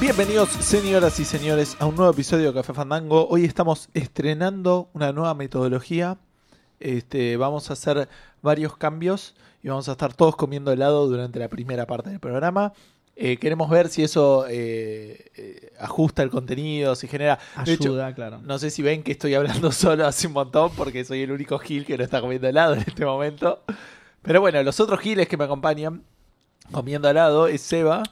Bienvenidos, señoras y señores, a un nuevo episodio de Café Fandango. Hoy estamos estrenando una nueva metodología. Este, vamos a hacer varios cambios y vamos a estar todos comiendo helado durante la primera parte del programa. Eh, queremos ver si eso eh, eh, ajusta el contenido, si genera. De hecho, Ayuda, claro. no sé si ven que estoy hablando solo hace un montón porque soy el único Gil que no está comiendo helado en este momento. Pero bueno, los otros Giles que me acompañan comiendo helado es Seba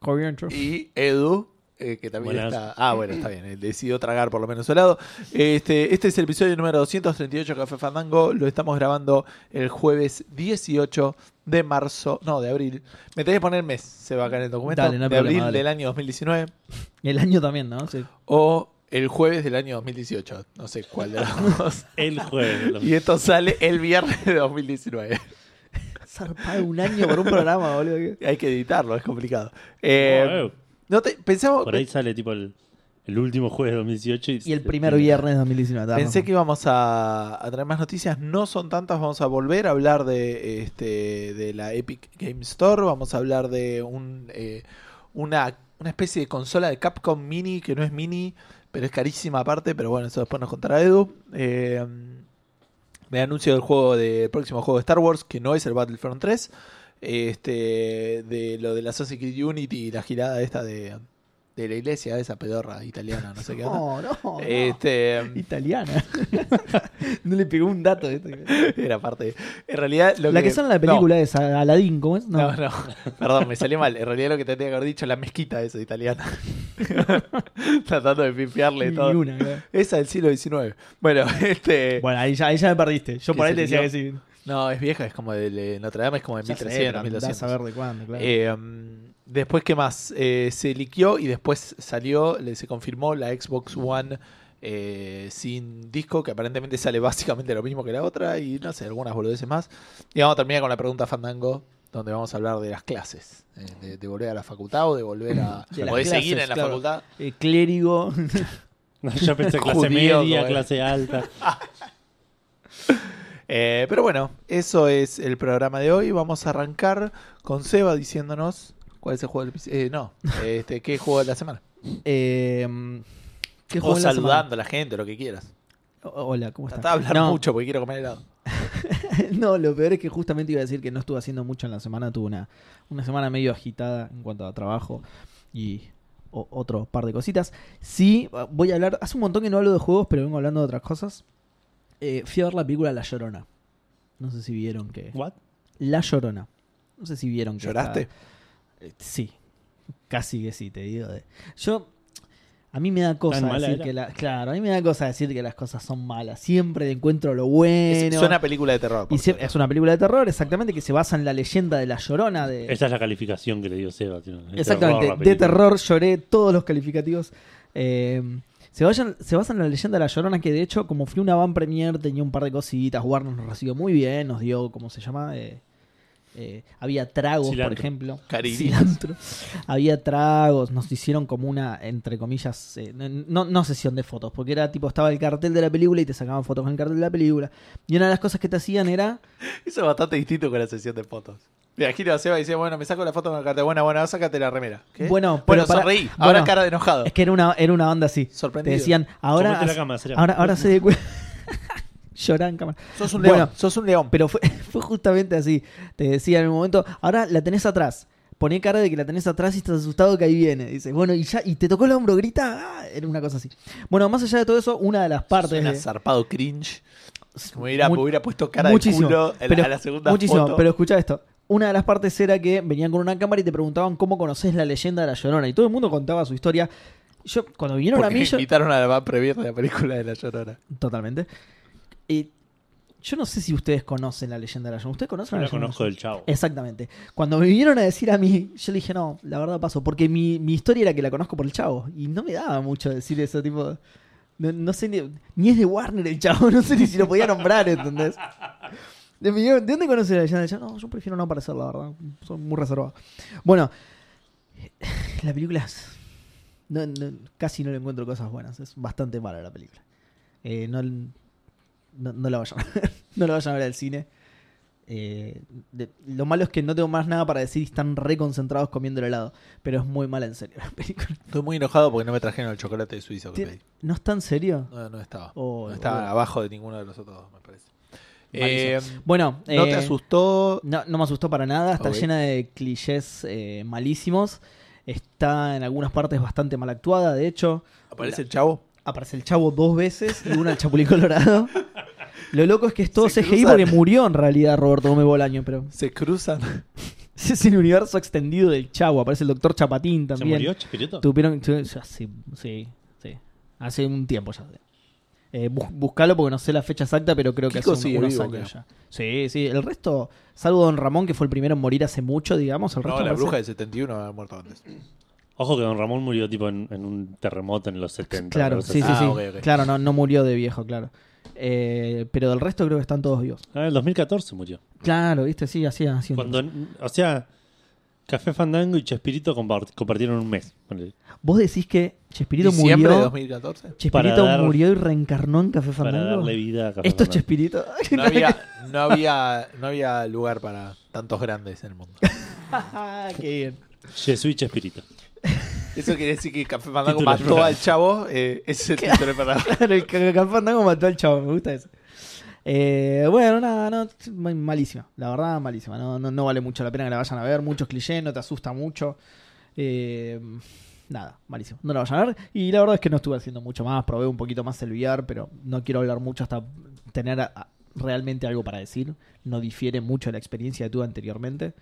Corriente. y Edu, eh, que también Buenas. está... Ah, bueno, está bien, él decidió tragar por lo menos su helado. Este, este es el episodio número 238 de Café Fandango, lo estamos grabando el jueves 18 de marzo, no, de abril. Me tenés que poner mes, Seba, acá en el documento, Dale, no hay de problema, abril dale. del año 2019 El año también, ¿no? Sí. o el jueves del año 2018, no sé cuál de los dos. El jueves. Y esto sale el viernes de 2019. Zarpado un año por un programa, boludo. que- Hay que editarlo, es complicado. Eh, No, eh, no te- pensamos, por ahí sale tipo el, el último jueves de 2018 y, Y el primer viernes de 2019. está, Pensé Rafa. que íbamos a, a traer más noticias, no son tantas, vamos a volver a hablar de, este, de la Epic Game Store, vamos a hablar de un, eh, una, una especie de consola de Capcom Mini, que no es mini, pero es carísima aparte, pero bueno, eso después nos contará Edu. Eh, me anuncio del juego de- del próximo juego de Star Wars, que no es el Battlefront 3, este, de lo de la Assassin's Creed Unity y la girada esta de, de la iglesia, esa pedorra italiana, no sé qué. onda. No, no, Oh, no. Este, Italiana. no le pegó un dato. esto. Era parte. En realidad. Lo La que sale en la película es Aladín, ¿cómo es? No, no, no. Perdón, me salió mal. En realidad lo que tendría que haber dicho, la mezquita esa italiana. Tratando de pifiarle Ni todo. una, claro. Esa del siglo XIX. Bueno, este. Bueno, ahí ya, ahí ya me perdiste. Yo por ¿Qué ahí te decía Eh, que sí. sería? No, es vieja, es como de de Notre Dame, es como de Ya sé, 1300, pero andás a 1200. saber de cuándo, claro. Eh, mm, después, ¿qué más? Eh, se liqueó y después salió, le- se confirmó la Xbox One eh, sin disco, que aparentemente sale básicamente lo mismo que la otra y no sé, algunas boludeces más. Y vamos a terminar con la pregunta Fandango, donde vamos a hablar de las clases, eh, de, de volver a la facultad o de volver a... De o las de seguir clases, en la claro. facultad. Eh, clérigo. No, yo pensé clase Judío, media, como es. clase alta. Eh, pero bueno, eso es el programa de hoy. Vamos a arrancar con Seba diciéndonos cuál es el juego del... episodio- Eh, no, este, ¿qué juego de la semana? Eh, ¿Qué O juego en la saludando a la gente, lo que quieras. semana? O- Hola, ¿cómo estás? Tratá de hablar No. mucho porque quiero comer helado. No, lo peor es que justamente iba a decir que no estuve haciendo mucho en la semana. Tuve una, una semana medio agitada en cuanto a trabajo y o- otro par de cositas. Sí, voy a hablar. Hace un montón que no hablo de juegos, pero vengo hablando de otras cosas. Eh, fui a ver la película La Llorona. No sé si vieron que. What? La Llorona. No sé si vieron que. ¿Lloraste? está- eh, sí. Casi que sí, te digo. de- Yo. A mí me da cosa mala decir era? que la- Claro, a mí me da cosa decir que las cosas son malas. Siempre le encuentro lo Es, bueno. suena a película de terror. por Eh, Y sie- cierto. es una película de terror, exactamente, que se basa en la leyenda de la llorona. De, Esa es la calificación que le dio Seba. tío. De Eh. exactamente, terror de la película. terror lloré todos los calificativos. Eh, se, vayan, se basa en la leyenda de la llorona, que de hecho, como fui una van premier, tenía un par de cositas. Warner nos recibió muy bien, nos dio, ¿cómo se llama? Eh, eh, había tragos, por Cilantro. ejemplo. Cariris. Cilantro. Había tragos, nos hicieron como una, entre comillas, eh, no, no sesión de fotos, porque era tipo, estaba el cartel de la película y te sacaban fotos con el cartel de la película. Y una de las cosas que te hacían era Eso es bastante distinto con la sesión de fotos. Me imagino a Seba y dice, bueno, me saco la foto con la carta. Bueno, bueno, sácate la remera. ¿Qué? Bueno, bueno pero para- sonreí. Ahora bueno, cara de enojado. Es que era una, era una onda así. Te Sorprendido. decían, ahora, Sumate la cama, será. ahora, ahora se de cuenta. Llorá en cámara. Sos un león. Bueno. sos un león. Pero fue, fue justamente así. Te decían en un momento, ahora la tenés atrás. Poné cara de que la tenés atrás y estás asustado que ahí viene. Dices, bueno, y ya, y te tocó el hombro, grita. ah, era una cosa así. Bueno, más allá de todo eso, una de las partes. Suena de- zarpado cringe. Como hubiera, mu- hubiera puesto cara muchísimo, de culo en la- pero- a la segunda Muchísimo, foto. pero escucha esto. Una de las partes era que venían con una cámara y te preguntaban cómo conoces la leyenda de la Llorona. Y todo el mundo contaba su historia. Yo, cuando vinieron a Porque mí, yo- invitaron a la van premier de la película de La Llorona. Totalmente. Y yo no sé si ustedes conocen la leyenda de la llorona. ¿Ustedes conocen Yo la la leyenda de la conozco del chavo. llorona? Exactamente. Cuando me vinieron a decir a mí, yo le dije, no, la verdad paso. Porque mi, mi historia era que la conozco por el chavo. Y no me daba mucho decir eso, tipo. No, no sé ni, ni es de Warner el chavo, no sé ni si lo podía nombrar, ¿entendés? Me dijeron, ¿De dónde conoces la leyenda de la llorona? No, yo prefiero no aparecer, la verdad. Soy muy reservado. Bueno, la película es- no- no- casi no le encuentro cosas buenas. Es bastante mala la película. Eh, no, no, no la vayan a ver. no la vayan a ver al cine. Eh, de- lo malo es que no tengo más nada para decir y están reconcentrados comiendo el helado. Pero es muy mala en serio la película. Estoy muy enojado porque no me trajeron el chocolate de Suiza que Tiene- pedí. ¿No está en serio? No, no estaba. Oh, no estaba boludo. abajo de ninguno de los otros dos, me parece. Malísimo. Eh, Bueno, ¿No te eh, asustó? No, no me asustó para nada. Está Ok. llena de clichés eh, malísimos. Está en algunas partes bastante mal actuada, de hecho. ¿Aparece el chavo? Aparece el chavo dos veces y una el chapulín colorado. Lo loco es que es todo Se CGI cruzan. porque murió en realidad Roberto Gómez Bolaño, pero Se cruzan. es el universo extendido del chavo. Aparece el doctor Chapatín ¿Se también. murió Chespirito? Tuvieron tu- ya, sí, sí, sí. Hace un tiempo ya. Eh, bus- buscalo porque no sé la fecha exacta, pero creo que Kiko hace un- sigue unos vivo, años ya. Sí, sí. El resto, salvo Don Ramón, que fue el primero en morir hace mucho, digamos. El resto No, la parece- bruja del 71 había muerto antes. Ojo que Don Ramón murió tipo en, en un terremoto en los 70. Claro, una cosa sí, sí, así. sí. Ah, ok, ok. Claro, no, no murió de viejo, claro. Eh, pero del resto creo que están todos vivos. Ah, en el 2014 murió. Claro, viste, sí, así, así. Cuando, o sea, Café Fandango y Chespirito compart- compartieron un mes. Ponele. Vos decís que Chespirito ¿Diciembre de murió. 2014? Chespirito Para dar- murió y reencarnó en Café Para Fandango. darle vida a Café Esto es Fandango. Chespirito. No había, no, había, no había lugar para tantos grandes en el mundo. Ah, Qué bien. Jesús y Chespirito. Eso quiere decir que Café Fandango Título del mató programa. al chavo. eh, ese es el título del programa. Claro, el Ca- Ca- Fandango mató al chavo, me gusta eso. Eh, bueno, nada, no, ma- malísima, la verdad, malísima. No, no, no vale mucho la pena que la vayan a ver, muchos clichés, no te asusta mucho. Eh, nada, malísimo, no la vayan a ver. Y la verdad es que no estuve haciendo mucho más, probé un poquito más el VR, pero no quiero hablar mucho hasta tener a- a- realmente algo para decir. No difiere mucho de la experiencia que tuve anteriormente.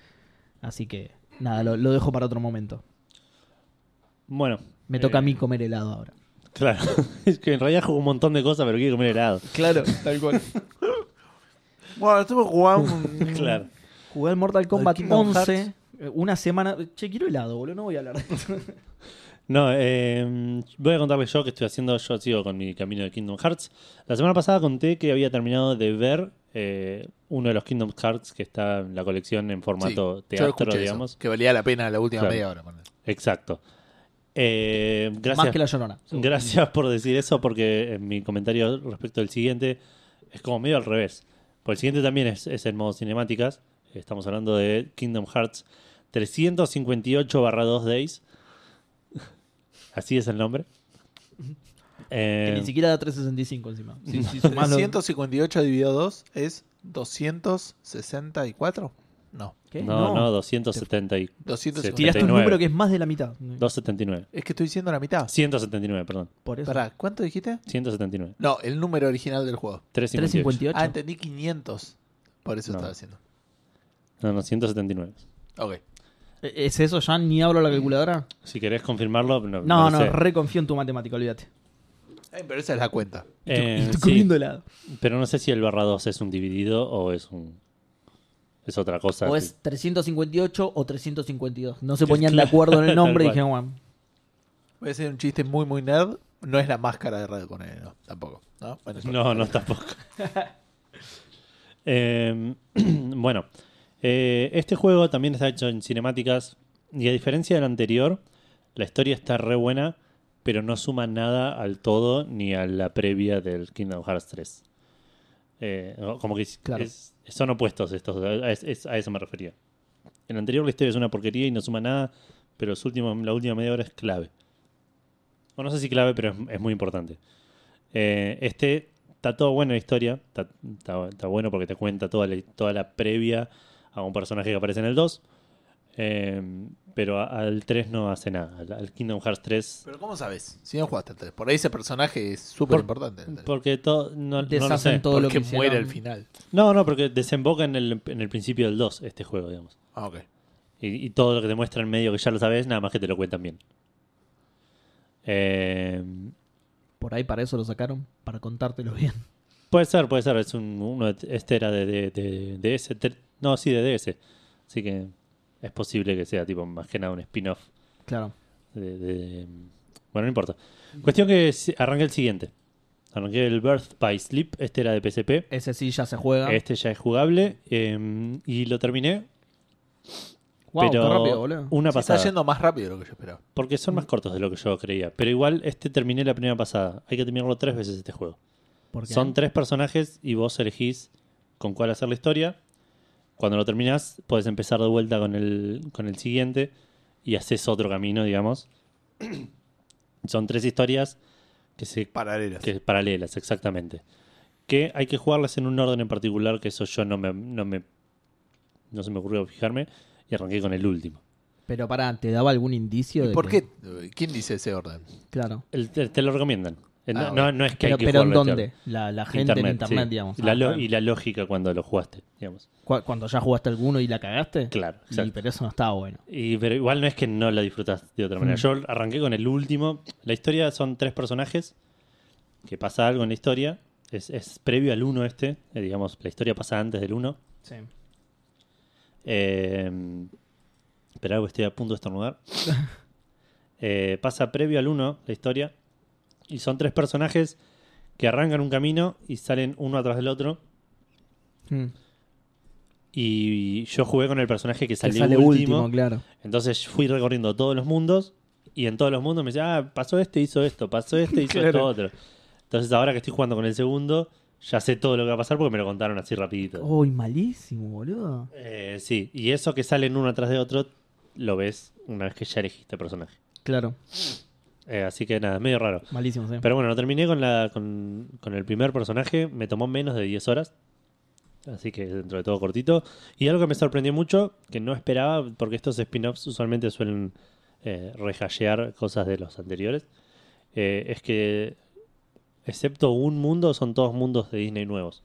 Así que, nada, lo, lo dejo para otro momento. Bueno. Me toca eh, a mí comer helado ahora. Claro. es que en realidad jugó un montón de cosas, pero quiere comer helado. Claro, tal cual. Bueno, estamos jugando. Claro. Jugué al Mortal Kombat Kingdom 11 eh, una semana. Che, quiero helado, boludo. No voy a hablar de esto. No, eh, voy a contarles yo que estoy haciendo. Yo sigo con mi camino de Kingdom Hearts. La semana pasada conté que había terminado de ver eh, uno de los Kingdom Hearts que está en la colección en Sí, formato yo teatro, escuché eso, digamos. que valía la pena la última Claro. media hora. ponele. Exacto. Eh, gracias. Más que la llorona. Gracias por decir eso, porque en mi comentario respecto del siguiente es como medio al revés. Porque el siguiente también es, es en modo cinemáticas. Estamos hablando de Kingdom Hearts 358-2 Days. Así es el nombre. Que Eh, ni siquiera da 365 encima. Sí, sí, sumalo. 358 dividido 2 es 264. No, ¿Qué? no, no, 270 y- 250. Tiraste un 79. número que es más de la mitad. 279. Es que estoy diciendo la mitad. 179, perdón. Por eso. Pará, ¿cuánto dijiste? 179. No, el número original del juego. 358. 358. Ah, entendí 500. Por eso No. estaba haciendo. No, no, 179. Ok. ¿E- ¿Es eso? ¿Ya ni hablo a Eh, la calculadora? Si querés confirmarlo, No, no. no, me lo sé. reconfío en tu matemática, olvídate. Eh, pero esa es la cuenta. Y tú- Eh, y tú sí. comiendo helado. Pero no sé si el barra 2 es un dividido o es un. Es otra cosa. O así. es 358 o 352. No se Claro. ponían de acuerdo en el nombre y Tal dijeron, bueno, Voy a hacer un chiste muy, muy nerd. No es la máscara de Red con él, no, tampoco. No, Bueno, eso- No, no, tampoco. Eh, bueno, eh, este juego también está hecho en cinemáticas. Y a diferencia del anterior, la historia está re buena, pero no suma nada al todo ni a la previa del Kingdom Hearts 3. Eh, no, como que es- Claro. es- son opuestos estos. A, es- es- a eso me refería. El anterior, la historia es una porquería y no suma nada, pero los últimos- la última media hora es clave. O no sé si clave, pero es- es muy importante. Eh, este está todo bueno la historia. Está, está- está bueno porque te cuenta toda la, toda la previa a un personaje que aparece en el 2. eh, pero a- al 3 no hace nada. Al, al Kingdom Hearts 3. Pero ¿cómo sabes? Si no jugaste el 3. Por ahí ese personaje es súper importante. en el 3. Porque todo. No, no, lo deshacen sé. todo lo que Porque muere hicieron. al final. no, no, porque desemboca en el, en el principio del 2 este juego, digamos. Ah, ok. Y, y todo lo que te muestra en medio que ya lo sabes, nada más que te lo cuentan bien. Eh, Por ahí para eso lo sacaron, para contártelo bien. Puede ser, puede ser. Es un, uno de- este era de, de, de- de DS. ter- no, sí, de DS. Así que es posible que sea tipo más que nada un spin-off. Claro. de- de- bueno, no importa. Cuestión que si- arranqué el siguiente. Arranqué el Birth by Sleep. Este era de PSP. Ese sí ya se juega. Este ya es jugable. eh, y lo terminé. Wow, pero qué rápido, boludo. Una Se está pasada. yendo más rápido de lo que yo esperaba. Porque son más cortos de lo que yo creía. Pero igual, este terminé la primera pasada. Hay que terminarlo tres veces este juego. ¿Por qué? Son tres personajes y vos elegís con cuál hacer la historia. Cuando lo terminas, puedes empezar de vuelta con el, con el siguiente y haces otro camino, digamos. Son tres historias que se Paralelas. que paralelas, exactamente. Que hay que jugarlas en un orden en particular, que eso yo no me, no me no se me ocurrió fijarme, y arranqué con el último. Pero pará, ¿te daba algún indicio? ¿Y de por que- qué? ¿Quién dice ese orden? Claro. El- te, te lo recomiendan. Eh, no, Ah, no- bueno. no es que Pero, hay que pero ¿en jugarlo dónde? La, la gente en internet, sí. digamos. La Ah, lo- claro. y la lógica cuando lo jugaste, digamos. Cu- Cuando ya jugaste alguno y la cagaste. Claro, Y- exacto. pero eso no estaba bueno. Y, pero igual no es que no la disfrutas de otra manera. Mm. Yo arranqué con el último. La historia son tres personajes. Que pasa algo en la historia. Es, es previo al uno este. eh, digamos, la historia pasa antes del uno. Sí. Eh, esperá, que estoy a punto de estornudar. Eh, pasa previo al 1 la historia. Y son tres personajes que arrancan un camino y salen uno atrás del otro. Mm. Y yo jugué con el personaje que salió sale último. último, claro. Entonces fui recorriendo todos los mundos. Y en todos los mundos me decía, ah, pasó este, hizo esto, pasó este, hizo esto Claro. otro. Entonces ahora que estoy jugando con el segundo, ya sé todo lo que va a pasar porque me lo contaron así rapidito. Uy, malísimo, boludo. Eh, sí, y eso que salen uno atrás de otro lo ves una vez que ya elegiste personaje. Claro, Eh, así que nada, es medio raro. malísimo, sí. Pero bueno, lo terminé con, la, con, con el primer personaje, me tomó menos de 10 horas. Así que dentro de todo cortito. Y algo que me sorprendió mucho, que no esperaba, porque estos spin-offs usualmente suelen eh, rehashear cosas de los anteriores, eh, es que, excepto un mundo, son todos mundos de Disney nuevos.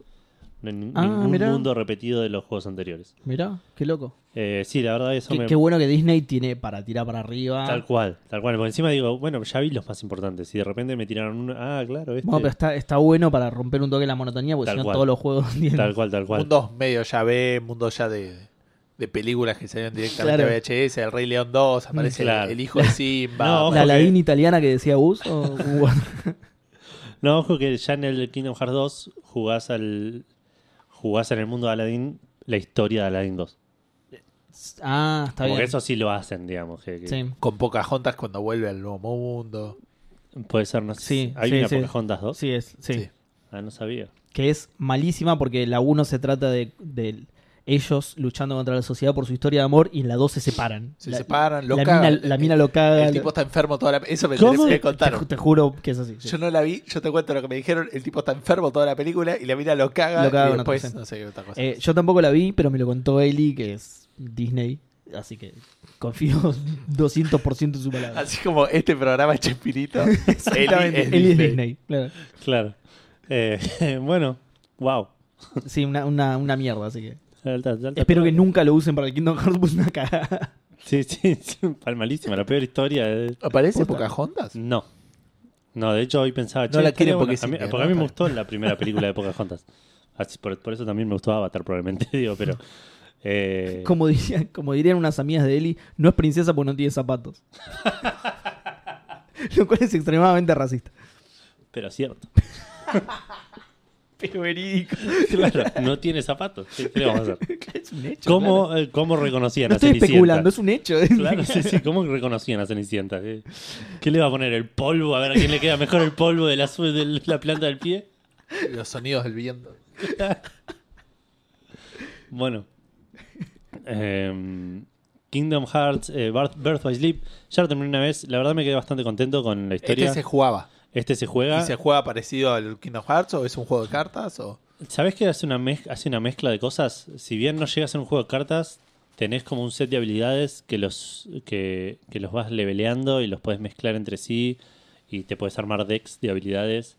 No hay nin- Ah, ningún mirá. mundo repetido de los juegos anteriores. Mirá, qué loco. Eh, sí, la verdad eso Qué, me... qué ah. bueno que Disney tiene para tirar para arriba. Tal cual, tal cual. Por encima digo, bueno, ya vi los más importantes. Y de repente me tiraron uno. Ah, claro, este. Bueno, pero está, está bueno para romper un toque la monotonía, porque Tal si no cual. todos los juegos tienen- Tal cual, tal cual. Mundos medio ya ve, mundos ya de, de películas que salieron directamente Claro. a VHS, El Rey León 2, aparece el- Claro. el, hijo de Simba. No, ojo. La que- Aladdin italiana que decía Gus. o- No, ojo que ya en el Kingdom Hearts 2 jugás al. jugás en el mundo de Aladdin la historia de Aladdin 2. ah, está Porque bien. eso sí lo hacen, digamos. que- que Sí. Con Pocahontas cuando vuelve al nuevo mundo. Puede ser, no sé. Sí, Hay sí, una sí. Pocahontas 2. Sí, es, sí. Sí. Ah, no sabía. Que es malísima porque la 1 se trata de, de ellos luchando contra la sociedad por su historia de amor y en la 2 se separan. Se La- separan, lo la cagan. mina- la mina lo caga. El tipo está enfermo toda la... Eso me, ¿Cómo? me Te, contaron. ju- te juro que es así. sí. Yo no la vi, yo te cuento lo que me dijeron. El tipo está enfermo toda la película y la mina lo caga. Lo caga y con después, otra, no sé qué otra cosa. Eh, yo tampoco la vi, pero me lo contó Eli, que es Disney. Así que confío 200% en su palabra. Así como este programa es Chespirito, Eli es Eli es Disney. Disney. claro. Claro. Eh, bueno, wow. Sí, una, una, una mierda, así que. Alta- alta- Espero que eh, nunca lo usen para el Kingdom Hearts, pues una cagada. Sí, sí, sí. pal- Malísima. La peor historia. de- ¿Aparece Puta. Pocahontas? No. No, de hecho hoy pensaba, No la estaría quieren porque bueno. a mí, sí, porque a mí ¿no? me gustó la primera película de Pocahontas. Así, por, por eso también me gustó Avatar probablemente, digo, pero... eh, Como dirían, como dirían unas amigas de Eli, no es princesa porque no tiene zapatos. lo cual es extremadamente racista. pero cierto. Pero verídico. Claro, no tiene zapatos. ¿Qué, qué le vamos a hacer? es un hecho. ¿Cómo, eh, cómo reconocían No a estoy Cenicienta? especulando, es un hecho. Claro, sí, sí, ¿cómo reconocían a Cenicienta? ¿Qué, qué le va a poner? ¿El polvo? A ver a quién le queda mejor el polvo de la, su- de la planta del pie. Los sonidos del viento. Bueno. Em, Kingdom Hearts, eh, Birth, Birth by Sleep. Ya lo terminé una vez. La verdad me quedé bastante contento con la historia. Este se jugaba. Este se juega. Ah. ¿Y se juega parecido al Kingdom Hearts o es un juego de cartas? O... ¿Sabés que hace una, mez- hace una mezcla de cosas? Si bien no llega a ser un juego de cartas, tenés como un set de habilidades que los, que, que los vas leveleando y los podés mezclar entre sí y te podés armar decks de habilidades.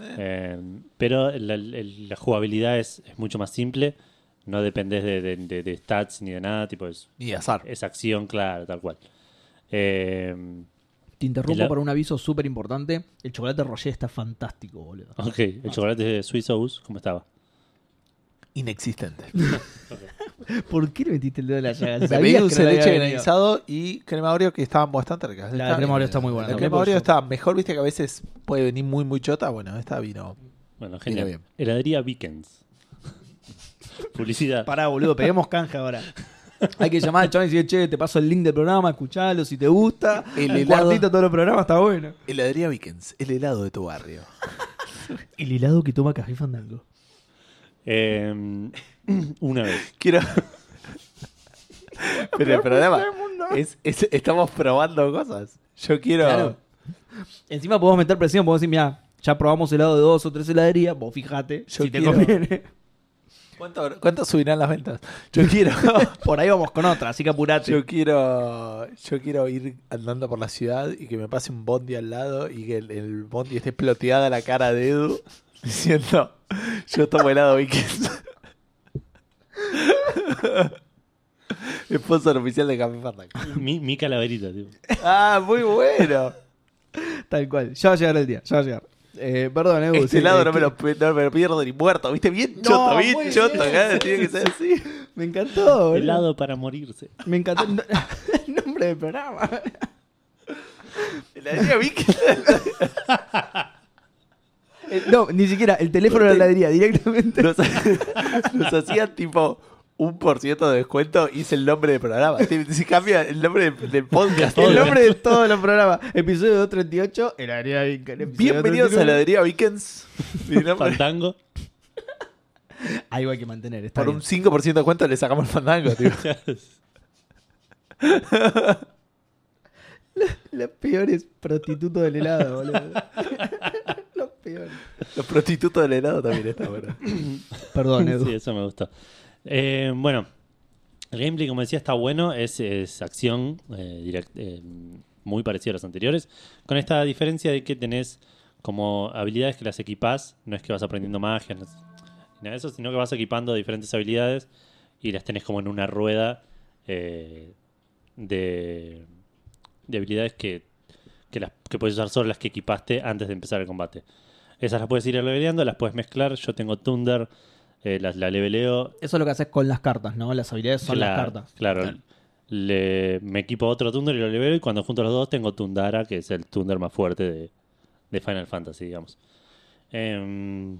Eh, pero la, el- la jugabilidad es, es mucho más simple. No dependés de, de- de- de stats ni de nada. Tipo, es, Ni azar. Eh. es acción, claro, tal cual. Eh, Te interrumpo Y la- para un aviso súper importante. El chocolate Roger está fantástico, boludo. ok, el chocolate de Swiss House, ¿cómo estaba? Inexistente. ¿Por qué le metiste el dedo en la llaga? Me pedí Sabías que dulce no de le leche había venido. granizado y crema Oreo que estaban bastante ricas. La de Estaban crema Oreo bien. está muy buena. La Ok, crema pues Oreo yo- está mejor, viste que a veces puede venir muy, muy chota. Bueno, esta vino. Bueno, Mira genial. bien. Heladería Vickens. Publicidad. Pará, boludo, peguemos canja ahora. Hay que llamar al chaval y decir, che, te paso el link del programa, escuchalo si te gusta. El Un helado. cuartito todos los programas está bueno. Heladería Vikens, el helado de tu barrio. El helado que toma Café Fandango. Eh, Em, una vez. Quiero, Pero el problema es, es- estamos probando cosas. Yo quiero. Claro. Encima podemos meter presión, podemos decir, mira, ya probamos helado de dos o tres heladerías, vos fijate, Yo si te quiero- conviene. ¿Cuánto, cuánto subirán las ventas? Yo quiero. Por ahí vamos con otra, así que apurate. Yo quiero, yo quiero ir andando por la ciudad y que me pase un bondi al lado y que el, el bondi esté ploteada la cara de Edu diciendo, yo tomo helado Vikings. Sponsor oficial de Café Fandango. Mi, mi calaverita, tío. Ah, muy bueno. Tal cual, ya va a llegar el día, ya va a llegar. Eh, perdón, Edu. Este sí, helado es no, que- me lo, no me lo pierdo ni muerto. ¿Viste? Bien No, choto, bien muy choto. bien. acá tiene que ser así. Me encantó, boludo. Helado para morirse. Me encantó el no- el nombre del programa. Heladería Vikings. Eh, No, ni siquiera, el teléfono de la heladería directamente. Nos, nos hacían tipo un por ciento de descuento. Hice el nombre del programa. Si, si cambia el nombre del, del podcast. El el nombre- nombre de todos los programas. Episodio 238, heladería Vincan. Episodio Bienvenidos a 239. Heladería Weekends. Mi nombre- Fandango. Algo hay que mantener, está por bien. un 5% de descuento le sacamos el fandango, tío. Los peores prostitutos del helado, boludo. Los peores. Los prostitutos del helado también está bueno. Perdón, Edu. Sí, eso me gustó. Eh, bueno, el gameplay, como decía, está bueno. Es, es acción eh, direct- eh, muy parecida a los anteriores. Con esta diferencia de que tenés como habilidades que las equipás. No es que vas aprendiendo magia, no es- nada de eso, sino que vas equipando diferentes habilidades y las tenés como en una rueda eh, de, de habilidades que, que, las, que puedes usar solo las que equipaste antes de empezar el combate. Esas las puedes ir leveleando, las puedes mezclar. Yo tengo Thunder, eh, las- la, leveleo. Eso es lo que haces con las cartas, ¿no? Las habilidades son La- las cartas. Claro. Le- me equipo otro Thunder y lo levelo. Y cuando junto los dos tengo Tundara, que es el Thunder más fuerte de, de Final Fantasy, digamos. Em,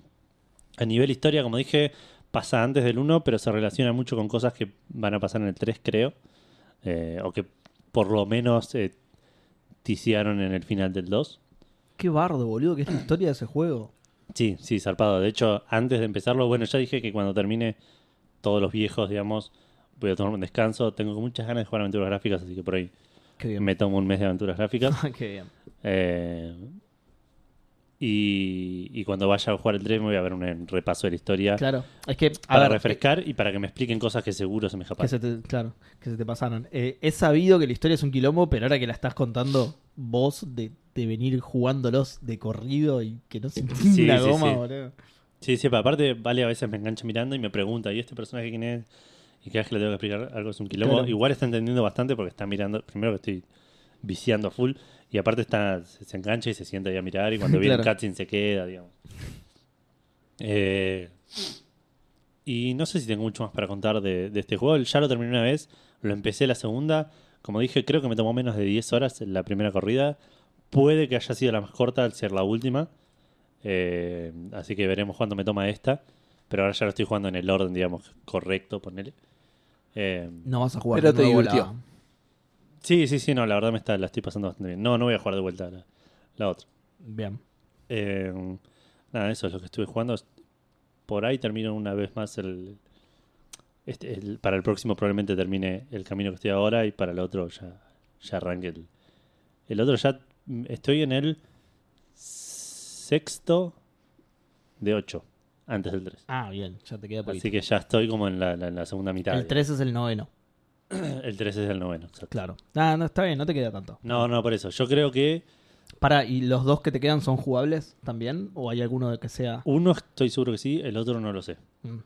a nivel historia, como dije, pasa antes del 1, pero se relaciona mucho con cosas que van a pasar en el 3, creo. Eh, o que por lo menos eh, ticiaron en el final del 2. Qué bardo, boludo, que es la historia de ese juego. Sí, sí, zarpado. De hecho, antes de empezarlo, bueno, ya dije que cuando termine todos los viejos, digamos, voy a tomar un descanso. Tengo muchas ganas de jugar aventuras gráficas, así que por ahí Qué bien. me tomo un mes de aventuras gráficas. Qué bien. Eh, y, y cuando vaya a jugar el 3 me voy a ver un eh, repaso de la historia Claro. Es que, a para ver, eh, refrescar y para que me expliquen cosas que seguro se me escapan. que se te, claro, que se te pasaron. Eh, he sabido que la historia es un quilombo, pero ahora que la estás contando vos de, de venir jugándolos de corrido y que no sentís Sí, la sí, goma, sí. boludo. Sí, sí, pero aparte, Vale a veces me engancha mirando y me pregunta, ¿y este personaje quién es? Y cada vez que le tengo que explicar algo es un quilombo. Claro. Igual está entendiendo bastante porque está mirando, primero que estoy viciando a full, y aparte está, se, se engancha y se sienta ahí a mirar, y cuando viene el Claro. cutscene se queda, digamos. Eh, y no sé si tengo mucho más para contar de, de este juego. Ya lo terminé una vez, lo empecé la segunda. Como dije, creo que me tomó menos de 10 horas en la primera corrida. Puede que haya sido la más corta al ser la última. Eh, así que veremos cuándo me toma esta. Pero ahora ya lo estoy jugando en el orden, digamos, correcto, ponele. Eh, No vas a jugar. Pero de te nuevo divirtió. Sí, sí, sí, no, la verdad me está, la estoy pasando bastante bien. No, no voy a jugar de vuelta la, la otra. Bien. Eh, nada, eso es lo que estuve jugando. Por ahí termino una vez más el, este- el- Para el próximo probablemente termine el camino que estoy ahora y para el otro ya, ya arranque el... El otro ya mm, estoy en el sexto de ocho, antes del 3. Ah, bien, ya te queda por Así que ya estoy como en la, la- en la segunda mitad. El 3 es el noveno. el 3 es el noveno. exacto. Claro. Ah, no, está bien, no te queda tanto. No, no, por eso. Yo creo que Para, ¿y los dos que te quedan son jugables también? ¿O hay alguno que sea.? uno estoy seguro que sí, el otro no lo sé. Mm.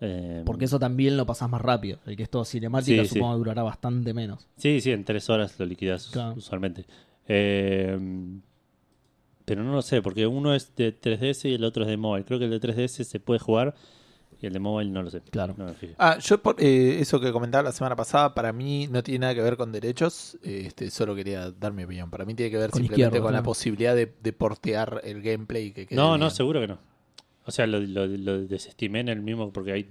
Eh, Porque eso también lo pasás más rápido. El que es todo cinemática, Sí, sí. supongo que durará bastante menos. Sí, sí, en tres horas lo liquidas Claro. usualmente. Eh, pero no lo sé, porque uno es de 3DS y el otro es de mobile. Creo que el de 3DS se puede jugar y el de mobile no lo sé. Claro. No me fijé. Ah, yo por eh, eso que comentaba la semana pasada, para mí no tiene nada que ver con derechos, eh, este, solo quería dar mi opinión. Para mí tiene que ver Con simplemente izquierda, con la claro. posibilidad de, de portear el gameplay. y Que quede no, no, bien. seguro que no. O sea, lo, lo- lo desestimé en el mismo porque hay,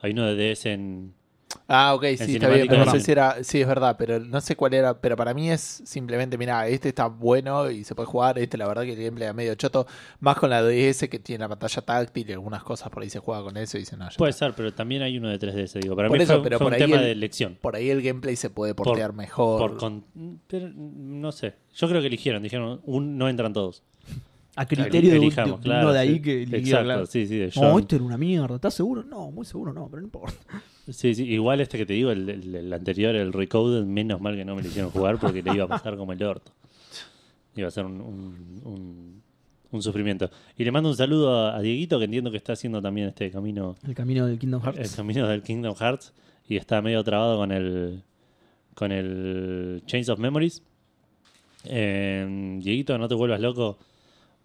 hay uno de DS en, Ah, ok, sí, está bien. cinemática Pero no no. sé si era. Sí, es verdad, pero no sé cuál era. Pero para mí es simplemente, mira, este está bueno y se puede jugar. Este, la verdad, que el gameplay es medio choto. Más con la DS que tiene la pantalla táctil y algunas cosas por ahí se juega con eso y dicen, no, ya Puede está. ser, pero también hay uno de 3DS. Digo, para Por mí eso, fue, pero fue por un ahí tema el- de elección. Por ahí el gameplay se puede portear mejor. Por con- pero, no sé. Yo creo que eligieron. Dijeron, un, no entran todos. A criterio de, un- de Elijamos, uno claro, de ahí sí. que eligió, Exacto, claro. sí, sí. de No, John. esto era una mierda. ¿Estás seguro? No, muy seguro no, pero no importa. Sí, sí, igual este que te digo, el, el- el anterior, el Recoded, menos mal que no me lo hicieron jugar porque le iba a pasar como el orto. Iba a ser un, un- un- un sufrimiento. Y le mando un saludo a, a Dieguito, que entiendo que está haciendo también este camino, El camino del Kingdom el Hearts. Ah, camino del Kingdom Hearts, y está medio trabado con el con el Chains of Memories. Eh, Dieguito, no te vuelvas loco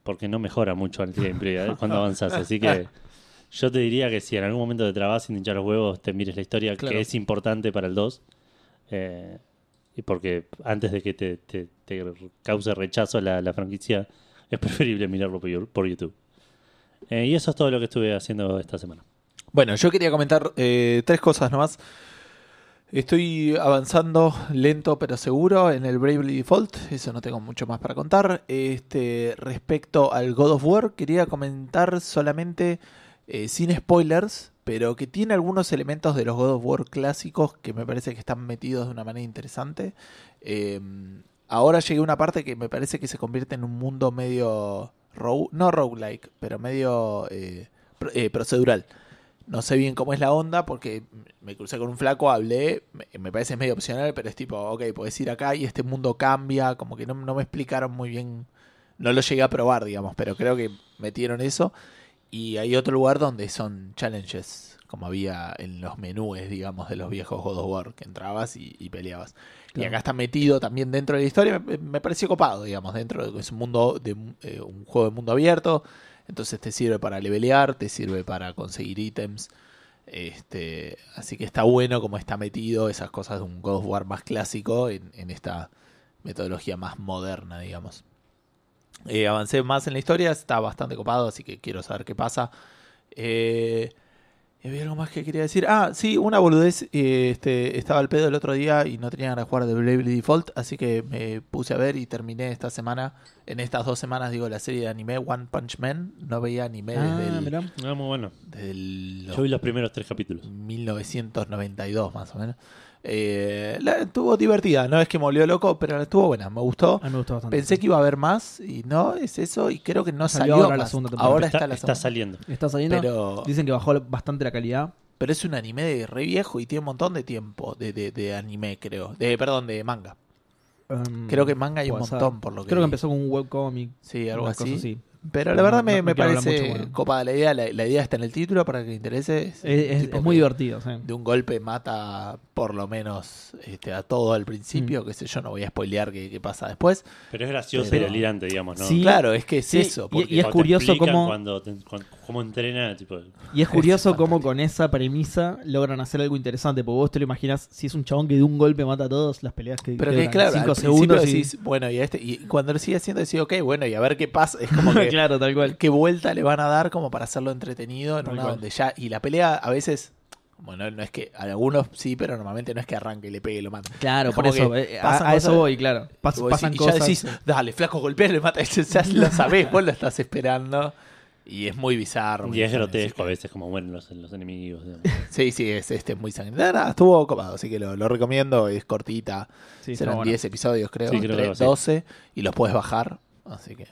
porque no mejora mucho el gameplay ¿eh? cuando avanzas, así que yo te diría que si en algún momento te trabas sin hinchar los huevos, te mires la historia, Claro. que es importante para el 2. eh, y porque antes de que te, te- te cause rechazo la, la franquicia, es preferible mirarlo por, you- por YouTube. Eh, y eso es todo lo que estuve haciendo esta semana. Bueno, yo quería comentar eh, tres cosas nomás. Estoy avanzando lento pero seguro en el Bravely Default, eso no tengo mucho más para contar. Este, respecto al God of War, quería comentar solamente eh, sin spoilers, pero que tiene algunos elementos de los God of War clásicos que me parece que están metidos de una manera interesante. Eh, ahora llegué a una parte que me parece que se convierte en un mundo medio rogue, no roguelike, pero medio eh, pro- eh, procedural. No sé bien cómo es la onda porque me crucé con un flaco, hablé, me, me parece medio opcional, pero es tipo, ok, podés ir acá y este mundo cambia, como que no, no me explicaron muy bien, no lo llegué a probar, digamos, pero creo que metieron eso. Y hay otro lugar donde son challenges, como había en los menúes, digamos, de los viejos God of War, que entrabas y, y peleabas. Y Claro. acá está metido también dentro de la historia, me, me pareció copado, digamos, dentro de que es un mundo, de un- eh, un juego de mundo abierto, entonces te sirve para levelear, te sirve para conseguir ítems. Este, así que está bueno como está metido esas cosas de un God of War más clásico en, en esta metodología más moderna, digamos. Eh, avancé más en la historia, está bastante copado, así que quiero saber qué pasa. Eh, había algo más que quería decir. Ah, sí, una boludez. eh, este, estaba al pedo el otro día y no tenía ganas de jugar de Bravely Default, así que me puse a ver y terminé esta semana, en estas dos semanas, digo, la serie de anime One Punch Man. No veía anime desde, Ah, el- mirá. Ah, muy bueno. desde el- Yo vi los primeros tres capítulos. 1992 más o menos. Eh, la estuvo divertida, no es que me volvió loco, pero estuvo buena, me gustó. Ah, me gustó bastante. Pensé que iba a haber más y no, es eso, y creo que no Salió salió, ahora la más. segunda temporada. Ahora está, está, la está segunda. saliendo. Está saliendo. Pero- Dicen que bajó bastante la calidad. Pero es un anime de re viejo y tiene un montón de tiempo de, de- de anime, creo. De, perdón, de manga. Em, Creo que manga hay un puede ser. montón, por lo que Creo vi. que empezó con un webcomic. Sí, algo unas así. cosas así. Pero la Pero verdad no- me, no- me no quiero hablar parece mucho, bueno. copada la idea. La, la idea está en el título para que le interese. Es, es- tipo es muy que- divertido. sí. de un golpe mata por lo menos este, a todo al principio, Mm. que sé yo, no voy a spoilear qué, qué pasa después. Pero es gracioso Pero- y delirante, digamos, ¿no? Sí, Claro, es que es Sí, eso. Porque, y es Cuando te curioso explican cómo- Cuando, te- cuan- cómo entrena, tipo... Y es Es curioso cómo fantástico. con esa premisa logran hacer algo interesante. Porque vos te lo imaginas, si es un chabón que de un golpe mata a todos, las peleas que pero que duran claro, cinco al segundos. segundos y- decís, bueno, y, a este, y cuando lo sigue haciendo decís, ok, bueno, y a ver qué pasa. Es como que claro, tal cual. qué vuelta le van a dar como para hacerlo entretenido en Tal una cual. donde ya. Y la pelea a veces, bueno, no es que, a algunos sí, pero normalmente no es que arranque y le pegue y lo mata. Claro, Es por como eso. que eh, pasan a, a eso cosas- voy, claro. Pas- Y vos pasan decís- y cosas. ya decís, dale, flaco, golpea, le mata. Ya lo sabés, vos lo estás esperando. Y es muy bizarro. muy Y es bizarro, grotesco así a que- veces, como mueren los, los enemigos. digamos. Sí, sí, es este, muy sangrienta. Nada, estuvo copado, así que lo, lo recomiendo. Es cortita. Sí, está Serán bueno. 10 episodios, creo. Sí, creo entre que algo así. 12. Y los puedes bajar. Así que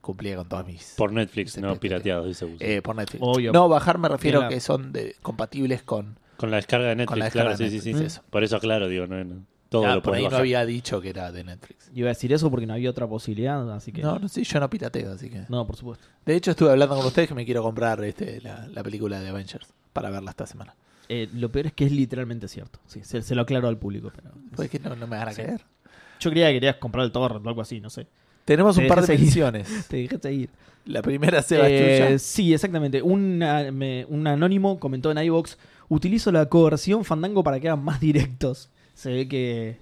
cumplía con todas mis. Por Netflix, Sí, no sí, sí. pirateados, dice Gus. eh, por Netflix. Obvio. No, bajar me refiero Bien, que la- son de- compatibles con. Con la descarga de Con la Netflix, descarga de claro, sí, sí, sí. Netflix, eso. Por eso aclaro, digo, no, no. todo Ah, lo por ahí puedes no bajar. había dicho que era de Netflix. Yo iba a decir eso porque no había otra posibilidad, así que. No, no sé, yo no pirateo, así que. No, por supuesto. De hecho, estuve hablando con ustedes que me quiero comprar este, la, la película de Avengers para verla esta semana. Eh, lo peor es que es literalmente cierto. Sí, se, se lo aclaro al público. Pero Pues es que no, no me van a Sí. creer. Yo creía que querías comprar el torrent o algo así, no sé. Tenemos un Te par de dejé seguir. menciones. Te dejé seguir. La primera Seba Eh, es tuya. sí, exactamente. Un, ah, me- un anónimo comentó en iBox: Utilizo la coerción fandango para que hagan más directos. Se ve que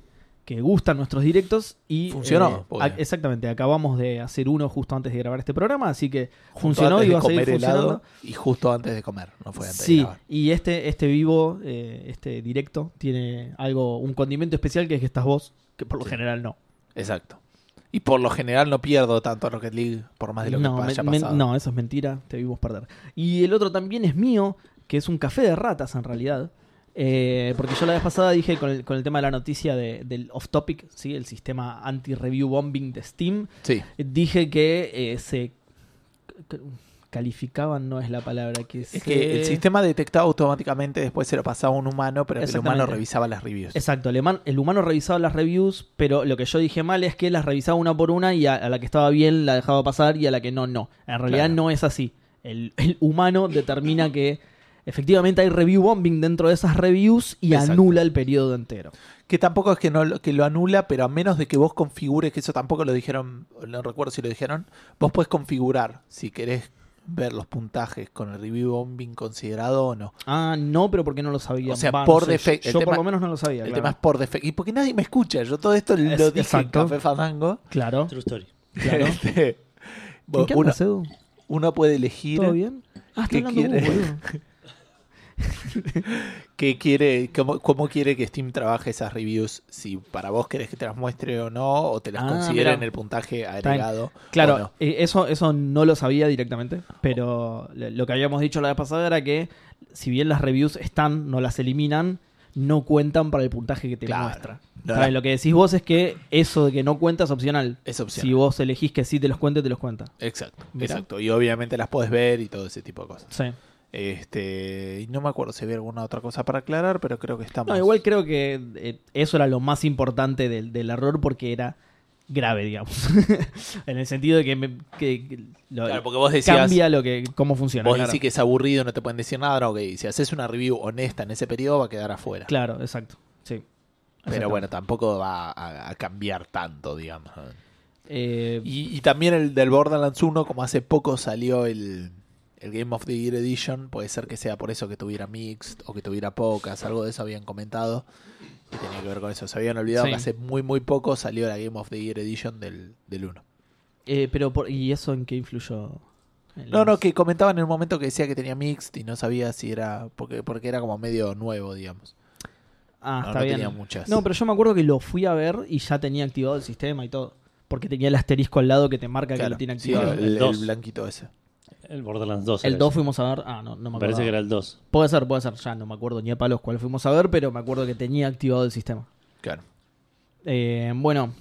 que gustan nuestros directos y Funcionó, eh, porque- a- exactamente, acabamos de hacer uno justo antes de grabar este programa, así que Junto funcionó antes y de va a seguir comer helado funcionando. y justo antes de comer, no fue antes de Sí, grabar. y este, este vivo, eh, este directo, tiene algo, un condimento especial que es que estás vos, que por lo Sí. general no. Exacto. Y por lo general no pierdo tanto a Rocket League por más Ah, de lo que No, pa- me- haya me- pasado. no, eso es mentira, te vimos perder. Y el otro también es mío, que es un café de ratas en realidad. Eh, porque yo la vez pasada dije con el, con el tema de la noticia de- del off-topic, ¿sí? el sistema anti-review bombing de Steam, Sí. dije que eh, se c- calificaban, no es la palabra que Es que el sistema detectaba automáticamente, después se lo pasaba a un humano, pero el humano Exactamente. revisaba las reviews. Exacto, el, eman- el humano revisaba las reviews, pero lo que yo dije mal es que las revisaba una por una y a, a la que estaba bien la dejaba pasar y a la que no, no. En realidad Claro. no es así. El, el humano determina que efectivamente hay review bombing dentro de esas reviews y Exacto. anula el periodo entero. Que tampoco es que, no, lo- que lo anula, pero a menos de que vos configures, que eso tampoco lo dijeron, no recuerdo si lo dijeron, vos podés configurar si querés ver los puntajes con el review bombing considerado o no. Ah, no, pero porque no lo sabía. O sea, Va, no por sé, defecto, el Yo tema- por lo menos no lo sabía. el claro. tema es por defecto. Y porque nadie me escucha, yo todo esto lo Es- dije exacto. en Café Fandango. Claro, True story. claro. Este, ¿En qué uno, andas, Edu? uno puede elegir ¿Todo bien? Ah, está ¿Qué hablando vos, quiere? boludo. qué quiere, cómo, cómo quiere que Steam trabaje esas reviews, si para vos querés que te las muestre o no, o te las Ah, considera mirá. en el puntaje agregado. Claro, o no. eh, eso, eso no lo sabía directamente, pero le- lo que habíamos dicho la vez pasada era que si bien las reviews están, no las eliminan, no cuentan para el puntaje que te Claro. muestra. No, Claro, no. Lo que decís vos es que eso de que no cuenta es opcional. Es opcional. Si vos elegís que sí te los cuente, te los cuenta. Exacto, Mirá. exacto. Y obviamente las podés ver y todo ese tipo de cosas. Sí. Este, y no me acuerdo si había alguna otra cosa para aclarar, pero creo que estamos. No, igual creo que eh, eso era lo más importante del, del error porque era grave, digamos. en el sentido de que, me- que- que lo- Claro, porque vos decías, cambia lo que cómo funciona. vos claro. decís que es aburrido, no te pueden decir nada, no, ok. Si haces una review honesta en ese periodo va a quedar afuera. Claro, exacto. Sí. pero Exactamente. bueno, tampoco va a, a cambiar tanto, digamos. Eh, Y, y también el del Borderlands 1, como hace poco salió el, el Game of the Year Edition, puede ser que sea por eso que tuviera mixed o que tuviera pocas, algo de eso habían comentado. Que tenía que ver con eso. Se habían olvidado Sí. que hace muy, muy poco salió la Game of the Year Edition del, del 1. eh, pero por- ¿Y eso en qué influyó? En No, las- no, que comentaban en un momento que decía que tenía mixed y no sabía si era. Porque, porque era como medio nuevo, digamos. Ah, no, está no bien. tenía muchas. No, pero yo me acuerdo que lo fui a ver y ya tenía activado el sistema y todo. Porque tenía el asterisco al lado que te marca que Claro, lo tiene sí, activado. el, el el Dos. blanquito ese. El Borderlands 2. era 2 ese. fuimos a ver. Ah, no, no me Me acuerdo. parece que era el 2. Puede ser, puede ser. Ya no me acuerdo ni a palos cuál fuimos a ver, pero me acuerdo que tenía activado el sistema. Claro. Eh, bueno,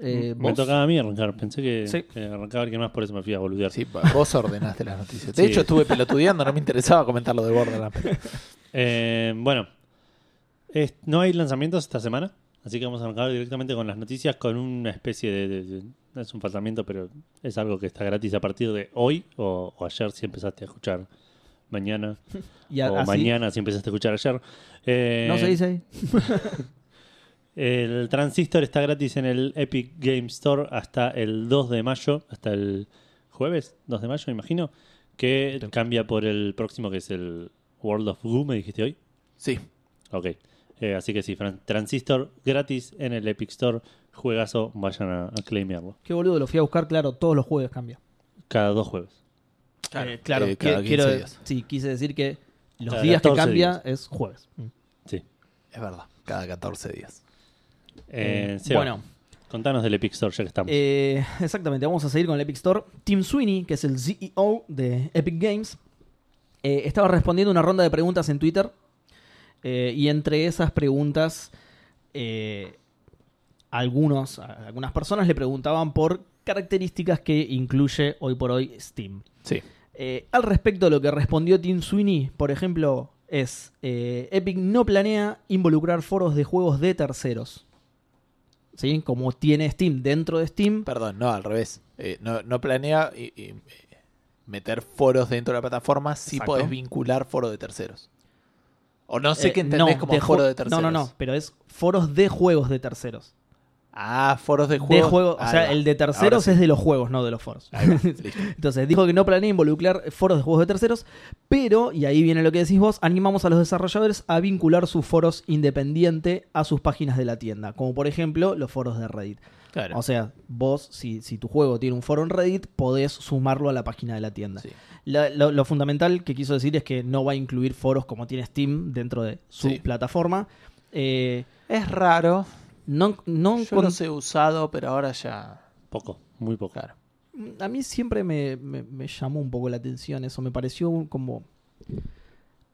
eh, me ¿vos? tocaba a mí arrancar. Pensé que, Sí. que arrancaba alguien más, por eso me fui a boludear. Sí, va- vos ordenaste las noticias. De Sí. hecho, estuve pelotudeando, no me interesaba comentar lo de Borderlands. pero- Eh, bueno, Es- no hay lanzamientos esta semana, así que vamos a arrancar directamente con las noticias con una especie de... de- de- no es un faltamiento, pero es algo que está gratis a partir de hoy o, o ayer si empezaste a escuchar mañana. Y a- o así- mañana si empezaste a escuchar ayer. Eh, No se dice ahí. El Transistor está gratis en el Epic Game Store hasta el 2 de mayo, hasta el jueves 2 de mayo, me imagino, que cambia por el próximo que es el World of Goo, me dijiste hoy. Sí, Ok. Eh, así que sí, Fran- Transistor gratis en el Epic Store. Juegazo, vayan a, a claimearlo. Qué boludo, lo fui a buscar, claro, todos los jueves cambia. Cada dos jueves. Claro, Eh, claro, eh, qui- cada 15 quiero, días. sí, quise decir que los Cada días que 14 cambia días. es jueves. Mm. Sí. es verdad. Cada 14 días. Eh, Eh, Seba, bueno, Contanos del Epic Store ya que estamos. eh, exactamente, vamos a seguir con el Epic Store. Tim Sweeney, que es el CEO de Epic Games, eh, estaba respondiendo una ronda de preguntas en Twitter. eh, y entre esas preguntas, eh, algunos, a- algunas personas le preguntaban por características que incluye hoy por hoy Steam. Sí. Eh, al respecto, lo que respondió Tim Sweeney, por ejemplo, es: eh, Epic no planea involucrar foros de juegos de terceros. ¿Sí? Como tiene Steam dentro de Steam. Perdón, no, al revés. Eh, no, no planea eh, eh, meter foros dentro de la plataforma si Exacto. podés vincular foros de terceros. O no sé eh, qué entendés no, como de foro ju- de terceros. No, no, no, pero es foros de juegos de terceros. Ah, foros de juego. De juego, o sea, el de terceros es de los juegos, no de los foros. Entonces, dijo que no planea involucrar foros de juegos de terceros, pero, y ahí viene lo que decís vos, animamos a los desarrolladores a vincular sus foros independiente a sus páginas de la tienda, como por ejemplo los foros de Reddit. Claro. O sea, vos, si, si tu juego tiene un foro en Reddit, podés sumarlo a la página de la tienda. Sí. La- lo, lo fundamental que quiso decir es que no va a incluir foros como tiene Steam dentro de su Sí. plataforma. Eh, Es raro. no, no Yo los he usado, pero ahora ya. Poco, muy poco. Claro. A mí siempre me, me- me llamó un poco la atención eso. Me pareció un- como,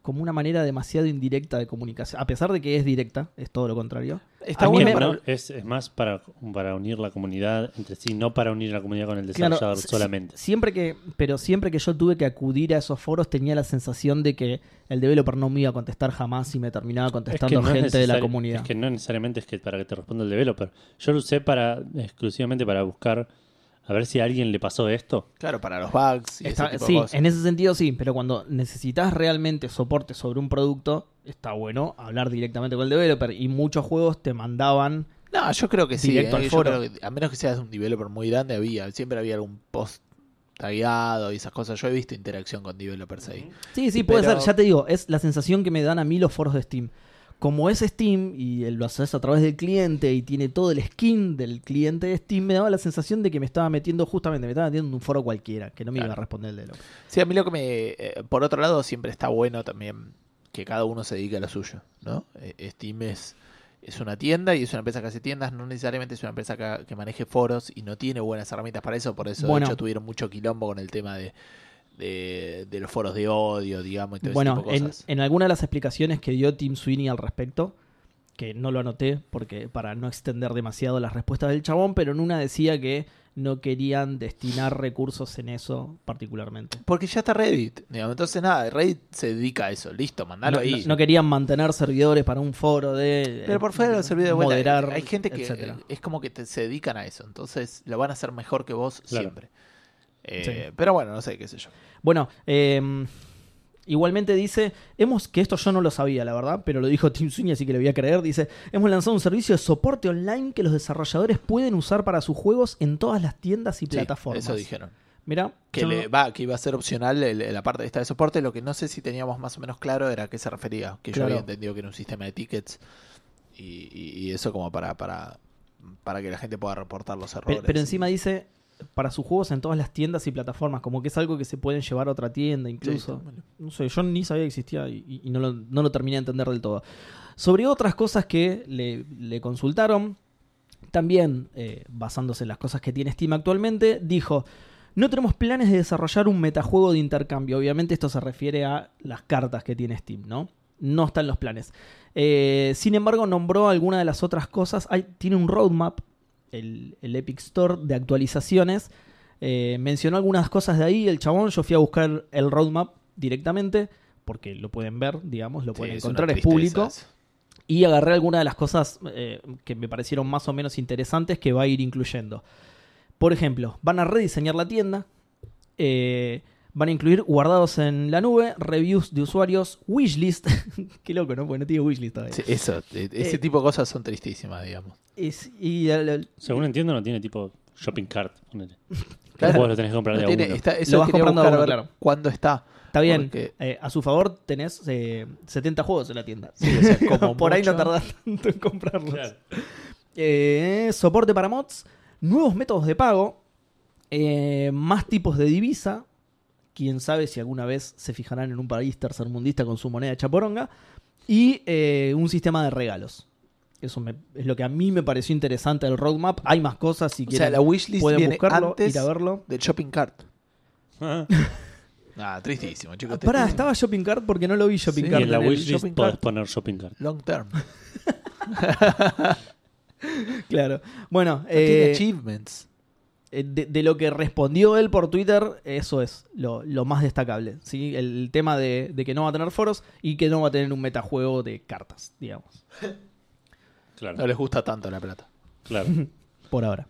como una manera demasiado indirecta de comunicación. A pesar de que es directa, es todo lo contrario. Está A mí bueno Es, para- ¿no? es, es más para, para unir la comunidad entre sí, no para unir la comunidad con el Claro, desarrollador si- solamente. Siempre que, pero siempre que yo tuve que acudir a esos foros tenía la sensación de que el developer no me iba a contestar jamás y me terminaba Es contestando que no es gente de la necesario- comunidad. Es que no necesariamente es que para que te responda el developer. Yo lo usé para exclusivamente para buscar a ver si a alguien le pasó esto. Claro, para los bugs y Está- ese tipo de sí, cosas. en ese sentido sí, pero cuando necesitas realmente soporte sobre un producto, está bueno hablar directamente con el developer. Y muchos juegos te mandaban No, yo creo que sí. Directo ¿eh? al Yo foro. creo que, a menos que seas un developer muy grande, había. Siempre había algún post tagueado y esas cosas. Yo he visto interacción con developers ahí. Sí, sí, puede Pero- ser. Ya te digo, es la sensación que me dan a mí los foros de Steam. Como es Steam y él lo haces a través del cliente y tiene todo el skin del cliente de Steam, me daba la sensación de que me estaba metiendo justamente, me estaba metiendo en un foro cualquiera, que no me Claro. iba a responder el de lo. Sí, a mí lo que me. eh, por otro lado, siempre está bueno también que cada uno se dedique a lo suyo, ¿no? Eh, Steam es, es una tienda y es una empresa que hace tiendas, no necesariamente es una empresa que, que maneje foros y no tiene buenas herramientas para eso, por eso Bueno. de hecho tuvieron mucho quilombo con el tema de, de, de los foros de odio, digamos, y todo ese Bueno, Este tipo de en, cosas. en alguna de las explicaciones que dio Tim Sweeney al respecto, que no lo anoté porque para no extender demasiado las respuestas del chabón, pero en una decía que no querían destinar recursos en eso particularmente. Porque ya está Reddit, digamos, entonces nada, Reddit se dedica a eso, listo, mandalo no, ahí. no- no querían mantener servidores para un foro de. eh, Pero por fuera de los servidores de vuelta, moderar, hay gente que etcétera. eh, es como que te- se dedican a eso, entonces lo van a hacer mejor que vos Claro. siempre. Eh, Pero bueno, no sé, qué sé yo. Bueno, eh, igualmente dice, hemos, que esto yo no lo sabía, la verdad, pero lo dijo Tim Sweeney, así que lo voy a creer. Dice, hemos lanzado un servicio de soporte online que los desarrolladores pueden usar para sus juegos en todas las tiendas y Sí, plataformas. Eso dijeron. Mira, Que, le- va, que iba a ser opcional el- la parte de esta de soporte. Lo que no sé si teníamos más o menos claro era a qué se refería. Que yo Claro. había entendido que era un sistema de tickets y, y- y eso como para, para, para que la gente pueda reportar los errores. pero, pero encima dice, para sus juegos en todas las tiendas y plataformas, como que es algo que se pueden llevar a otra tienda Sí, incluso. está bueno. No sé, yo ni sabía que existía y, y- y no, lo, no lo terminé de entender del todo. Sobre otras cosas que le, le consultaron, también eh, basándose en las cosas que tiene Steam actualmente, dijo, no tenemos planes de desarrollar un metajuego de intercambio. Obviamente esto se refiere a las cartas que tiene Steam, ¿no? No están los planes. Eh, sin embargo, nombró alguna de las otras cosas. Hay- tiene un roadmap, el, el Epic Store, de actualizaciones. Eh, mencionó algunas cosas de ahí. El chabón, yo fui a buscar el roadmap directamente, porque lo pueden ver, digamos, lo Sí, pueden es una encontrar, es tristeza público. eso. Y agarré algunas de las cosas eh, que me parecieron más o menos interesantes que va a ir incluyendo. Por ejemplo, van a rediseñar la tienda. eh, van a incluir guardados en la nube, reviews de usuarios, wishlist. Qué loco, ¿no? Porque no tiene wishlist todavía. Sí, eso, eh, ese Eh, tipo de cosas son tristísimas, digamos. Es- y el- el- Según entiendo, no tiene tipo shopping cart. ponele. Claro. Los juegos los tenés que comprar de No a tiene- este uno. está- eso Lo vas quería comprando buscar a a uno, ver claro. cuándo está. está bien. Porque- eh, a su favor tenés eh, 70 juegos en la tienda. Sí, o sea, como Por ahí no mucho- tardás tanto en comprarlos. Claro. Eh, soporte para mods, nuevos métodos de pago, eh, más tipos de divisa. Quién sabe si alguna vez se fijarán en un país tercermundista con su moneda chaporonga. Y eh, un sistema de regalos. Eso me- es lo que a mí me pareció interesante del roadmap. Hay más cosas si O sea, quieren. la wishlist pueden viene buscarlo, antes ir a verlo. del shopping cart. Ah, Ah, tristísimo, chicos. Pará, tristísimo. estaba Shopping Cart porque no lo vi Shopping Sí, y Cart. en la en el- wishlist shopping podés cart. poner shopping cart. Long term. No Claro. Bueno, tiene eh, achievements. Eh, de, de lo que respondió él por Twitter, eso es lo, lo más destacable. ¿sí? El tema de, de que no va a tener foros y que no va a tener un metajuego de cartas, digamos, Claro, No les gusta tanto la plata. claro. por ahora.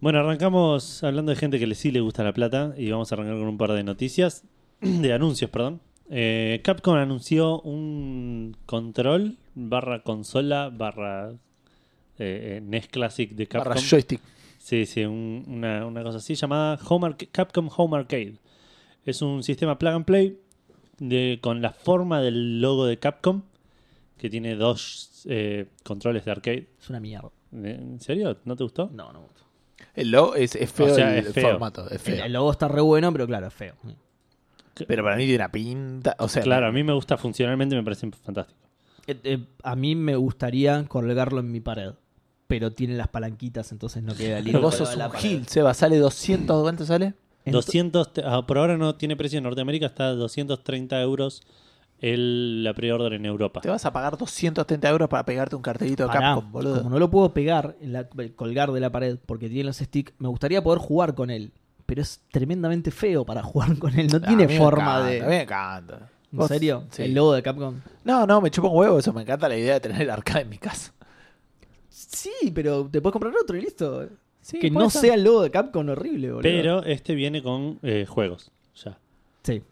Bueno, arrancamos hablando de gente que le sí le gusta la plata y vamos a arrancar con un par de noticias, de anuncios, perdón. Eh, Capcom anunció un control barra consola barra eh, eh, NES Classic de Barra Capcom. joystick. Sí, sí, un- una, una cosa así llamada Home Arc- Capcom Home Arcade. Es un sistema plug and play de- con la forma del logo de Capcom, que tiene dos eh, controles de arcade. Es una mierda. ¿En serio? ¿No te gustó? No, no me gusta. El logo es, es feo O sea, el es feo. formato, es El, feo. Mm. el logo está re bueno, pero claro, es feo. Pero para mí tiene una pinta. O sea, Claro, a mí me gusta funcionalmente, me parece fantástico. Eh, eh, a mí me gustaría colgarlo en mi pared, pero tiene las palanquitas, entonces no queda lindo. vos colgado sos en la un pared. Gil, Seba. Sale 200. ¿Cuánto sale? Ento- 200, te- ah, por ahora no tiene precio en Norteamérica, está a 230 euros el, la pre-order en Europa. Te vas a pagar 230 euros para pegarte un cartelito de Pará, Capcom, boludo. Como no lo puedo pegar, en la- colgar de la pared porque tiene los sticks, me gustaría poder jugar con él. Pero es tremendamente feo para jugar con él. Ah, No a tiene mí me forma encanta, de. A mí me encanta. ¿En Vos- serio? sí. El logo de Capcom. No, no, me chupa un huevo eso. Me encanta la idea de tener el arcade en mi casa. Sí, pero te puedes comprar otro y listo. Sí, que puede no ser. sea el logo de Capcom horrible, boludo. Pero este viene con eh, juegos, ya. Sí.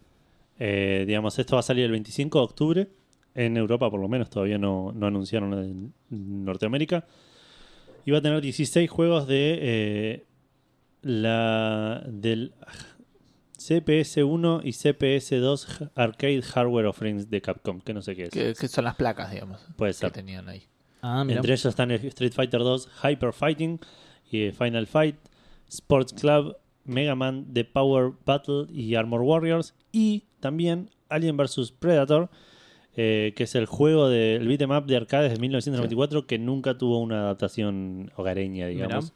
Eh, digamos, esto va a salir el 25 de octubre. En Europa, por lo menos, todavía no, no anunciaron en Norteamérica. Y va a tener 16 juegos de eh, la del CPS1 y CPS2 Arcade Hardware Offerings de Capcom, que no sé qué es. Que, que son las placas, digamos, Puede que ser. tenían ahí. Ah, mirá. Entre ellos están el Street Fighter 2, Hyper Fighting, y Final Fight, Sports Club, Mega Man, The Power Battle y Armor Warriors. Y también Alien vs. Predator, eh, que es el juego del beat'em up de arcades de 1994 que nunca tuvo una adaptación hogareña, digamos.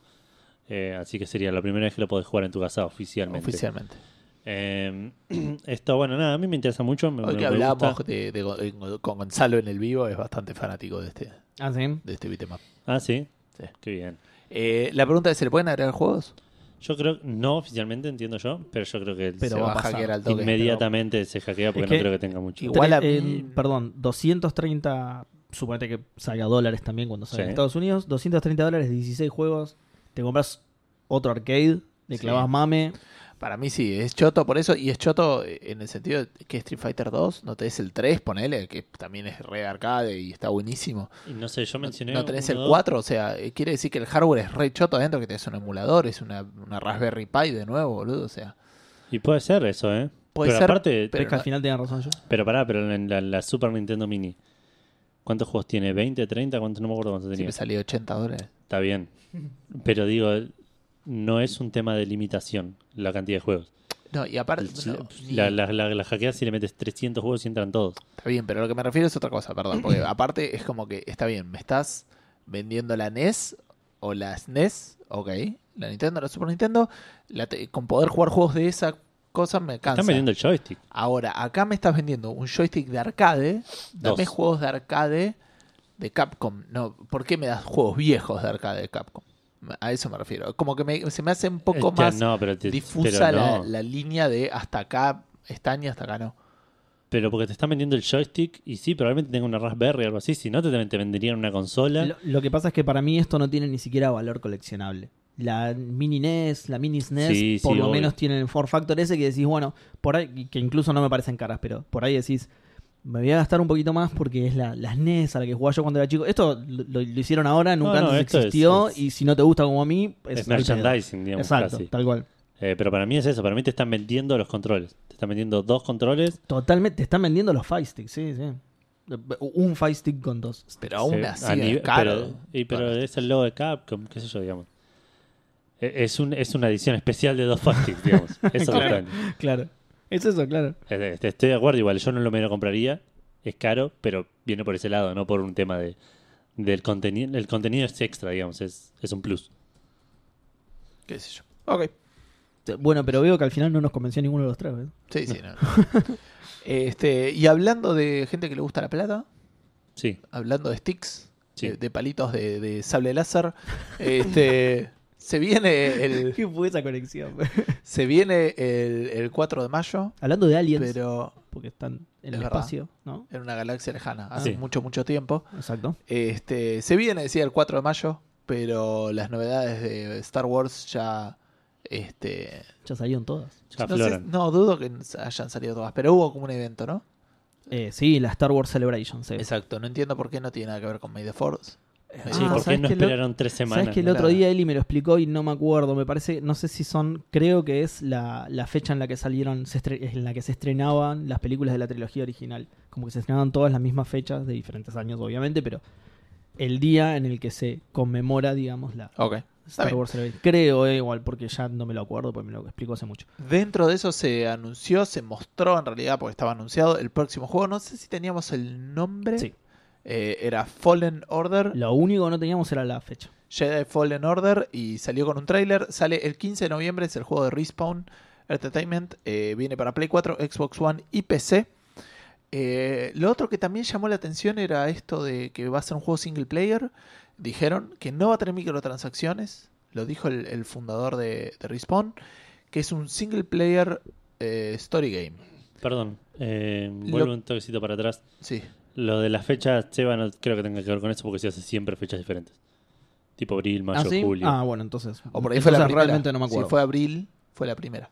Eh, así que sería la primera vez que lo podés jugar en tu casa oficialmente. Oficialmente. Eh, esto, bueno, nada, a mí me interesa mucho. Me, Hoy que me gusta. hablábamos de, de- de- con Gonzalo en el vivo, es bastante fanático de este, Ah, sí. de este beat'em up. Ah, sí. Sí. Qué bien. Eh, la pregunta es, ¿se le pueden agregar juegos? Yo creo, no oficialmente, entiendo yo, pero yo creo que Pero se va va a a pasar. hackear al toque. inmediatamente se hackea porque Es que- no creo que tenga mucho. Igual Tre- a mí- en- perdón, 230. Suponete que salga dólares también cuando salga Sí. en Estados Unidos. 230 dólares, 16 juegos. Te compras otro arcade, le Sí. clavas mame. Para mí sí, es choto por eso, y es choto eh, en el sentido de que Street Fighter 2, no tenés el 3, ponele, que también es re arcade y está buenísimo. Y no sé, yo No, mencioné. no tenés uno, el dos. 4, o sea, eh, quiere decir que el hardware es re choto adentro, que tenés un emulador, es una, una Raspberry Pi de nuevo, boludo, o sea. Y puede ser eso, ¿eh? Puede pero ser, aparte, pero Pero que no- al final tengan razón yo. pero pará, pero en la, la Super Nintendo Mini, ¿cuántos juegos tiene? ¿20, 30? ¿Cuántos? No me acuerdo cuántos tenía. Siempre salió 80 dólares. Está bien. Pero digo, no es un tema de limitación la cantidad de juegos. No, y aparte... no, ni- La, la, la, la hackeas si le metes 300 juegos y entran todos. Está bien, pero lo que me refiero es otra cosa, perdón. Porque aparte es como que, está bien, me estás vendiendo la NES o las NES, ok. La Nintendo, la Super Nintendo, la te- con poder jugar juegos de esa cosa me cansa. Están vendiendo el joystick. Ahora, acá me estás vendiendo un joystick de arcade. Dame Dos. juegos de arcade de Capcom. No, ¿por qué me das juegos viejos de arcade de Capcom? A eso me refiero. Como que me- se me hace un poco Es que más Este no, pero te- difusa pero la, no. la línea de hasta acá están y hasta acá no. Pero porque te están vendiendo el joystick y sí, probablemente tenga una Raspberry o algo así. Si no, te, te venderían una consola. Lo, lo que pasa es que para mí esto no tiene ni siquiera valor coleccionable. La mini NES, la mini SNES, Sí, por sí, lo obvio. menos tienen el Four Factor ese que decís, bueno, por ahí, y que incluso no me parecen caras, pero por ahí decís, me voy a gastar un poquito más porque es la, las NES a la que jugaba yo cuando era chico. Esto lo, lo- lo hicieron ahora, No, nunca no, antes esto es- existió, es- y si no te gusta como a mí, es al pedo. merchandising, digamos. Exacto, casi. tal cual. Eh, pero para mí es eso, para mí te están vendiendo los controles. Te están vendiendo dos controles. Totalmente, te están vendiendo los Fight Sticks, sí, sí. Un Fight Stick con dos. Pero aún eh, así a es nivel- caro. Pero, y, pero Bueno. es el logo de Capcom, qué sé yo, digamos. Eh, Es, un, es una edición especial de dos Fastics, digamos. Eso Claro. totalmente. Claro. Es eso, claro. Es- es- Estoy de acuerdo, igual yo no lo me lo compraría. Es caro, pero viene por ese lado, no por un tema de del contenido. El contenido es extra, digamos, es, es un plus. qué sé yo. Ok. Bueno, pero veo que al final no nos convenció ninguno de los tres. ¿eh? Sí, sí, no. este, y hablando de gente que le gusta la plata, Sí. hablando de sticks, eh, Sí. de, de palitos de, de sable láser, este, se viene el ¿Qué fue esa conexión? se viene el, el 4 de mayo, Hablando de aliens, pero porque están Es en el verdad. espacio, ¿no? en una galaxia lejana, hace Sí. mucho mucho tiempo. Exacto. Este, se viene decía el 4 de mayo, pero las novedades de Star Wars ya este Ya salieron todas. Ya no, sé- afloran. no, dudo que hayan salido todas, pero hubo como un evento, ¿no? Eh, sí, la Star Wars Celebration, sí. Exacto, Eh, no entiendo por qué no tiene nada que ver con May the Force. Sí, Ah, porque ¿sabes no que el o- esperaron tres semanas. Sabes que el claro. otro día Eli me lo explicó y no me acuerdo. Me parece, no sé si son, creo que es la, la fecha en la que salieron, se estre- en la que se estrenaban las películas de la trilogía original. Como que se estrenaban todas las mismas fechas de diferentes años, obviamente, pero el día en el que se conmemora, digamos, la Ok. Está Star bien. Wars Celebration. Creo, eh, igual, porque ya no me lo acuerdo, porque me lo explicó hace mucho. Dentro de eso se anunció, se mostró en realidad, porque estaba anunciado el próximo juego. No sé si teníamos el nombre. Sí. Eh, era Fallen Order, Lo único que no teníamos era la fecha. Jedi Fallen Order, y salió con un tráiler. Sale el 15 de noviembre, es el juego de Respawn Entertainment. eh, viene para Play 4, Xbox One y PC. Eh, lo otro que también llamó la atención era esto de que va a ser un juego single player. Dijeron que no va a tener microtransacciones. Lo dijo el, el fundador de, de Respawn. Que es un single player eh, story game. Perdón, eh, vuelvo un toquecito para atrás. Sí. Lo de las fechas, Seba, no creo que tenga que ver con eso porque se hace siempre fechas diferentes. Tipo abril, mayo, ¿Ah, sí? julio. Ah, bueno, entonces. O por ahí fue la entonces primera. realmente no me acuerdo. Si fue abril, fue la primera.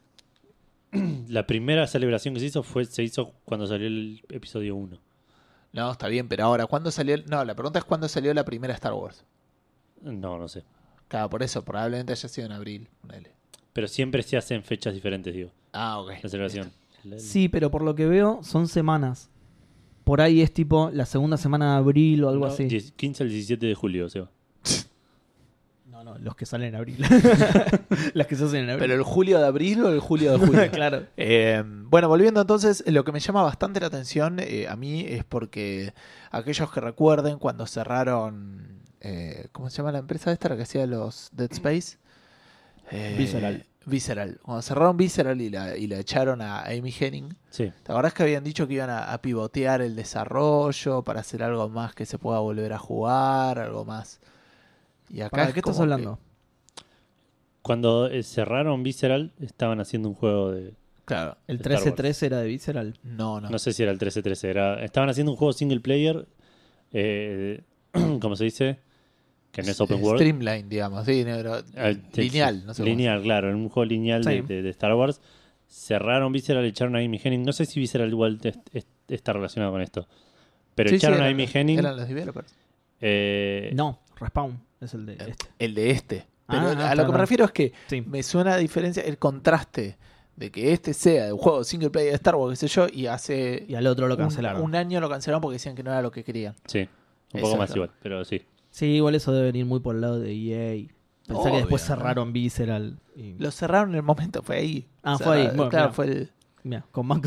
La primera celebración que se hizo fue se hizo cuando salió el episodio 1. No, está bien, pero ahora, ¿cuándo salió? el- No, la pregunta es cuándo salió la primera Star Wars. No, no sé. Claro, por eso, probablemente haya sido en abril. ponele. Pero siempre se hacen fechas diferentes, digo, Ah, ok. la celebración. La- Sí, pero por lo que veo son semanas. Por ahí es tipo la segunda semana de abril o algo no, así. 10 15 al 17 de julio, Seba. No, no, los que salen en abril. Las que se hacen en ¿Pero abril. el julio de abril o el julio de julio? claro. Eh, bueno, volviendo entonces, lo que me llama bastante la atención eh, a mí es porque aquellos que recuerden cuando cerraron, eh, ¿cómo se llama la empresa esta la que hacía los Dead Space? Eh, Visceral. Visceral. Cuando cerraron Visceral y la, y la echaron a Amy Henning, Sí. ¿te acordás que habían dicho que iban a, a pivotear el desarrollo para hacer algo más que se pueda volver a jugar, algo más? Y acá Pará, es ¿De qué estás como que- hablando? Cuando eh, cerraron Visceral, estaban haciendo un juego de. claro. El Star Wars. 13-13 era de Visceral. No, no. No sé si era el 13-13, era. Estaban haciendo un juego single player. Eh, ¿Cómo se dice? Que no es open world. Streamline, digamos, sí, negro. Ah, te- lineal, no sé cómo Lineal, claro, en un juego lineal de, Sí. de- de Star Wars. Cerraron Visceral, echaron a Amy Henning. No sé si Visceral igual es- es- está relacionado con esto. Pero Sí, sí, echaron a eran Amy los- Henning. eran los developers. eh, No, Respawn es el de este. El de este. Pero Ah, a está lo que me bien. refiero es que Sí. me suena la diferencia, el contraste de que este sea de un juego single player de Star Wars, qué sé yo, y hace Y al otro lo un- cancelaron. Un, año lo cancelaron porque decían que no era lo que querían. Sí, un Exacto. poco más igual, pero sí. Sí, igual eso debe venir muy por el lado de EA. Pensá que después Obvio, ¿no? cerraron Visceral. y- Lo cerraron en el momento, fue ahí. Ah, fue ahí, bueno, claro, claro. fue el- Mirá, con, más,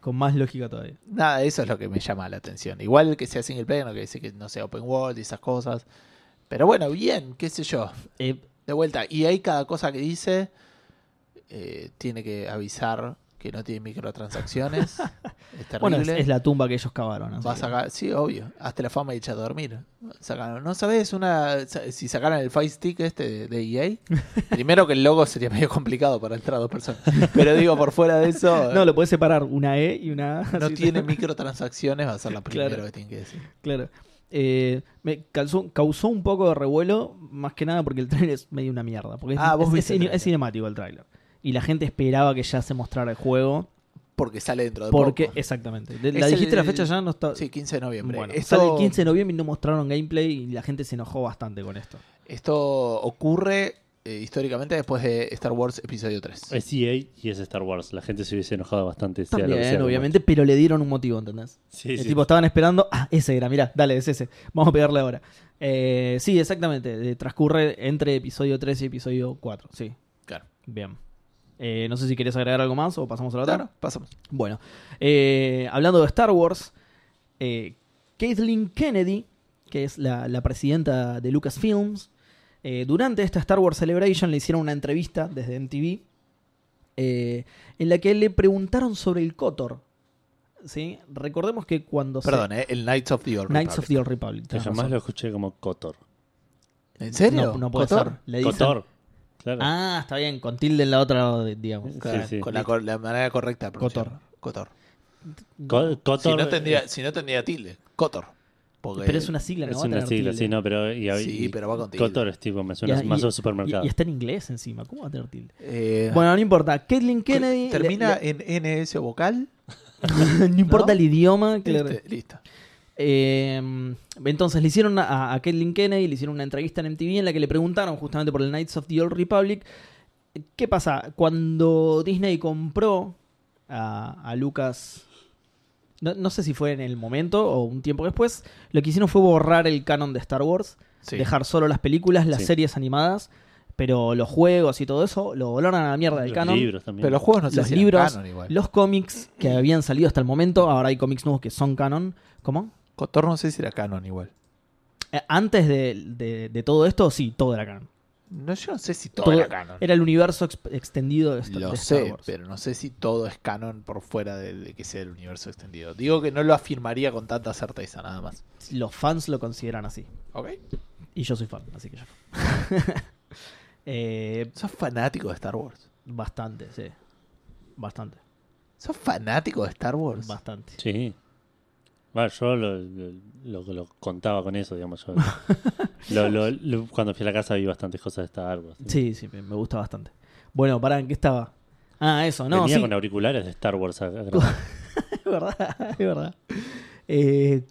con más lógica todavía. Nada, eso es lo que me llama la atención. Igual que sea single player, no que decir que no sea open world y esas cosas. Pero bueno, bien, qué sé yo. Eh, De vuelta, y ahí cada cosa que dice eh, tiene que avisar que no tiene microtransacciones. es terrible. bueno, es, es la tumba que ellos cavaron. así Va a que- sacar, sí, obvio. Hasta la fama hecha a dormir. Sacaron, ¿no sabes? Una, sa- si sacaran el Fight Stick este de, de EA, primero que el logo sería medio complicado para entrar a dos personas. Pero digo, por fuera de eso, No, no, lo puedes separar una E y una A. así te- tiene microtransacciones, va a ser la primera Claro. que tienen que decir. Claro. Eh, me causó, causó un poco de revuelo, más que nada porque el tráiler es medio una mierda. Porque es- Ah, vos es, viste es el cine- tráiler. es cinemático el tráiler. Y la gente esperaba que ya se mostrara el juego. Porque sale dentro de Porque, poco. exactamente. De- Es la dijiste la el- fecha ya no está. Sí, 15 de noviembre. Bueno, Esto- sale el 15 de noviembre y no mostraron gameplay y la gente se enojó bastante con esto. Esto ocurre eh, históricamente después de Star Wars Episodio 3. Es EA y es Star Wars. La gente se hubiese enojado bastante. sea lo que También, sea, obviamente, pero le dieron un motivo, ¿entendés? Sí, el sí. tipo estaban esperando. Ah, ese era, mirá, dale, es ese. Vamos a pegarle ahora. Eh, sí, exactamente. eh, Transcurre entre episodio 3 y episodio 4. Sí, Claro. Bien. Eh, no sé si querés agregar algo más o pasamos a la otra. Claro, pasamos. Bueno, eh, hablando de Star Wars, eh, Caitlin Kennedy, que es la, la presidenta de Lucasfilms, eh, durante esta Star Wars Celebration le hicieron una entrevista desde MTV eh, en la que le preguntaron sobre el Cotor. ¿sí? Recordemos que cuando se- Perdón, eh, el Knights of the Old Knights Republic. of the Old Republic. Que tenés jamás razón. lo escuché como Cotor. ¿En serio? No, no puede ¿Cotor? ser. Le dicen- Cotor. Claro. Ah, está bien, con tilde en la otra, digamos. Claro, Sí, sí. Con la, cor- la manera correcta. de pronunciarlo. Cotor. Co- Cotor. Si no, tendría, si no tendría tilde. Cotor. Porque- Pero es una sigla, ¿no? Es Va a una tener sigla, tilde. sí, no, pero. y- Sí, y- pero va con tilde. Cotor es tipo, me suena Y- más y- a un supermercado. Y, y está en inglés encima, ¿cómo va a tener tilde? Eh, Bueno, no importa. Caitlin Kennedy. termina le- en NS vocal. le- no importa ¿no? Este, el idioma. que le- Listo, listo. Eh, entonces le hicieron a, a Caitlin Kennedy, le hicieron una entrevista en MTV en la que le preguntaron justamente por el Knights of the Old Republic. ¿Qué pasa? Cuando Disney compró a, a Lucas, no, no sé si fue en el momento o un tiempo después, lo que hicieron fue borrar el canon de Star Wars, Sí. dejar solo las películas, las Sí. series animadas, pero los juegos y todo eso lo volaron a la mierda del Los canon. libros también. Pero los juegos no se los hacían libros, canon igual. los cómics que Mm. habían salido hasta el momento, ahora hay cómics nuevos que son canon. ¿Cómo? Cotor no sé si era canon igual. Eh, Antes de, de- de todo esto, sí, todo era canon. No, yo no sé si todo, Todo- era canon. Era el universo ex- extendido de, esta- Lo de Star sé, Wars. pero no sé si todo es canon por fuera de, de que sea el universo extendido. Digo que no lo afirmaría con tanta certeza, nada más. Los fans lo consideran así. ¿Ok? Y yo soy fan, así que yo. Eh, Sos fanático de Star Wars. bastante, sí. Bastante. Sos fanático de Star Wars. Bastante. Sí. Va, yo lo, lo- lo- lo contaba con eso, digamos. yo- lo- lo- lo- cuando fui a la casa vi bastantes cosas de Star Wars. Sí, sí, me me gusta bastante. Bueno, pará, ¿en qué estaba? Ah, eso, no, Venía sí. con auriculares de Star Wars. a- a grabar. Es verdad, es verdad. Eh,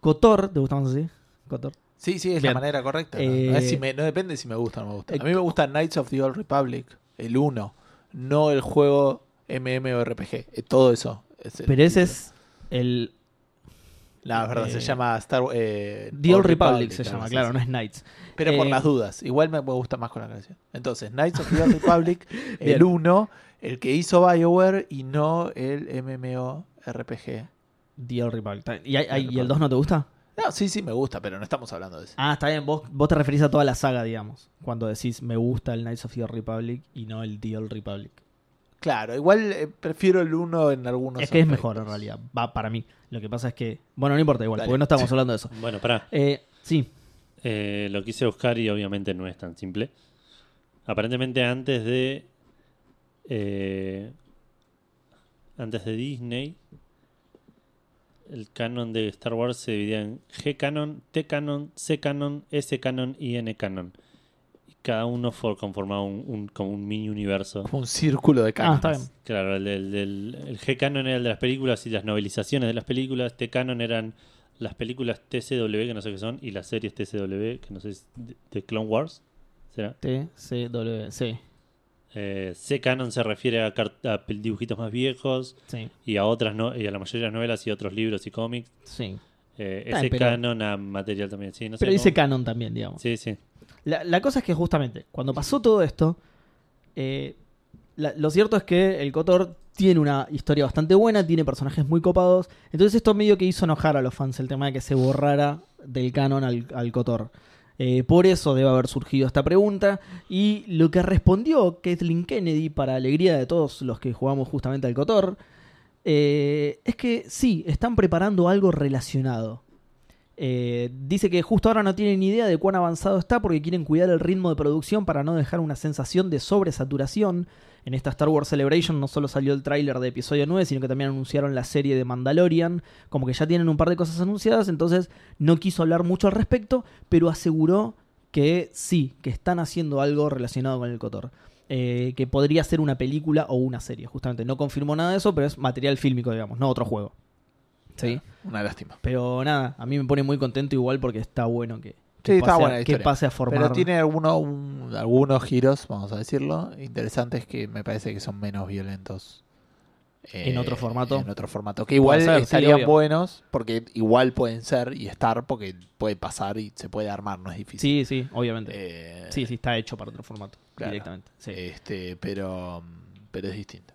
Cotor, ¿te gustamos así? Cotor. Sí, sí, es Bien. la manera correcta. ¿no? Eh, No, es si me- no depende si me gusta o no me gusta. eh, A mí me gusta Knights of the Old Republic, el 1, no el juego MMORPG, eh, todo eso. Es el Pero ese título. es el No, es verdad, eh, se llama Star eh, The Old Republic, se claro, llama, sí, claro, sí. no es Knights. Pero por Eh, las dudas, igual me me gusta más con la canción. Entonces, Knights of the Old Republic, el Bien. 1, el que hizo BioWare y no el MMORPG. The Old Republic. está bien. ¿Y, hay- hay- Old y el Republic. 2 no te gusta? No, sí, sí, me gusta, pero no estamos hablando de eso. Ah, está bien, vos, vos te referís a toda la saga, digamos. Cuando decís me gusta el Knights of the Old Republic y no el The Old Republic. Claro, igual eh, prefiero el 1 en algunos es que es aspectos. mejor en realidad, va para mí. Lo que pasa es que. Bueno, no importa igual, Dale. porque no estamos hablando de eso. Bueno, pará. Eh, sí, Eh, lo quise buscar y obviamente no es tan simple. Aparentemente antes de... eh, antes de Disney, el canon de Star Wars se dividía en G canon, T canon, C canon, S canon y N canon. Y cada uno for- conformaba un, un- como un mini universo. Como un círculo Ah. de canas. está bien. Claro, el, del- del- el G canon era el de las películas y las novelizaciones de las películas. T canon eran las películas TCW, que no sé qué son, y las series TCW, que no sé, si- de, de Clone Wars. ¿Será? T, C, W, C. Eh, C canon se refiere a, cart- a pel- dibujitos más viejos Sí, y a otras no y a la mayoría de las novelas y otros libros y cómics. sí. Eh, Está S bien, pero- canon a material también. Sí, no sé Pero dice cómo- canon también, digamos. Sí, sí. La, la cosa es que justamente, cuando pasó todo esto, eh, la- lo cierto es que el Cotor tiene una historia bastante buena, tiene personajes muy copados. Entonces esto medio que hizo enojar a los fans el tema de que se borrara del canon al, al Cotor. Eh, por eso debe haber surgido esta pregunta. Y lo que respondió Caitlin Kennedy, para alegría de todos los que jugamos justamente al Cotor, eh, es que sí, están preparando algo relacionado. Eh, dice que justo ahora no tienen ni idea de cuán avanzado está porque quieren cuidar el ritmo de producción para no dejar una sensación de sobresaturación. En esta Star Wars Celebration no solo salió el tráiler de episodio 9, sino que también anunciaron la serie de Mandalorian. Como que ya tienen un par de cosas anunciadas, entonces no quiso hablar mucho al respecto, pero aseguró que sí, que están haciendo algo relacionado con el Cotor. Eh, que podría ser una película o una serie, justamente. No confirmó nada de eso, pero es material fílmico, digamos, no otro juego. ¿Sí? Una lástima. Pero nada, a mí me pone muy contento igual porque está bueno que, que Sí, está pase, buena a, la que historia. pase a formar. Pero tiene alguno, un- algunos giros, vamos a decirlo, interesantes que me parece que son menos violentos. eh, En otro formato. En otro formato. Que igual ser, sí, estarían obvio. buenos, porque igual pueden ser y estar, porque puede pasar y se puede armar, no es difícil. Sí, sí, obviamente. Eh, sí, sí, está hecho para otro formato Claro. directamente. sí. Este, pero, pero es distinto.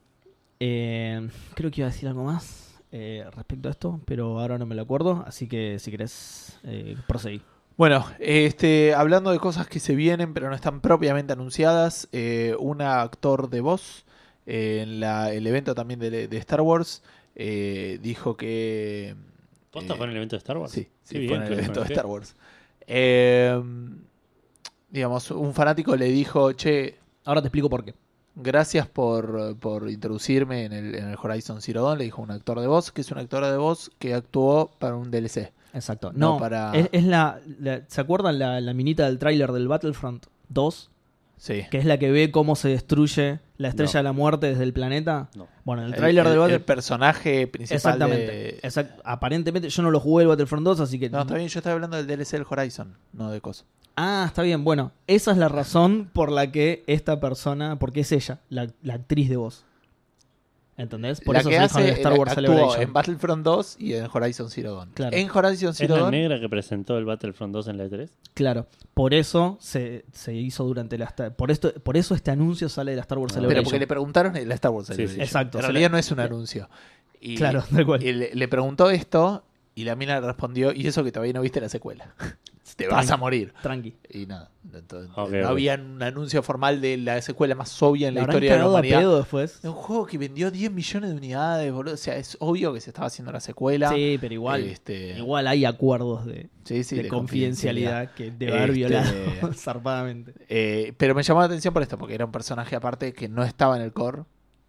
Eh, creo que iba a decir algo más eh, respecto a esto, pero ahora no me lo acuerdo, así que si querés, eh, proseguí. Bueno, este, hablando de cosas que se vienen pero no están propiamente anunciadas, eh, un actor de voz eh, en la- el evento también de, de Star Wars eh, dijo que... ¿Posta eh, fue en el evento de Star Wars? Sí, sí, Qué bien fue en que el lo evento de conecté. Star Wars. Eh, digamos, un fanático le dijo, che, Ahora te explico por qué. gracias por, por introducirme en el, en el Horizon Zero Dawn, le dijo un actor de voz, que es un actor de voz que actuó para un DLC. Exacto. No, No, para- es, es la, la- ¿Se acuerdan la, la minita del tráiler del Battlefront 2? Sí. que es la que ve cómo se destruye la estrella No. de la muerte desde el planeta. No. Bueno, en El- el tráiler el- del El Battle... personaje principal. Exactamente. de- Exact- Aparentemente, yo no lo jugué el Battlefront 2, así que... No, está bien, yo estaba hablando del DLC del Horizon, no de cosas. Ah, está bien. Bueno, esa es la razón por la que esta persona... Porque es ella, la, la actriz de voz. ¿Entendés? Por la eso que se dijo en hace el Star Wars actuó Celebration. en Battlefront 2 y en Horizon Zero Dawn. Claro. En Horizon ¿Es Zero la Dawn. negra que presentó el Battlefront 2 en la E E3? Claro, por eso se, se hizo durante la... Star- Por, esto, por eso este anuncio sale de la Star Wars Ah, Pero Celebration. porque le preguntaron en la Star Wars Sí, sí. Celebration. Exacto, En se realidad le- no es un le- anuncio. Y, Claro, tal cual. y le, le preguntó esto y la mina le respondió, y eso que todavía no viste la secuela. Te vas a morir. Tranqui. Y nada, entonces, Ok, no ok. había un anuncio formal de la secuela más obvia en la, La habrán historia de la cagado a humanidad. pedo después. Es un juego que vendió 10 millones de unidades, boludo. O sea, es obvio que se estaba haciendo la secuela. Sí, pero igual. Este, Igual hay acuerdos de, sí, sí, de confidencialidad que debe haber Este- violado zarpadamente. Eh, pero me llamó la atención por esto, porque era un personaje aparte que no estaba en el core.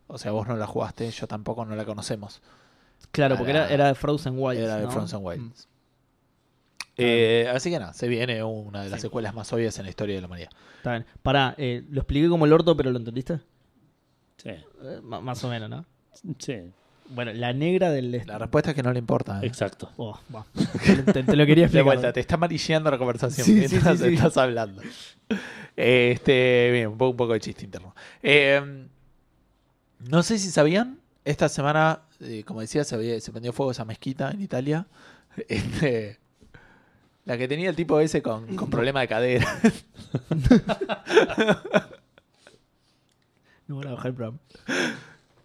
O sea, vos no la jugaste, yo tampoco no la conocemos. Ah. Claro, a porque la- era, era de Frozen Wilds. Era de ¿no? Frozen Mm. Wilds. Eh, así que nada, se viene una de las Sí. secuelas más obvias en la historia de la humanidad. Está bien. Pará, eh, lo expliqué como el orto, pero ¿lo entendiste? Sí. Eh, ma- más o menos, ¿no? Sí. Bueno, la negra del este. La respuesta es que no le importa. ¿eh? Exacto. Oh, va. te, te- te lo De quería explicar. vuelta, te está amarilleando la conversación Sí, sí, mientras sí, sí. estás hablando. Este, bien, un poco, un poco de chiste interno. Eh, no sé si sabían, esta semana, eh, como decía, se, había- se prendió fuego esa mezquita en Italia. Este, la que tenía el tipo ese con, con problema de cadera. No van a bajar el programa.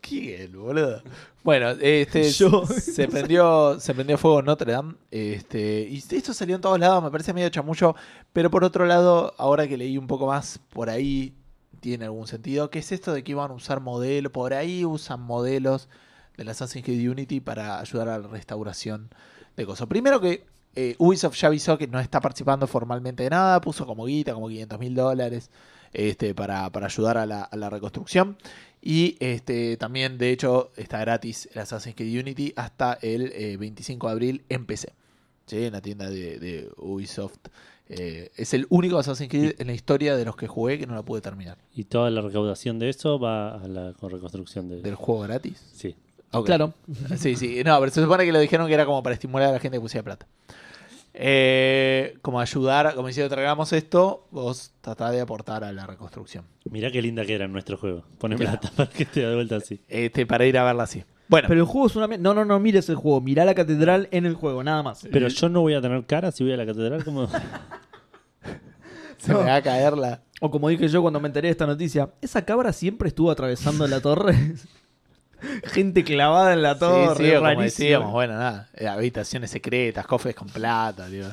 ¿Quién, boludo? Bueno, este, Yo. se, prendió, se prendió fuego Notre Dame. Este, y esto salió en todos lados, me parece medio chamullo. Pero por otro lado, ahora que leí un poco más, por ahí tiene algún sentido. ¿Qué es esto de que iban a usar modelos? Por ahí usan modelos del Assassin's Creed Unity para ayudar a la restauración de cosas. Primero que eh, Ubisoft ya avisó que no está participando formalmente de nada, puso como guita, como 500 mil dólares este, para, para ayudar a la, a la reconstrucción. Y este, también, de hecho, está gratis el Assassin's Creed Unity hasta el eh, 25 de abril en PC. ¿sí? En la tienda de, de Ubisoft. Eh, es el único Assassin's Creed en la historia de los que jugué que no la pude terminar. Y toda la recaudación de eso va a la con reconstrucción de... ¿Del juego gratis? Sí. Ok. Claro. Sí, sí. No, pero se supone que lo dijeron que era como para estimular a la gente que pusiera plata. Eh, como ayudar, como diciendo, traigamos esto, vos tratá de aportar a la reconstrucción. Mirá qué linda que era nuestro juego. Poneme Claro. la tapa que te da vuelta así. Este, para ir a verla así. Bueno, Pero el juego es una. mier- No, no, no mires el juego. Mirá la catedral en el juego, nada más. Pero yo no voy a tener cara si voy a la catedral como... se me va a caer la. O como dije yo cuando me enteré de esta noticia, esa cabra siempre estuvo atravesando la torre. Gente clavada en la Sí, torre. sí, o como rarísimo. decíamos, bueno, nada. eh, habitaciones secretas, cofres con plata, tío.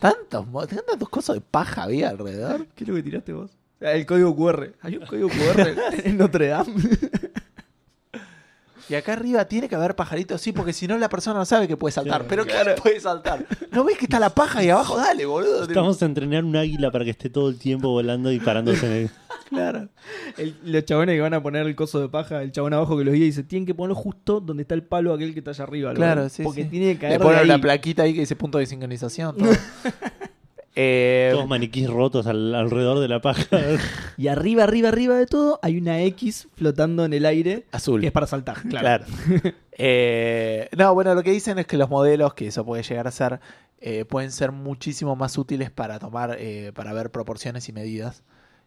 Tantos, mo- tantos cosas de paja había alrededor. ¿Qué es lo que tiraste vos? Ah, El código QR. Hay un código QR en Notre Dame. Y acá arriba tiene que haber pajaritos, sí, porque si no la persona no sabe que puede saltar. Claro. Pero claro, puede saltar. ¿No ves que está la paja ahí abajo? Dale, boludo. tío. Estamos a entrenar un águila para que esté todo el tiempo volando y parándose en el... Claro. El- los chabones que van a poner el coso de paja, el chabón abajo que los guía dice, tienen que ponerlo justo donde está el palo aquel que está allá arriba. Claro, boludo, sí, Porque sí. tiene que Le caer ponen de la ahí. plaquita ahí que dice punto de sincronización. todo. Eh, Todos maniquís rotos al- alrededor de la paja. Y arriba, arriba, arriba de todo hay una X flotando en el aire azul. que es para saltar. Claro. Claro. Eh, no, bueno, lo que dicen es que los modelos, que eso puede llegar a ser, eh, pueden ser muchísimo más útiles para tomar, eh, para ver proporciones y medidas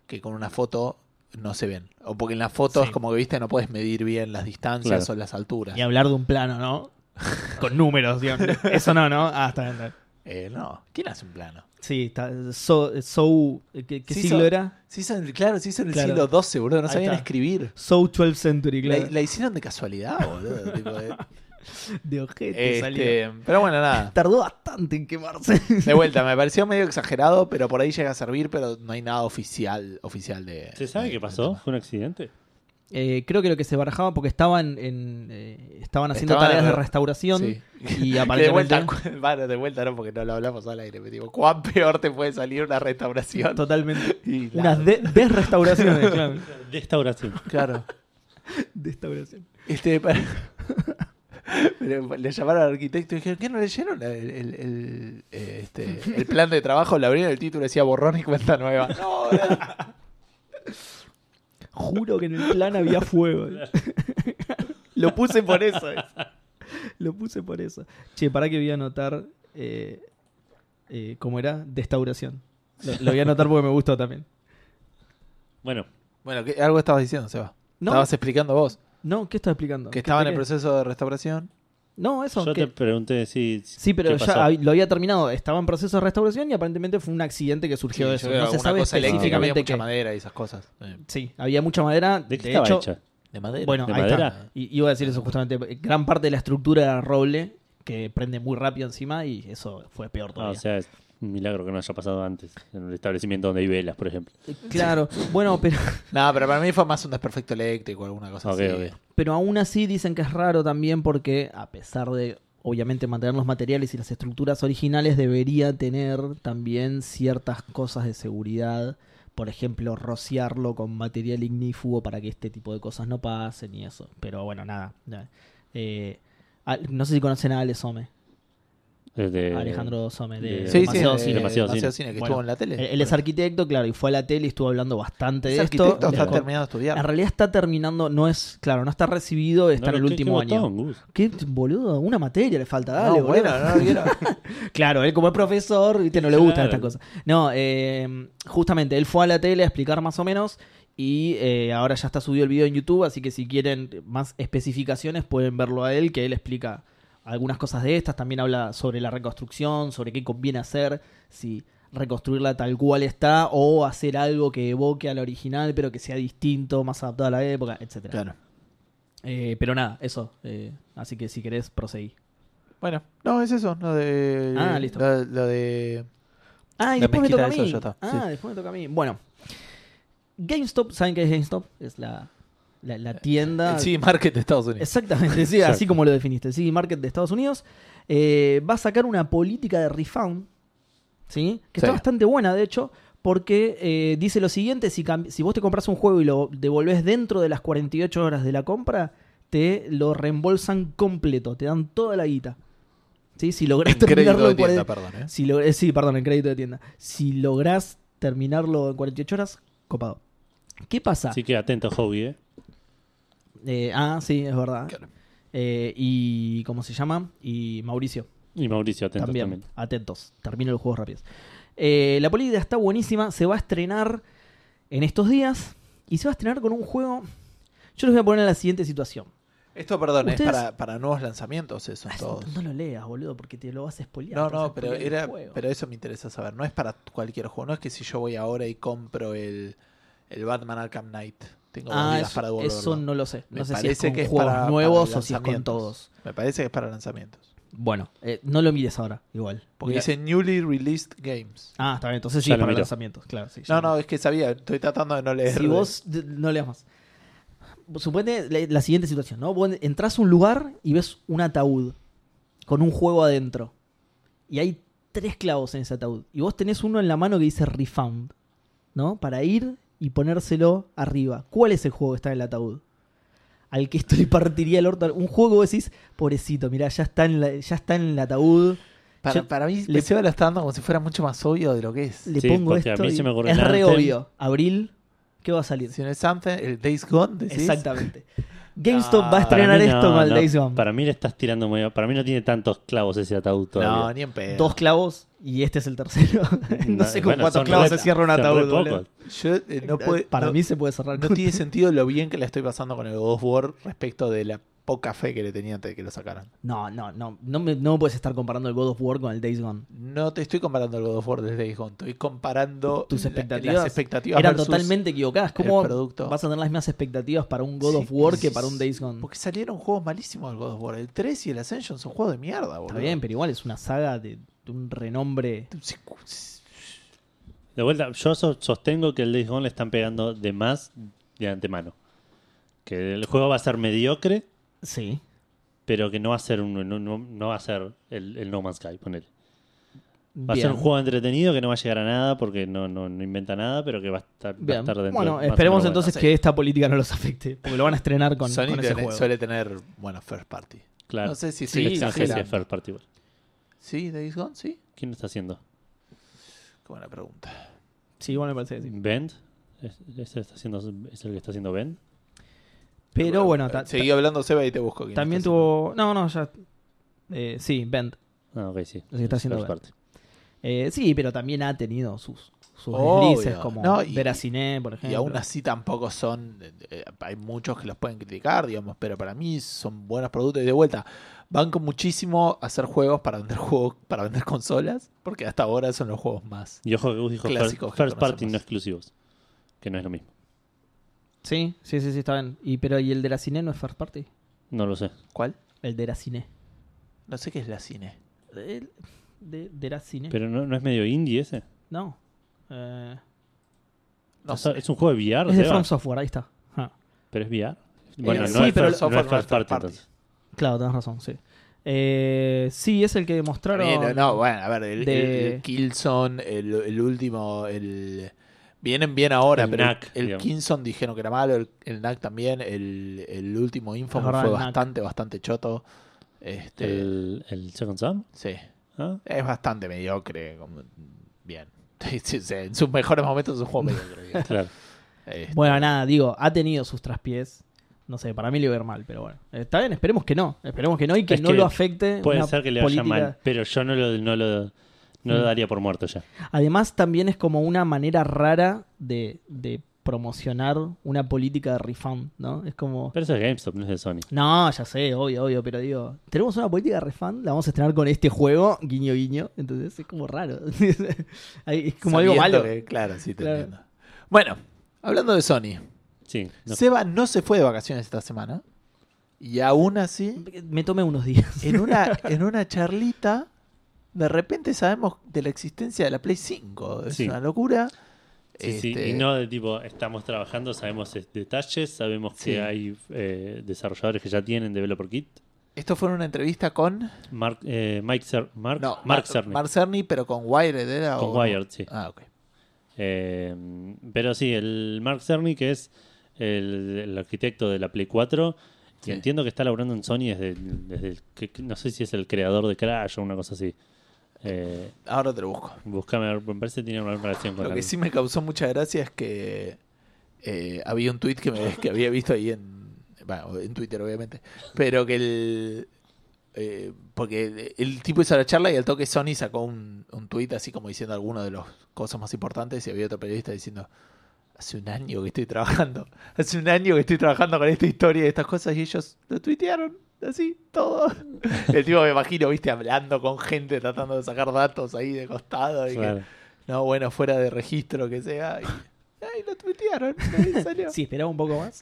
que con una foto no se ven. O porque en las fotos, Sí. como que viste, no puedes medir bien las distancias Claro. o las alturas. Y hablar de un plano, ¿no? Con números, digamos. Eso no, ¿no? Ah, está bien. está bien. Eh, no, ¿quién hace un plano? Sí, está. So, so- ¿Qué, qué Sí, siglo so- era? Se hizo en el- claro, se hizo en el Claro. siglo XII, boludo, no Ahí sabían está. escribir. So 12th Century, La, claro. la hicieron de casualidad, boludo. tipo, eh. De ojete salió. Este, pero bueno, nada. Tardó bastante en quemarse. De vuelta, me pareció medio exagerado, pero por ahí llega a servir, pero no hay nada oficial, oficial de. ¿Se sabe de- qué del pasó? tema. ¿Fue un accidente? Eh, creo que lo que se barajaba porque estaban en, eh, estaban haciendo Estaban tareas de re- restauración Sí. y Que de aparentemente vuelta, bueno, de vuelta no, porque no lo hablamos al aire. Pero digo, ¿cuán peor te puede salir una restauración? totalmente Y la- unas de- desrestauraciones, claro. De esta oración. Claro. Destauración. Este, para- pero le llamaron al arquitecto y dijeron, ¿qué no leyeron el, el- el, eh, este, el plan de trabajo? Le abrieron el título y decía borrón y cuenta nueva. No, Juro que en el plan había fuego. Lo puse por eso. Lo puse por eso. Che, para que voy a anotar. eh, eh, ¿Cómo era? Destauración. Lo, lo voy a anotar porque me gustó también. Bueno, Bueno, ¿qué- algo estabas diciendo, Seba. No. Estabas explicando vos. No, ¿qué estás explicando? Que ¿Qué estaba en el expliqué? proceso de restauración. No, eso. yo que- te pregunté si. Sí, pero qué pasó. ya hab- lo había terminado. Estaba en proceso de restauración y aparentemente fue un accidente que surgió de eso. Yo veo No se alguna sabe cosa eléctrica, había específicamente mucha qué. madera y esas cosas. Eh, Sí, había mucha madera. ¿De qué de estaba hecho, hecha? Ah, ¿De madera? Bueno, ¿De ahí madera? está. Y iba a decir eso justamente. Gran parte de la estructura era roble, que prende muy rápido encima y eso fue peor Ah, todavía. o sea, es un milagro que no haya pasado antes. En el establecimiento donde hay velas, por ejemplo. Claro. Bueno, pero, No, pero para mí fue más un desperfecto eléctrico, alguna cosa Ok, así. ok. pero aún así dicen que es raro también porque, a pesar de, obviamente, mantener los materiales y las estructuras originales, debería tener también ciertas cosas de seguridad. Por ejemplo, rociarlo con material ignífugo para que este tipo de cosas no pasen y eso. Pero bueno, nada. nada. Eh, al- no sé si conocen a Ale Some. Es de- Alejandro Some de Eh, de- Sí, sí, Demasiado eh, Cine. Demasiado demasiado Cine. cine, que Bueno, estuvo en la tele. Él, él es arquitecto, claro, y fue a la tele y estuvo hablando bastante Es de esto. arquitecto, está Le- terminando de estudiar. en realidad está terminando, no es, claro, no está recibido, está en No, el ¿qué- qué último año. botón, Gus? ¿Qué boludo? Una materia le falta, dale, no, bueno, boludo. no lo quiero. Claro, él como es profesor, viste, no le gustan Claro. estas cosas. No, eh, justamente, él fue a la tele a explicar más o menos y eh, ahora ya está subido el video en YouTube, así que si quieren más especificaciones pueden verlo a él, que él explica algunas cosas de estas, también habla sobre la reconstrucción, sobre qué conviene hacer, si reconstruirla tal cual está o hacer algo que evoque a la original pero que sea distinto, más adaptado a la época, etcétera. Claro. Eh, pero nada, eso. eh, así que si querés, proseguí. Bueno, no, es eso. Lo de. Ah, listo. Lo, lo de. Ah, y La después me mezquita toca a mí. de Soyo, está, Ah, después me toca a mí. Bueno, GameStop, ¿saben qué es GameStop? Es la, la, la tienda. El CD Market de Estados Unidos. Exactamente, sí, Exacto. así como lo definiste. El CD Market de Estados Unidos eh, va a sacar una política de refund, ¿sí? Que Sí. está bastante buena, de hecho, porque eh, dice lo siguiente, si, cam- si vos te compras un juego y lo devolvés dentro de las 48 horas de la compra, te lo reembolsan completo, te dan toda la guita. ¿Sí? Si lográs Crédito terminarlo de en 40 tienda, perdón. ¿eh? si lo- eh, sí, perdón, el crédito de tienda. Si lográs terminarlo en 48 horas, copado. ¿Qué pasa? Así que atento, hobby, ¿eh? Eh, ah, sí, es verdad. Claro. Eh, y ¿cómo se llama? Y Mauricio. Y Mauricio, atento también. también. Atentos. Termino los juegos rápidos. Eh, la política está buenísima. Se va a estrenar en estos días. Y se va a estrenar con un juego. Yo les voy a poner en la siguiente situación. Esto, perdón, Ustedes- es para, para nuevos lanzamientos, eso Ah, todos. No lo leas, boludo, porque te lo vas a spoilear. No, te vas a no, pero spoilear el era, juego. pero eso me interesa saber. No es para cualquier juego. No es que si yo voy ahora y compro el, el Batman Arkham Knight, tengo dos Ah, días eso, para devolverlo. eso no lo sé. Me No sé si es parece con que es juegos para- nuevos para o si es con lanzamientos. todos. Me parece que es para lanzamientos. Bueno, eh, no lo mires ahora, igual. Porque Mira- dice Newly Released Games. Ah, está bien, entonces sí, Ya lo para miro. lanzamientos, claro. sí, ya No, lo- no, es que sabía. Estoy tratando de no leer. Si vos d- no leas más. Suponete la, la siguiente situación, ¿no? Vos entras a un lugar y ves un ataúd con un juego adentro. Y hay tres clavos en ese ataúd. Y vos tenés uno en la mano que dice refund, ¿no? Para ir y ponérselo arriba. ¿Cuál es el juego que está en el ataúd? Al que esto le partiría el orto. Un juego que vos decís, pobrecito, mirá, ya está en, la- ya está en el ataúd. para, yo- para mí, le- le lo está dando como si fuera mucho más obvio de lo que es. le Sí, pongo porque a esto. mí y se me ocurrió es el re Anthem. obvio. Abril, ¿qué va a salir? Si no es Something, el Days Gone, decís. Exactamente. GameStop va a Ah, para estrenar mí esto no, con el no, Days Gone. Para mí le estás tirando muy. Para mí no tiene tantos clavos ese ataúd No, todavía. ni en pedo. Dos clavos y este es el tercero. no No, sé con bueno, cuántos son clavos re- se cierra un son re ataúd. pocos. boludo. Yo eh, no puedo. para no- mí se puede cerrar No con- tiene sentido lo bien que la estoy pasando con el God of War respecto de la poca fe que le tenía antes de que lo sacaran. No, no, no. No me, no me puedes estar comparando el God of War con el Days Gone. No te estoy comparando el God of War desde Days Gone, estoy comparando Tus la- expectativas las expectativas Eran versus- totalmente equivocadas. el ¿Cómo producto. vas a tener las mismas expectativas para un God Sí, of War que es- para un Days Gone? Porque salieron juegos malísimos del God of War. El 3 y el Ascension son juegos de mierda, boludo. Está bien, pero igual es una saga de, de un renombre. Sí, sí. De vuelta, yo so- sostengo que el Days Gone le están pegando de más de antemano. Que el juego va a ser mediocre, Sí. pero que no va a ser un, no, no- no va a ser el, el No Man's Sky, ponele. Va a Bien. ser un juego entretenido que no va a llegar a nada porque no, no, no inventa nada, pero que va a estar, va a Bien. estar dentro. Bueno, más o esperemos menos entonces sí. que esta política no los afecte. Porque lo van a estrenar con, Sony con ese tiene- juego. suele tener, bueno, first party. bueno. Claro. No sé si Sí, sigue no sé si es exagerando. first party. Sí, Days Gone, sí. ¿Quién lo está haciendo? Qué buena pregunta. Sí, bueno, me parece que sí. ¿Bend? ¿Es, es el está haciendo, ¿Es el que está haciendo Ben? Eh, Pero bueno, ta- seguí hablando Seba y te busco. quién ta- también está tuvo. No, no, ya. eh, sí, Bend. Ah, ok, sí. El que está haciendo First Ben. Party. Eh, sí, pero también ha tenido sus, sus Obvio. deslices como No, y- Veraciné, por ejemplo. Y aún así tampoco son. eh, hay muchos que los pueden criticar, digamos, pero para mí son buenos productos. Y de vuelta, banco muchísimo hacer juegos para vender juegos, para vender consolas, porque hasta ahora son los juegos más. Y ojo que Gus dijo fir- Clásicos First, que Party conocemos. no exclusivos. Que no es lo mismo. Sí, sí, sí, sí, está bien. Y, pero, ¿y el de la Cine no es first party? No lo sé. ¿Cuál? El de la Cine. No sé qué es la cine. El de, de la Cine. Pero no, no es medio indie ese. No. Eh, No O sé. sea, Es un juego de VR, es de Seba. From Software, ahí está. Ah, Pero es VR. Eh, Bueno, no, sí, es, pero first, software no es first no es first Party, party. entonces. Claro, tenés razón, sí. Eh, sí, es el que mostraron. Bien, no, no, bueno, a ver, el, de- el- el Killzone, el, el último, el... Vienen bien ahora, El pero el- Knack, el, digamos. Killzone dijeron que era malo, el, el Knack también, el, el último Infamous verdad, fue el Knack. bastante, bastante choto. Este, El, el Second Sam. Sí, ¿Ah? es bastante mediocre, como- bien. Sí, sí, sí, en sus mejores momentos es un juego mediocre. bien. Claro. Este, Bueno, nada, digo, ha tenido sus traspiés. No sé, para mí le iba a ir mal, pero bueno. Está bien, esperemos que no. Esperemos que no y que Es no que lo afecte. Puede una ser que le vaya política- mal, pero yo no lo, no lo, no lo Mm. daría por muerto ya. Además, también es como una manera rara de, de promocionar una política de refund, ¿no? Es como. Pero eso es GameStop, no es de Sony. No, ya sé, obvio, obio, pero digo, tenemos una política de refund, la vamos a estrenar con este juego, guiño, guiño. Entonces es como raro. Ahí es como algo sabiendo malo. que- claro, sí, te Claro. entiendo. Bueno, hablando de Sony, Sí. no. Seba no se fue de vacaciones esta semana y aún así... Me tomé unos días. en una, en una charlita, de repente sabemos de la existencia de la Play 5. Es Sí. una locura. Sí, sí, Este, Y no de tipo, estamos trabajando, sabemos eh, detalles, sabemos Sí. que hay eh, desarrolladores que ya tienen Developer Kit. Esto fue en una entrevista con. Mark, eh, Mike Cer- Mark, no, Mark Cerny, Mark Cerny, pero con Wired era. con o- Wired, sí. Ah, ok. Eh, pero sí, el Mark Cerny, que es el, el arquitecto de la Play 4, y Sí. entiendo que está laburando en Sony desde, desde el que- no sé si es el creador de Crash o una cosa así. Eh, Ahora te lo busco. Buscame, a ver, me parece que tiene una relación con Lo que algo. sí me causó mucha gracia es que eh, había un tweet que, me- que había visto ahí en, bueno, en Twitter, obviamente, pero que el. eh, porque el, el tipo hizo la charla y al toque Sony sacó un, un tweet así como diciendo algunas de las cosas más importantes y había otro periodista diciendo. Hace un año que estoy trabajando. Hace un año que estoy trabajando con esta historia y estas cosas y ellos lo tuitearon. Así, todo. El tipo me imagino, viste, hablando con gente, tratando de sacar datos ahí de costado. Y que- Claro. no, bueno, fuera de registro que sea. Y, ay, lo tuitearon. ahí salió. Sí, esperaba un poco más.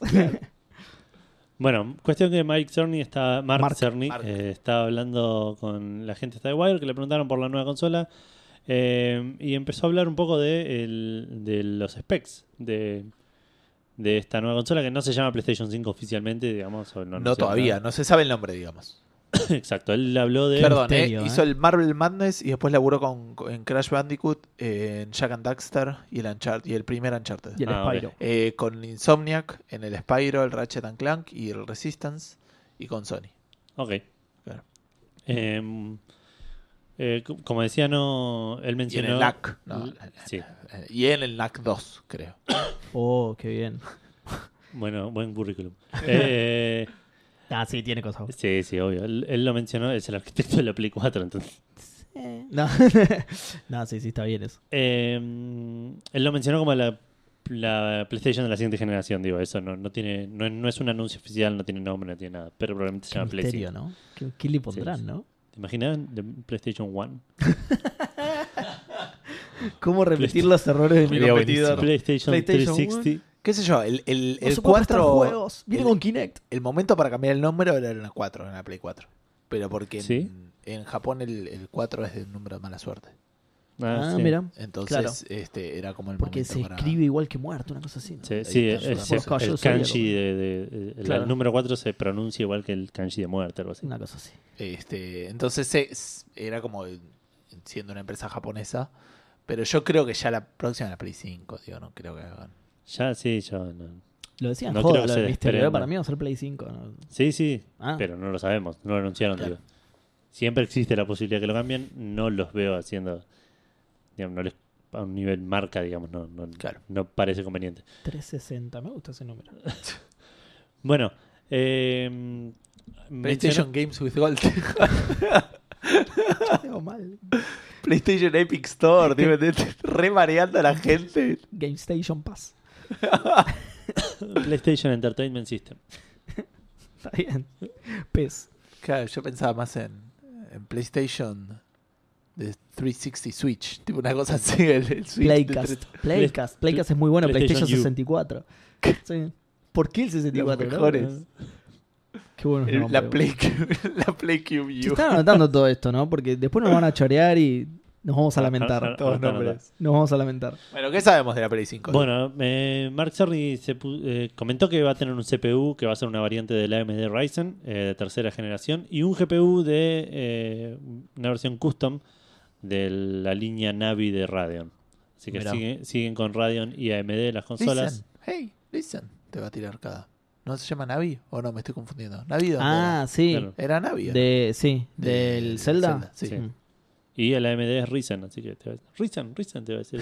Bueno, cuestión que Mike Cerny está, Mark, Mark, Cerny, Mark. eh, está hablando con la gente esta de Wire, que le preguntaron por la nueva consola, eh, y empezó a hablar un poco de, el- de los specs de, de esta nueva consola, que no se llama PlayStation 5 oficialmente, digamos. o No, anunciaron todavía, nada. no se sabe el nombre, digamos. Exacto, él habló de... Perdón, eh, misterio, hizo eh. el Marvel Madness y después laburó con, con- en Crash Bandicoot, eh, en Jack and Daxter y el, Unchart- y el primer Uncharted. Y el Ah, Spyro. Eh, con Insomniac, en el Spyro, el Ratchet and Clank y el Resistance. Y con Sony. Ok. Claro. Em, eh, co- como decía, no, Y él en mencionó... el NAC. no, Sí, eh, Y en el NAC 2, creo. Oh, qué bien. bueno, buen currículum. Eh, Ah, sí, tiene cosas. Sí, sí, obvio. Él, él lo mencionó, es el arquitecto de la Play 4, entonces. No. no, sí, sí, está bien eso. Eh, él lo mencionó como la, la PlayStation de la siguiente generación, digo, eso no, no tiene, no, es- no es un anuncio oficial, no tiene nombre, no tiene nada, pero probablemente se Qué llama PlayStation. misterio, ¿no? ¿Qué, qué le pondrán, Sí, sí. no? ¿Te imaginas? De PlayStation 1. ¿Cómo repetir los errores de mi Sería competidor? buenísimo. PlayStation, PlayStation 360. ¿Qué sé yo? El, el, No el soporto estos 4. juegos. Viene el- con Kinect. El momento para cambiar el número era en la 4, en la Play 4. Pero porque en- Sí. en, Japón el, el 4 es de un número de mala suerte. Ah, sí. mira. Entonces, Claro. este era como el Porque momento se para- escribe igual que muerto, una cosa así. ¿no? Sí, sí, está, es- yo es- tampoco- el yo sabía kanji lo- de, de- de- el- Claro. el número 4 se pronuncia igual que el kanji de muerte, algo así. Una cosa así. Este, entonces se- s- era como eh, siendo una empresa japonesa. Pero yo creo que ya la próxima es la Play 5, digo, no creo que hagan. Ya, sí, ya. no. Lo decían, No creo joda, que lo se del misterio. desprenda. Para mí va a ser Play 5. ¿no? Sí, sí, Ah. pero no lo sabemos, no lo anunciaron. Claro. digo. Siempre existe la posibilidad que lo cambien, no los veo haciendo. digamos, no les a un nivel marca, digamos, no, no, Claro. no parece conveniente. 360, me gusta ese número. Bueno, eh, PlayStation Games with Gold. Hago mal. PlayStation Epic Store. tío, te- te- re mareando a la gente. GameStation Pass. mencionó PlayStation Entertainment System. Está bien. E PES. Claro, yo pensaba más en, en PlayStation de 360 Switch. Tipo una cosa así. El, el Switch de Playcast. tres- Playcast. Playcast es muy bueno. PlayStation PlayStation 64. Sí. ¿Por qué el 64? Los no? Eh, mejores. Qué bueno. el- la, Play, la PlayCube Se U. están anotando todo esto, ¿no? Porque después nos van a chorear y nos vamos a Ah, ah, lamentar. Todos ah, ah, nombres. Nos vamos a lamentar. Bueno, ¿qué sabemos de la Play 5? Bueno, eh, Mark Cerny se pu- eh, comentó que va a tener un CPU que va a ser una variante del AMD Ryzen eh, de tercera generación y un GPU de eh, una versión custom de la línea Navi de Radeon. Así que Mirá. sigue- siguen con Radeon y AMD las consolas. Listen, hey, listen, te va a tirar cada. ¿No se llama Navi? ¿O no? Me estoy confundiendo. ¿Navi dónde Ah, sí. Claro. era? Era Navi. ¿o no? De, sí. De- Del Zelda. sí. Sí. Mm. Y el AMD es Ryzen, así que te va a decir, Ryzen, Ryzen te va a decir.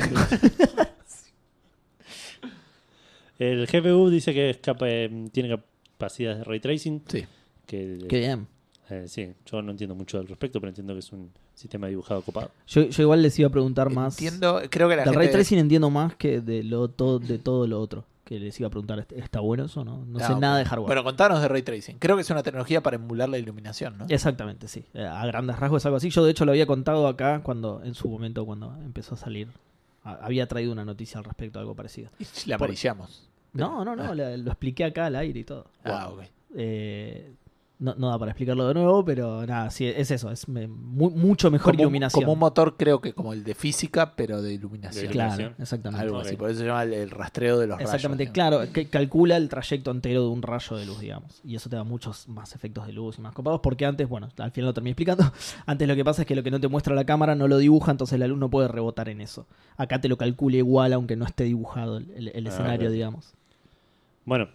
el GPU dice que es capa- eh, tiene capacidades de ray tracing. Sí. Que, Qué bien. eh, sí, yo no entiendo mucho al respecto, pero entiendo que es un sistema dibujado copado. Yo, yo igual les iba a preguntar más. Entiendo, creo que la Del gente... Ray Tracing entiendo más que de lo todo, de todo lo otro. Que les iba a preguntar, ¿est- ¿está bueno eso o no? No, sé No, nada de hardware. Ah, Bueno, contanos de Ray Tracing. Creo que es una tecnología para emular la iluminación, ¿no? Exactamente, sí. Eh, A grandes rasgos es algo así. Yo de hecho lo había contado acá cuando, en su momento, cuando empezó a salir. A- Había traído una noticia al respecto, algo parecido. La Por- amarillamos. No, no, no, la- lo expliqué acá al aire y todo. Ah, ok. Eh, no, no da para explicarlo de nuevo, pero nada, sí, es eso, es me- mu- mucho mejor Como un- iluminación. Como un motor, creo que como el de física, pero de De iluminación. Claro, iluminación. exactamente. Algo Ok. así. Por eso se llama el, el rastreo de los rayos. Exactamente, digamos. claro, que calcula el trayecto entero de un rayo de luz, digamos. Y eso te da muchos más efectos de luz y más copados, porque antes, bueno, al final lo terminé explicando, antes lo que pasa es que lo que no te muestra la cámara no lo dibuja, entonces la luz no puede rebotar en eso. Acá te lo calcula igual, aunque no esté dibujado el, el- el Ah, escenario, ok. digamos. Bueno,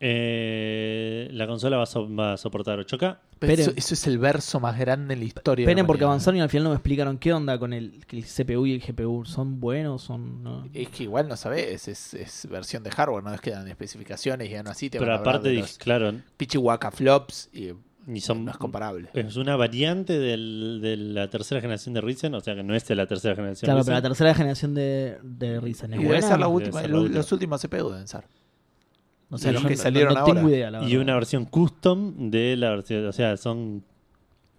eh, la consola va a, so- va a soportar 8K. Pero eso, Esperen. eso es el verso más grande en la historia. de la Esperen porque humanidad. avanzaron y al final no me explicaron qué onda con el, que el CPU y el GPU. ¿Son buenos? ¿Son no? Es que igual no sabes, es, es versión de hardware, no es que dan especificaciones y dan así. Te Pero van a hablar aparte, de dij- los claro, Pichihuaca flops y y son, no es comparable. es una variante del- de la tercera generación de Ryzen, o sea que no es de la tercera generación. Claro, Ryzen. pero la tercera generación de, de Ryzen es Y debe buena. ser la Debe última, ser la el- última. los últimos CPU deben ser. No y sé, los yo que no- salieron no, tengo ahora. idea, la Y verdad. una versión custom de la versión. O sea, son.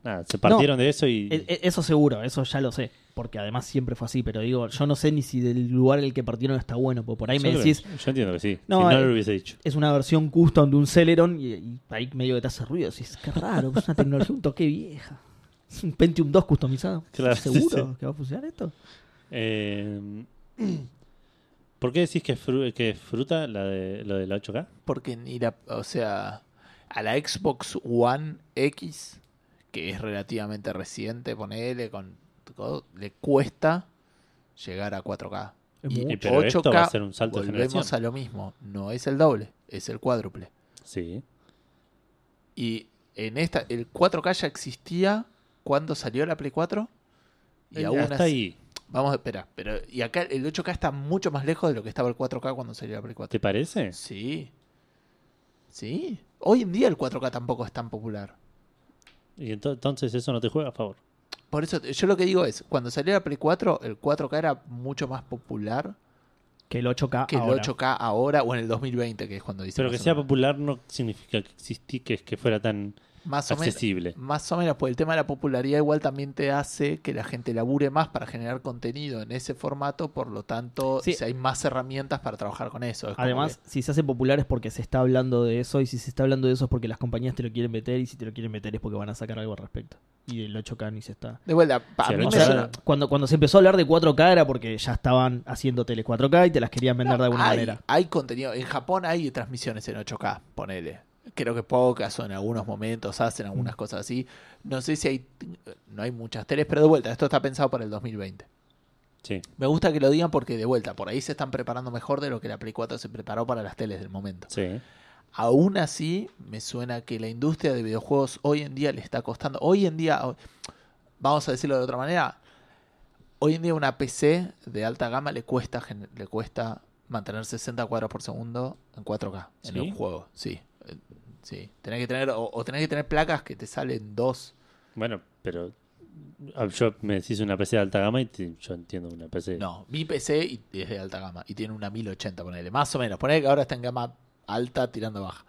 nada, se partieron de eso y. E- e- Eso seguro, eso ya lo sé. Porque además siempre fue así. Pero digo, yo no sé ni si del lugar en el que partieron está bueno. Porque por ahí yo, me creo- decís, yo entiendo que sí. No, si no eh, lo hubiese dicho. es una versión custom de un Celeron. Y, y ahí medio que te hace ruido. Decís, qué raro, es una tecnología un toque vieja. Es un Pentium 2 customizado. Claro, ¿Seguro sí, sí. que va a funcionar esto? Eh, ¿Por qué decís que es, fru- que es fruta la de, lo de la 8K? Porque ni la, o sea, a la Xbox One X, que es relativamente reciente, ponele, con, con- le cuesta llegar a 4K. Es Y- mucho. Y pero esto 8K, va a ser un salto de Volvemos generación. a lo mismo, no es el doble, es el cuádruple. Sí. Y en esta, el 4K ya existía cuando salió la Play 4. Y aún Eh, Hasta así- ahí. Vamos a esperar. Pero, y acá el 8K está mucho más lejos de lo que estaba el 4K cuando salió la Play 4. ¿Te parece? Sí. Sí. Hoy en día el 4K tampoco es tan popular. Y ento- entonces eso no te juega a favor. Por eso, te- yo lo que digo es, cuando salió la Play 4, el 4K era mucho más popular Que el 8K que ahora. el 8K ahora o en el 2020, que es cuando dice Pero que más o sea menos. popular no significa que existí, que, que fuera tan más o menos. accesible. Más o menos, porque el tema de la popularidad igual también te hace que la gente labure más para generar contenido en ese formato, por lo tanto, Sí. si hay más herramientas para trabajar con eso. Es como Además, que- si se hace popular es porque se está hablando de eso. Y si se está hablando de eso es porque las compañías te lo quieren meter. Y si te lo quieren meter es porque van a sacar algo al respecto. Y el 8K ni se está. de vuelta, pa- a Sí, el mí me O 8K sea, suena- cuando, cuando se empezó a hablar de 4K era porque ya estaban haciendo teles 4K y te las querían vender No, de alguna hay, manera. Hay contenido. En Japón hay transmisiones en 8K, ponele. Creo que pocas o en algunos momentos hacen Mm. algunas cosas así. No sé si hay. No hay muchas teles, pero de vuelta, esto está pensado para el 2020. Sí. Me gusta que lo digan porque de vuelta, por ahí se están preparando mejor de lo que la Play 4 se preparó para las teles del momento. Sí. Aún así, me suena que la industria de videojuegos hoy en día le está costando. Hoy en día, o- vamos a decirlo de otra manera, hoy en día una PC de alta gama le cuesta, gen- le cuesta mantener 60 cuadros por segundo en 4K en ¿Sí? un juego. Sí. Eh, Sí. Tenés que tener, o, o tenés que tener placas que te salen dos. Bueno, pero ah, yo me decís una PC de alta gama y te- yo entiendo una PC. No, mi PC y- y es de alta gama y tiene una 1080, ponele, más o menos. Ponele que ahora está en gama alta tirando a baja.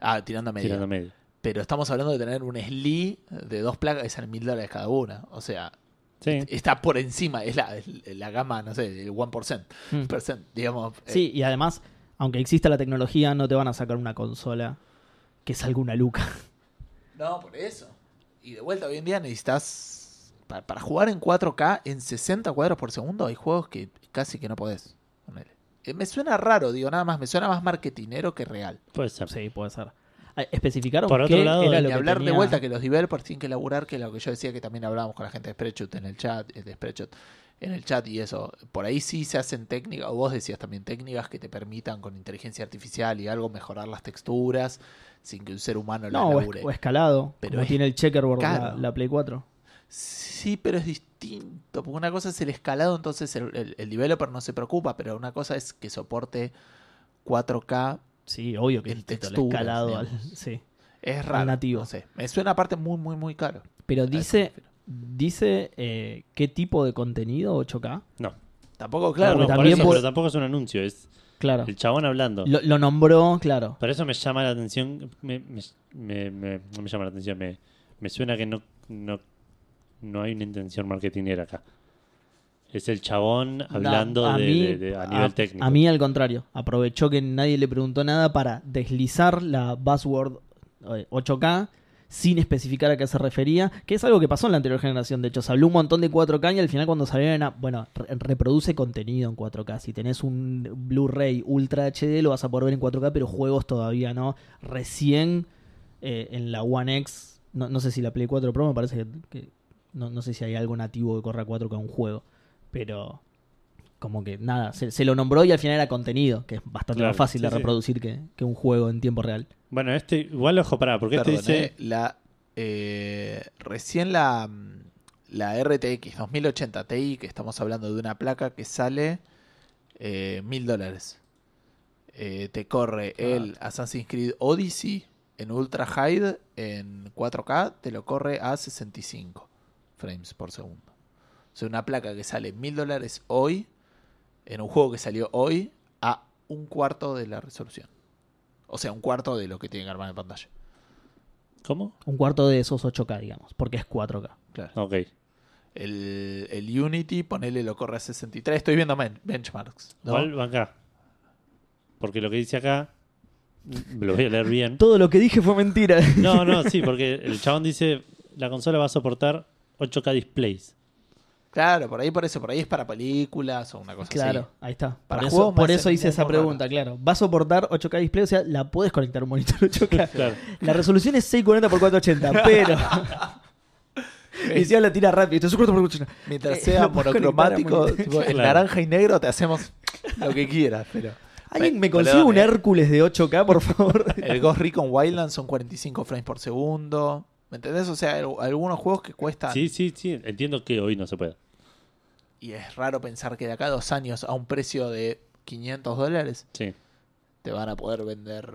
Ah, tirando a media. tirando medio. Pero estamos hablando de tener un SLI de dos placas que salen mil dólares cada una. O sea, Sí. está por encima, es la, es la gama, no sé, del 1%, Mm. percent, digamos. eh, Sí, y además, aunque exista la tecnología, no te van a sacar una consola que salga una luca. No, por eso. Y de vuelta, hoy en día necesitas. pa- Para, jugar en 4K en 60 cuadros por segundo, hay juegos que casi que no podés. ponele. Eh, Me suena raro, digo, nada más, me suena más marketinero que real. Puede ser. Sí, puede ser. Ah, Especificaron Por que otro lado, era de lo Y que hablar tenía- de vuelta que los developers tienen que laburar, que lo que yo decía que también hablábamos con la gente de Spreadshot en el chat, eh, de Spreadshot en el chat y eso. Por ahí sí se hacen técnicas, o vos decías también técnicas que te permitan con inteligencia artificial y algo mejorar las texturas sin que un ser humano No, las o, labure. es- o escalado, Pero como es tiene el checkerboard la, caro. la Play 4. Sí, pero es distinto, porque una cosa es el escalado, entonces el, el- el developer no se preocupa, pero una cosa es que soporte 4K. Sí, obvio que En es distinto el texturas, escalado al- digamos. sí. Es raro. nativo. No sé. Me suena aparte muy, muy, muy caro. Pero A eso me dice, refiero. dice eh, qué tipo de contenido 8K. No. Tampoco, Claro, claro. no, por también eso, por- pero tampoco es un anuncio, es Claro. el chabón hablando. Lo, lo nombró, claro. Por eso me llama la atención, me, me, me- me- no me llama la atención, me, me suena que no, no, no hay una intención marketinera acá. Es el chabón hablando Na- de, de- de- a nivel a- técnico. A mí al contrario, aprovechó que nadie le preguntó nada para deslizar la buzzword eh, 8K sin especificar a qué se refería, que es algo que pasó en la anterior generación, de hecho, se habló un montón de 4K y al final cuando salieron era, bueno, re- reproduce contenido en 4K, si tenés un Blu-ray Ultra HD lo vas a poder ver en 4K, pero juegos todavía no, recién eh, en la One X, no, no sé si la Play 4 Pro, me parece que, que- no, no sé si hay algo nativo que corra 4K en un juego, pero como que nada, se, se lo nombró y al final era contenido, que es bastante Claro, más fácil sí, de sí. reproducir que, que un juego en tiempo real. Bueno, este, igual ojo, pará, porque Perdón, este eh, dice, la, eh, recién la, mm, la RTX 2080 Ti, que estamos hablando de una placa que sale mil dólares. Eh, te corre el Assassin's Creed Odyssey en Ultra High en 4K, te lo corre a 65 frames por segundo. O sea, una placa que sale mil dólares hoy, en un juego que salió hoy, a un cuarto de la resolución. O sea, un cuarto de lo que tiene que armar en pantalla. ¿cómo? Un cuarto de esos 8K, digamos, porque es 4K. Claro. Ok, El, el Unity, ponele, lo corre a 63. Estoy viendo men- benchmarks. ¿no? igual va acá. Porque lo que dice acá, lo voy a leer bien. Todo lo que dije fue mentira. No, no, sí, porque el chabón dice, la consola va a soportar 8K displays. Claro, por ahí, por eso, por ahí es para películas o una cosa claro, así. ahí está. Para por juegos eso, me por hace eso hice muy esa raro. pregunta, claro. ¿Va a soportar 8K display? O sea, la puedes conectar a un monitor 8K. Claro. La resolución es 640x480, pero... y si la tira rápido, esto es 4x480. Mientras Eh, sea lo puedes conectar a monocromático, monitor. tipo, en Claro. naranja y negro te hacemos lo que quieras, pero. ¿Alguien me Perdón, consigue un eh. Hércules de 8K, por favor? El Ghost Recon Wildlands son 45 frames por segundo. ¿Me entendés? O sea, al- algunos juegos que cuestan. Sí, sí, sí, entiendo que hoy no se puede. Y es raro pensar que de acá a dos años, a un precio de 500 dólares, Sí. te van a poder vender.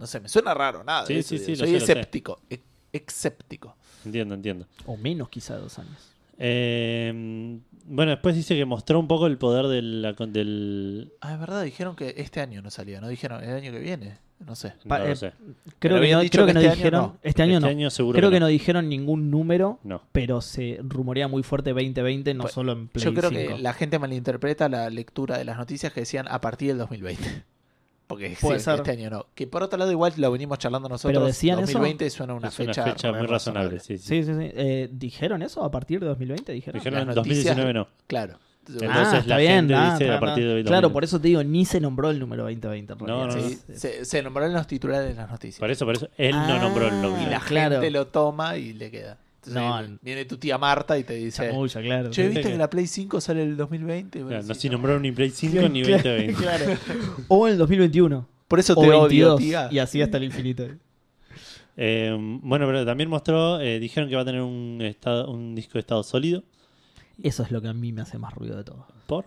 No sé, me suena raro, nada. Sí, de eso, sí, sí, digo, lo Soy sé, lo sé. escéptico. e- Escéptico. Entiendo, entiendo. o menos quizá dos años. Eh, bueno, después dice que mostró un poco el poder de la con- del... Ah, es verdad, dijeron que este año no salía, no dijeron el año que viene, no sé. No Pa- lo eh, sé. Pero Creo que habían no, dicho creo que que no este año dijeron... no. Este año Este no. año seguro Creo que que no. no dijeron ningún número, No. pero se rumorea muy fuerte 2020, no Pues, solo en Play Yo creo 5. que la gente malinterpreta la lectura de las noticias que decían a partir del 2020. Porque Puede sí, ser. este año no. Que por otro lado igual lo venimos charlando nosotros. Pero decían eso. 2020 suena una es fecha, una fecha muy re razonable. Sí, sí. Sí, sí, sí. Eh, ¿Dijeron eso a partir de 2020? ¿Dijeron? Ah, Dijeron en Las noticias- 2019 no. Claro. Entonces la gente dice a partir de 2020. Claro, por eso te digo, ni se nombró el número 2020. en No, realidad. Sí, se, se nombraron los titulares de las noticias. Por eso, por eso. Él no Ah, nombró el y nombre. la claro. gente lo toma y le queda. Entonces, No, viene, viene tu tía Marta y te dice, Chamulla, claro. che, ¿viste que- que la Play 5 sale el 2020? Y vos Claro, no decís, se "No". nombraron ni Play 5 ni 2020. Claro. O en el 2021. Por eso o te 22, odio, tía. Y así hasta el infinito. Em, Eh, bueno, pero también mostró, eh, dijeron que va a tener un, estado, un disco de estado sólido. Eso es lo que a mí me hace más ruido de todo. ¿Por?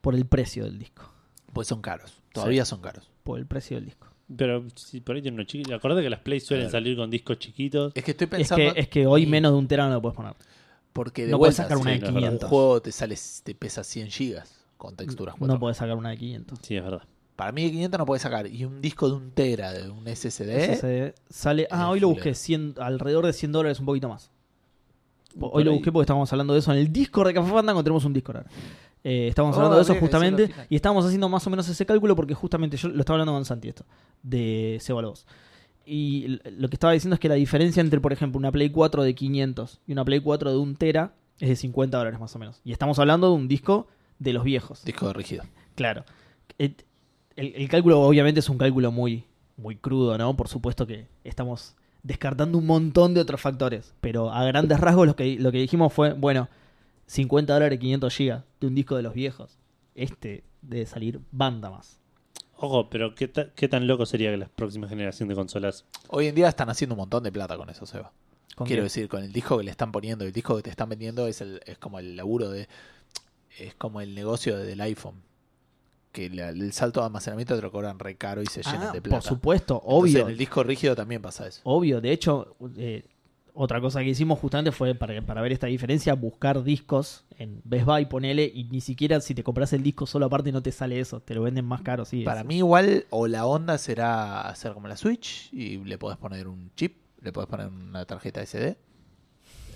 Por el precio del disco. Pues son caros. Todavía son caros. Por el precio del disco. Pero si por ahí tiene unos chiquitos. Acordate que las Play suelen Claro. salir con discos chiquitos. Es que estoy Es pensando. que, es que hoy y- menos de un tera no lo puedes poner. Porque de no puedes vuelta, sacar una si de un 500. juego te sale, te pesa 100 gigas con texturas 4. No puedes sacar una de 500. Sí, es verdad. Para mí de 500 no puedes sacar. Y un disco de un tera, de un SSD. SSD sale, ¿eh? Es ah, hoy fulero. lo busqué 100, alrededor de 100 dólares, un poquito más. Po- Por Hoy lo ahí. busqué porque estábamos hablando de eso en el Discord de Café Fandango, tenemos un Discord ahora. Eh, estábamos Oh, hablando de eso habría que decirlo justamente al final. y estábamos haciendo más o menos ese cálculo porque justamente yo lo estaba hablando con Santi esto, de Seba Lobos. Y l- lo que estaba diciendo es que la diferencia entre, por ejemplo, una Play 4 de 500 y una Play 4 de 1 tera es de 50 dólares más o menos. Y estamos hablando de un disco de los viejos. Disco de rígido. Claro. Et- El, el cálculo obviamente es un cálculo muy, muy crudo, ¿no? Por supuesto que estamos descartando un montón de otros factores. Pero a grandes rasgos lo que, lo que dijimos fue, bueno, 50 dólares 500 gigas de un disco de los viejos. Este debe salir banda más. Ojo, pero ¿qué, ta- qué tan loco sería que la próxima generación de consolas. Hoy en día están haciendo un montón de plata con eso, Seba. ¿Con Quiero qué? decir, con el disco que le están poniendo, el disco que te están vendiendo es, el, es como el laburo de. Es como el negocio del iPhone. Que la- el salto de almacenamiento te lo cobran re caro y se Ah, llenan de por plata. supuesto, Entonces, obvio. en el disco rígido también pasa eso. Obvio, de hecho, eh, otra cosa que hicimos justamente fue para, para ver esta diferencia, buscar discos en Best Buy, ponele, y ni siquiera si te compras el disco solo aparte no te sale eso, te lo venden más caro, sí. Para es- mí, igual, o la onda será hacer como la Switch y le podés poner un chip, le podés poner una tarjeta SD.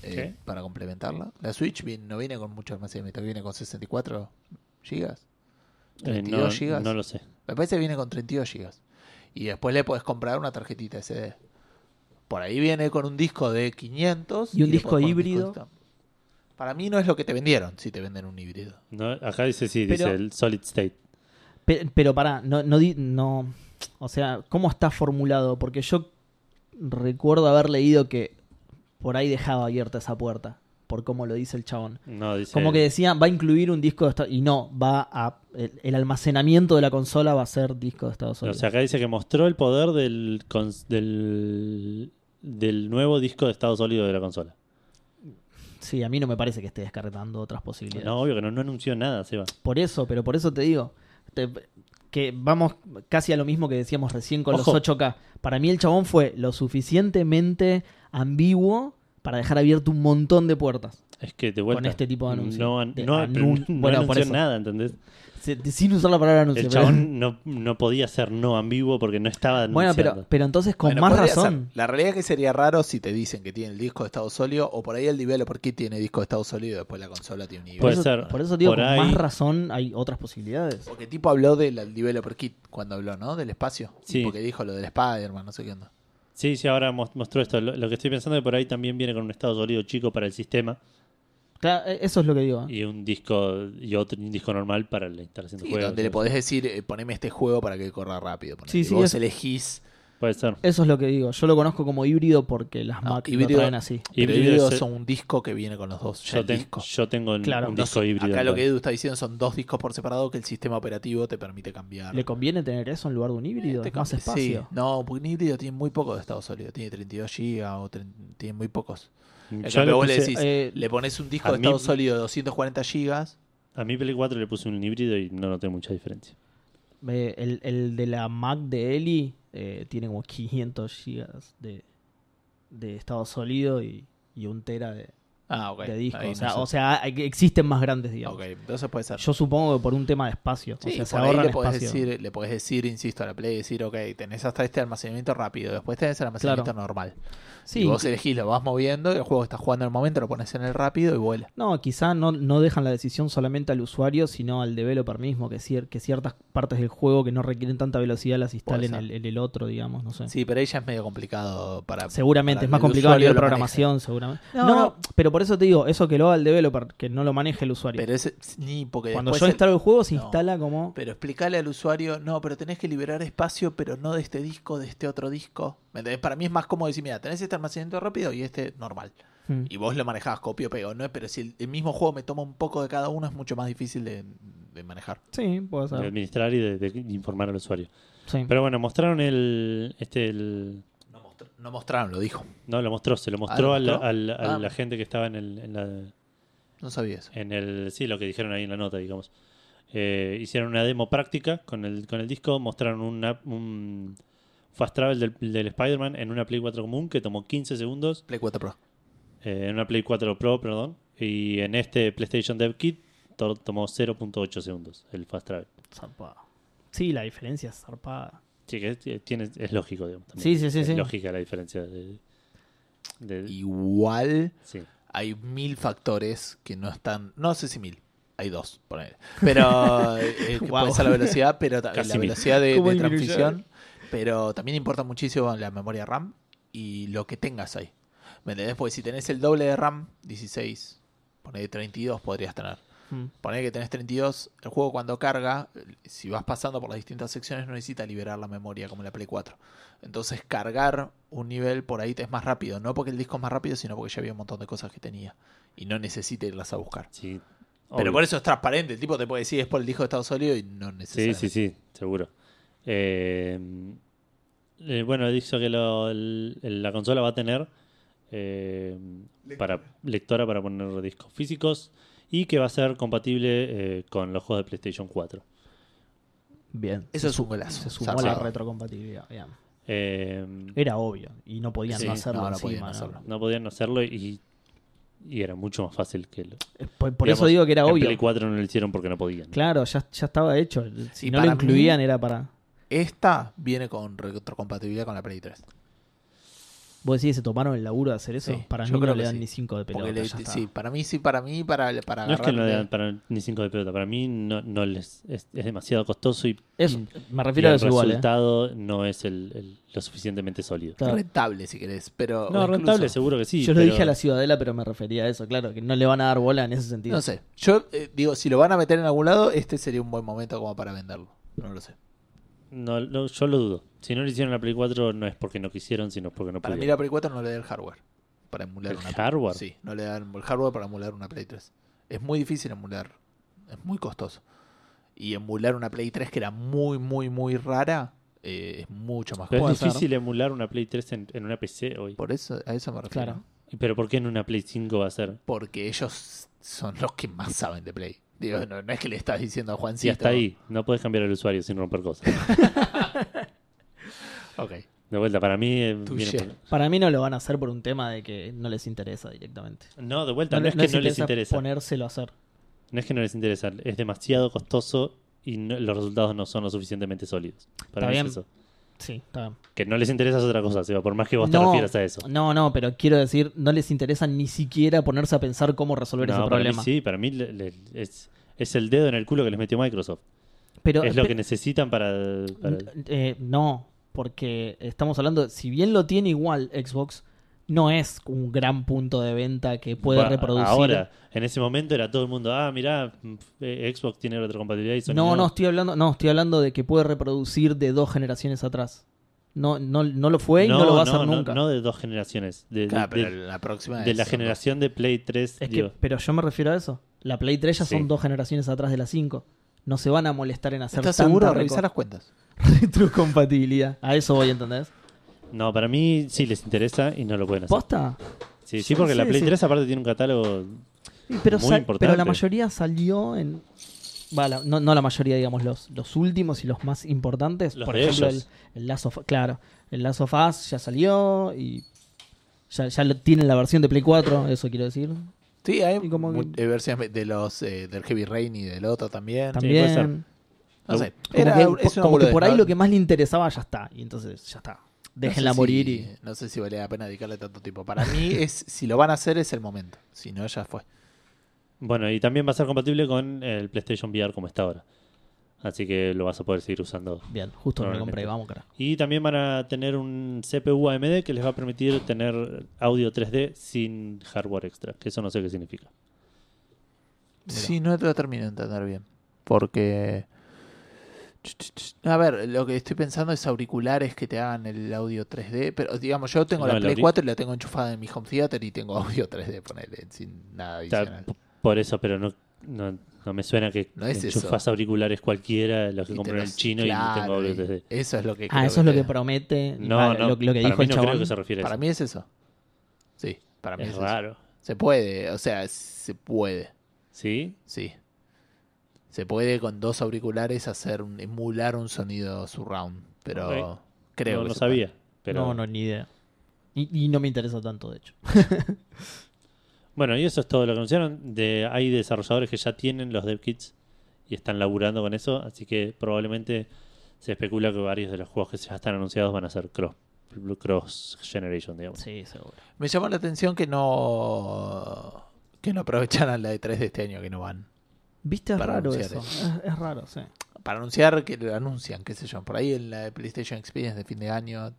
eh, Ok. para complementarla. La Switch vi- no viene con mucho almacenamiento, viene con 64 gigas. eh, 32 no, gigas. no lo sé. Me parece que viene con 32 gigas. Y después le podés comprar una tarjetita SD. Por ahí viene con un disco de 500. Y un le disco podés poner híbrido. disco extra. Para mí no es lo que te vendieron, si te venden un híbrido. No, acá dice sí, Pero- dice el Solid State. Pe- pero pará, no, no, di- no. O sea, ¿cómo está formulado? Porque yo recuerdo haber leído que por ahí dejaba abierta esa puerta, por cómo lo dice el chabón. No, dice. Como que decía, va a incluir un disco de Estados Y no, va a. El, el almacenamiento de la consola va a ser disco de Estados O Unidos. sea, acá dice que mostró el poder del, cons- del, del nuevo disco de estado sólido de la consola. Sí, a mí no me parece que esté descartando otras posibilidades. No, obvio que no, no anunció nada, Seba. Por eso, pero por eso te digo. te- que vamos casi a lo mismo que decíamos recién con Ojo. los 8K. Para mí el chabón fue lo suficientemente ambiguo para dejar abierto un montón de puertas. Es que de vuelta. Con este tipo de anuncios. No, an- De no, anun- pero no Bueno, por anunció eso. nada, ¿entendés? Se- sin usar la palabra anuncio. El pero- chabón no, no podía ser no ambiguo porque no estaba Bueno, anunciando. pero, pero entonces con Bueno, más podría razón. ser. La realidad es que sería raro si te dicen que tiene el disco de estado sólido o por ahí el developer kit tiene disco de estado sólido y después la consola tiene un híbrido. Puede por, eso, ser. por eso digo, Por con ahí- más razón hay otras posibilidades. Porque tipo habló del developer kit cuando habló, ¿no? Del espacio. Sí. Porque dijo lo del Spider-Man, no sé qué onda. Sí, sí, ahora mos- mostró esto. Lo, lo que estoy pensando es que por ahí también viene con un estado sólido chico para el sistema Claro, eh, eso es lo que digo. ¿eh? y un disco y otro un disco normal para la instalación de Sí, juegos. donde le podés decir, eh, poneme este juego para que corra rápido. ponele. Sí, Y sí, vos es- elegís. Puede ser. Eso es lo que digo. Yo lo conozco como híbrido porque las No, Mac lo híbrido- traen así. Pero Híbrido híbridos es- son un disco que viene con los dos. ya Yo, el ten- disco. yo tengo un- Claro. un No disco sé, híbrido. Acá lo que claro. Edu está diciendo son dos discos por separado que el sistema operativo te permite cambiar. ¿Le conviene tener eso en lugar de un híbrido? Eh, Te Es más cambia- Este sí. espacio. No, porque un híbrido tiene muy poco de estado sólido. Tiene 32 GB o tre- tiene muy pocos. En Yo le cambio, vos le puse- decís, eh, le pones un disco a de mí- estado sólido de 240 GB. A mi Play 4 le puse un híbrido y no noté mucha diferencia. Eh, el, el de la Mac de Eli eh, tiene como 500 gigas de, de estado sólido y, y un tera de, Ah, ok. de disco. Ahí o, sea, no sé. o sea, hay- existen más grandes, digamos. Ok, entonces puede ser. Yo supongo que por un tema de espacio. Sí, o sea, se por ahí ahorran le podés, espacio. decir, le podés decir, insisto, a la Play, decir, ok, tenés hasta este almacenamiento rápido, después tenés el almacenamiento Claro. normal. Sí, y vos elegís, lo vas moviendo, el juego que estás jugando en el momento lo pones en el rápido y vuela. No, quizá no, no dejan la decisión solamente al usuario, sino al developer mismo, que, cier- que ciertas partes del juego que no requieren tanta velocidad las instalen ser. en el, en el otro, digamos, no sé. Sí, pero ahí ya es medio complicado para... Seguramente, para es más el complicado a usuario nivel lo programación, seguramente. No, No, no. pero por eso te digo, eso que lo haga el developer, que no lo maneje el usuario. Pero ese, ni porque Cuando después yo el- instalo el juego se No. instala como... Pero explicarle al usuario, no, pero tenés que liberar espacio, pero no de este disco, de este otro disco. ¿Me entendés? Para mí es más cómodo decir, mira, tenés este almacenamiento rápido y este normal. Mm. Y vos lo manejás copio, pego, ¿no? Pero si el, el mismo juego me toma un poco de cada uno, es mucho más difícil de, de manejar. Sí, puede De ser. administrar y de, de informar al usuario. Sí. Pero bueno, mostraron el. Este, el No, mostr- no mostraron, lo dijo. no, lo mostró, se lo mostró, Ah, ¿lo a, la, mostró? a la- a Ah. la gente que estaba en, el- en la, No sabía eso. en el sí lo que dijeron ahí en la nota digamos Eh, hicieron una demo práctica con el con el disco mostraron una- un fast travel del, del Spider-Man en una Play 4 común que tomó 15 segundos Play 4 Pro. eh, en una Play 4 Pro perdón y en este PlayStation Dev Kit to- tomó 0.8 segundos el fast travel Zarpado. Sí, la diferencia es zarpada. sí que es, eh, tiene- es lógico digamos también. Sí, sí, sí, es sí. lógica la diferencia de, de- Igual sí. hay mil factores que no están. No sé si mil. Hay dos, ponele. Pero eh, que Guau. puede ser la velocidad, pero ta- Casi la mil. velocidad de, ¿Cómo de disminuye? transmisión. Pero también importa muchísimo la memoria RAM y lo que tengas ahí. ¿Me entendés? Porque si tenés el doble de RAM, 16, ponele 32 podrías tener. Mm. Poner que tenés 32, el juego cuando carga, si vas pasando por las distintas secciones, no necesita liberar la memoria como en la Play 4. Entonces cargar un nivel por ahí te es más rápido, no porque el disco es más rápido, sino porque ya había un montón de cosas que tenía y no necesita irlas a buscar. sí Pero Obvio. por eso es transparente, el tipo te puede decir es por el disco de estado sólido y no Sí, necesariamente. sí, sí, seguro. Eh, eh, bueno, dicho que lo- el- el- la consola va a tener eh, para lectora para poner discos físicos y que va a ser compatible eh, con los juegos de PlayStation 4. Bien. Eso es un golazo. Se sumó la Zarpado. retrocompatibilidad. bien. Eh, Era obvio. Y no podían Sí, no hacerlo no, no encima, podían ¿no? hacerlo. no podían hacerlo y, y era mucho más fácil que lo- Eh, Por, por digamos, eso digo que era en obvio. Play 4 no lo hicieron porque no podían. Claro, ya, ya estaba hecho. Si Y no lo para incluían mí- era para... Esta viene con retrocompatibilidad con la Play 3. Vos decís que se tomaron el laburo de hacer eso. Sí, para mí yo no creo le que dan sí. ni 5 de pelota. Porque le- ya está. sí, para mí sí, para mí, para, para No es que no le agarrarle- dan para ni 5 de pelota, para mí no, no les es, es demasiado costoso y, Eso, me y refiero a el eso igual. ¿eh? resultado no es el- el- lo suficientemente sólido. Claro. rentable si querés, pero No, o incluso- rentable seguro que sí. Yo pero- lo dije a la Ciudadela, pero me refería a eso, claro, que no le van a dar bola en ese sentido. No sé. Yo eh, digo, si lo van a meter en algún lado, este sería un buen momento como para venderlo. No lo sé. no, no, yo lo dudo. Si no lo hicieron en la Play 4 no es porque no quisieron, sino porque no Para mí pudieron. la Play 4 no le da el hardware. Para emular ¿El una hardware? Sí, no le dan el hardware para emular una Play 3. Es muy difícil emular. Es muy costoso. Y emular una Play 3 que era muy, muy, muy rara eh, es mucho más Pero costoso. es difícil emular una Play 3 en, en una PC hoy. Por eso, a eso me refiero. Claro. ¿Y ¿Pero por qué en una Play 5 va a ser? Porque ellos son los que más saben de Play. Digo, no, no es que le estás diciendo a Juancito. Si hasta ahí, no puedes cambiar el usuario sin romper cosas. Ok. De vuelta, para mí... eh, Touché. viene Para mí no lo van a hacer por un tema de que no les interesa directamente. por- No, de vuelta, no, es que les no les interesa. ponérselo a hacer. No es que no les interesa, es demasiado costoso y no- los resultados no son lo suficientemente sólidos. Para Está mí es bien. eso. Sí, está bien. Que no les interesa es otra cosa, Seba, por más que vos te refieras a eso. No, no, pero quiero decir, no les interesa ni siquiera ponerse a pensar cómo resolver No, ese para mí problema. sí, para mí le- le- es, es el dedo en el culo que les metió Microsoft. Pero, es lo pe- que necesitan para... para- eh, no, porque estamos hablando, si bien lo tiene igual Xbox, no es un gran punto de venta que puede Bueno, reproducir. Ahora, en ese momento era todo el mundo, ah, mirá, mm, eh, Xbox tiene retrocompatibilidad y Sony No, no, estoy hablando, no, estoy hablando de que puede reproducir de dos generaciones atrás. No, no, no lo fue y no, lo va a hacer no, nunca. no de dos generaciones, de, de- Claro, pero de- la próxima de es la otra. generación de Play 3. Es que, digo, pero yo me refiero a eso. La Play 3 ya Sí. son dos generaciones atrás de la 5. No se van a molestar en hacer ¿Estás tanta seguro? reco- Revisar las cuentas. retrocompatibilidad. A eso voy, ¿entendés? No, para mí sí les interesa y no lo pueden hacer. ¿Posta? Sí, sí, porque la Sí, Play sí. 3 aparte tiene un catálogo... Sí, Pero, Muy sal- importante. pero la mayoría salió en... Va, la- no, no la mayoría, digamos, los, los últimos y los más importantes. Los Por de ejemplo, el, ellos. el Last of Claro, el Last of Us ya salió y ya, ya lo- tienen la versión de Play 4, eso quiero decir. Sí, hay Y como mu- que- eh, versiones de los eh, del Heavy Rain y del otro también. puede ser. También... No sé. Como Era- que- es una como que boludez, por ¿no? ahí lo que más le interesaba ya está. Y entonces ya está. No sé Déjenla si- morir y. No sé si vale la pena dedicarle tanto tiempo. Para mí, es si lo van a hacer, es el momento. Si no, ya fue. Bueno, y también va a ser compatible con el PlayStation VR como está ahora. Así que lo vas a poder seguir usando. Bien, justo me lo Probablemente. compré, vamos, carajo. Y también van a tener un CPU AMD que les va a permitir tener audio 3D sin hardware extra, que eso no sé qué significa. Sí, no lo termino de entender bien. Porque. A ver, lo que estoy pensando es auriculares que te hagan el audio 3D. Pero digamos, yo tengo No, la el Play auric- 4 y la tengo enchufada en mi home theater y tengo audio 3D, ponele, sin nada O sea, adicional. p- por eso, pero no, no, no me suena que No es enchufas eso. auriculares cualquiera, los que Y compran en tenés- chino y tengo claro, audio y 3D. Eso es lo que Ah, creo eso es lo te que da. promete. No, ah, lo, no, lo que para dijo mí el no creo chabón. que se refiere a Para eso. mí es eso. Sí, para mí es es eso. raro. Se puede, o sea, se puede, ¿Sí? sí. Se puede con dos auriculares hacer un- emular un sonido surround, pero Ok. creo no, que no se sabía. Pero... No, no, ni idea. Y, y no me interesa tanto, de hecho. Bueno, y eso es todo lo que anunciaron. De, hay desarrolladores que ya tienen los dev kits y están laburando con eso, así que probablemente se especula que varios de los juegos que ya están anunciados van a ser cross, cross generation, digamos. Sí, seguro. puede. Me llamó la atención que no que no aprovecharan la de 3 de este año que no van. Viste, es Para raro anunciar eso. Es, es raro, sí. Para anunciar que lo anuncian, qué sé yo, por ahí en la de PlayStation Experience de fin de año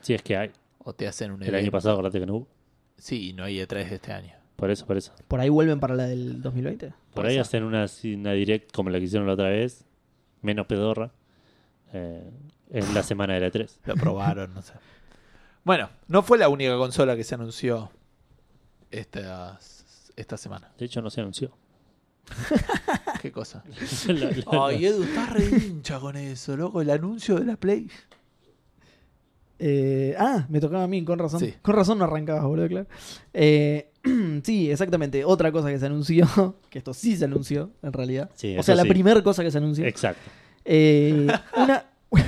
Sí, es que hay. o te hacen un El año evento. pasado, acordate que no hubo. Sí, y no hay E3 de este año. Por eso, por eso. ¿Por ahí vuelven para la del 2020? Por Por ahí eso. hacen una, así, una direct como la que hicieron la otra vez, menos pedorra, eh, en la semana de la E 3. Lo probaron, no sé. Bueno, no fue la única consola que se anunció esta, esta semana. De hecho, no se anunció. ¿Qué cosa? La- la- Ay, Edu, estás re hincha con eso, loco. El anuncio de la Play. Eh, ah, me tocaba a mí, con razón. Sí. Con razón no arrancabas, boludo, claro. Eh, sí, exactamente. Otra cosa que se anunció, que esto sí se anunció, en realidad. Sí, o eso sea, la sí. primera cosa que se anunció. Exacto. Eh, una.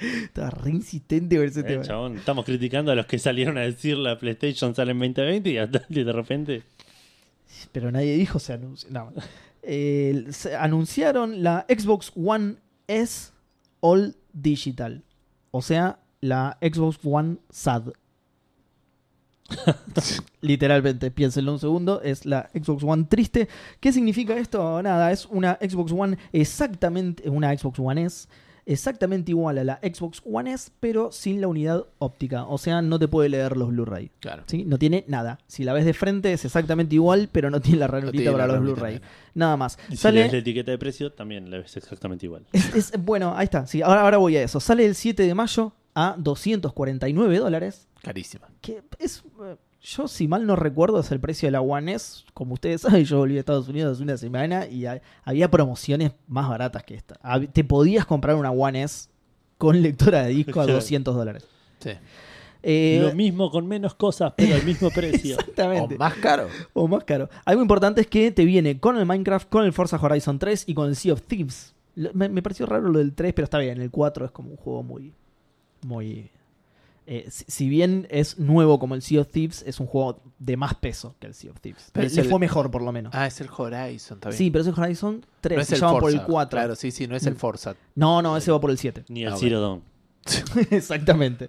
Estaba re insistente con ese Eh, este tema. chabón, estamos criticando a los que salieron a decir la PlayStation sale en 2020 y hasta- y de repente. Pero nadie dijo se anunció. No. Eh, se anunciaron la Xbox One S All Digital. O sea, la Xbox One SAD. Literalmente, piénsenlo un segundo, es la Xbox One triste. ¿Qué significa esto? Nada, es una Xbox One exactamente, una Xbox One S exactamente igual a la Xbox One S, pero sin la unidad óptica. O sea, no te puede leer los Blu-ray. Claro. ¿sí? No tiene nada. Si la ves de frente es exactamente igual, pero no tiene la No ranurita tiene para la los ranurita, Blu-ray. claro. Nada más. Y si Sale. lees la etiqueta de precio, también la ves exactamente igual. es- es- bueno, ahí está. Sí, ahora, ahora voy a eso. Sale el 7 de mayo a 249 dólares. Carísima. Que es. eh, Yo, si mal no recuerdo, es el precio de la One S. Como ustedes saben, yo volví a Estados Unidos hace una semana y ha- había promociones más baratas que esta. Hab- Te podías comprar una One S con lectora de disco a Claro. 200 dólares. Sí. Eh, Lo mismo con menos cosas, pero al mismo precio. O exactamente. más caro. O más caro. Algo importante es que te viene con el Minecraft, con el Forza Horizon 3 y con el Sea of Thieves. Lo- Me, me pareció raro lo del 3, pero está bien. El 4 es como un juego muy. Muy. eh, si, si bien es nuevo como el Sea of Thieves, es un juego de más peso que el Sea of Thieves. Pero Le, es le el- fue mejor, por lo menos. Ah, es el Horizon también. sí, pero ese Horizon 3 no es se el llaman Forza. por el 4. Claro, sí, sí, no es el Forza. No, no, ese va por el 7. Ni el Ah, Zero Dawn. Exactamente.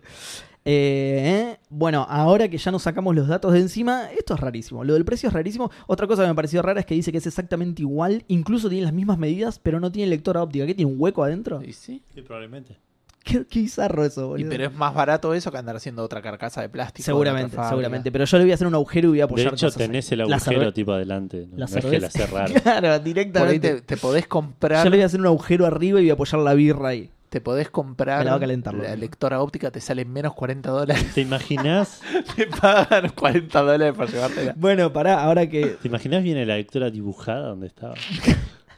Eh, bueno, ahora que ya nos sacamos los datos de encima, esto es rarísimo. Lo del precio es rarísimo. Otra cosa que me pareció rara es que dice que es exactamente igual, incluso tiene las mismas medidas, pero no tiene lectora óptica. ¿Qué tiene un hueco adentro? Y sí. Sí, probablemente. Qué, qué bizarro eso, Y boludo. pero es más barato eso que andar haciendo otra carcasa de plástico. en otra seguramente, fábrica. seguramente. Pero yo le voy a hacer un agujero y voy a De apoyar hecho, cosas ahí. tenés el La agujero cerve- tipo adelante. No, la no es que cerveza. la cerraron. Claro, Por ahí directamente. te, te podés Yo comprar. le voy a hacer un agujero arriba y voy a apoyar la birra ahí. Te podés comprar. Me la va a calentar, loco. lectora óptica te sale menos 40 dólares. ¿Te imaginás? te pagan 40 dólares para llevártela. Bueno, pará, ahora que. ¿Te imaginás bien la lectora dibujada donde estaba?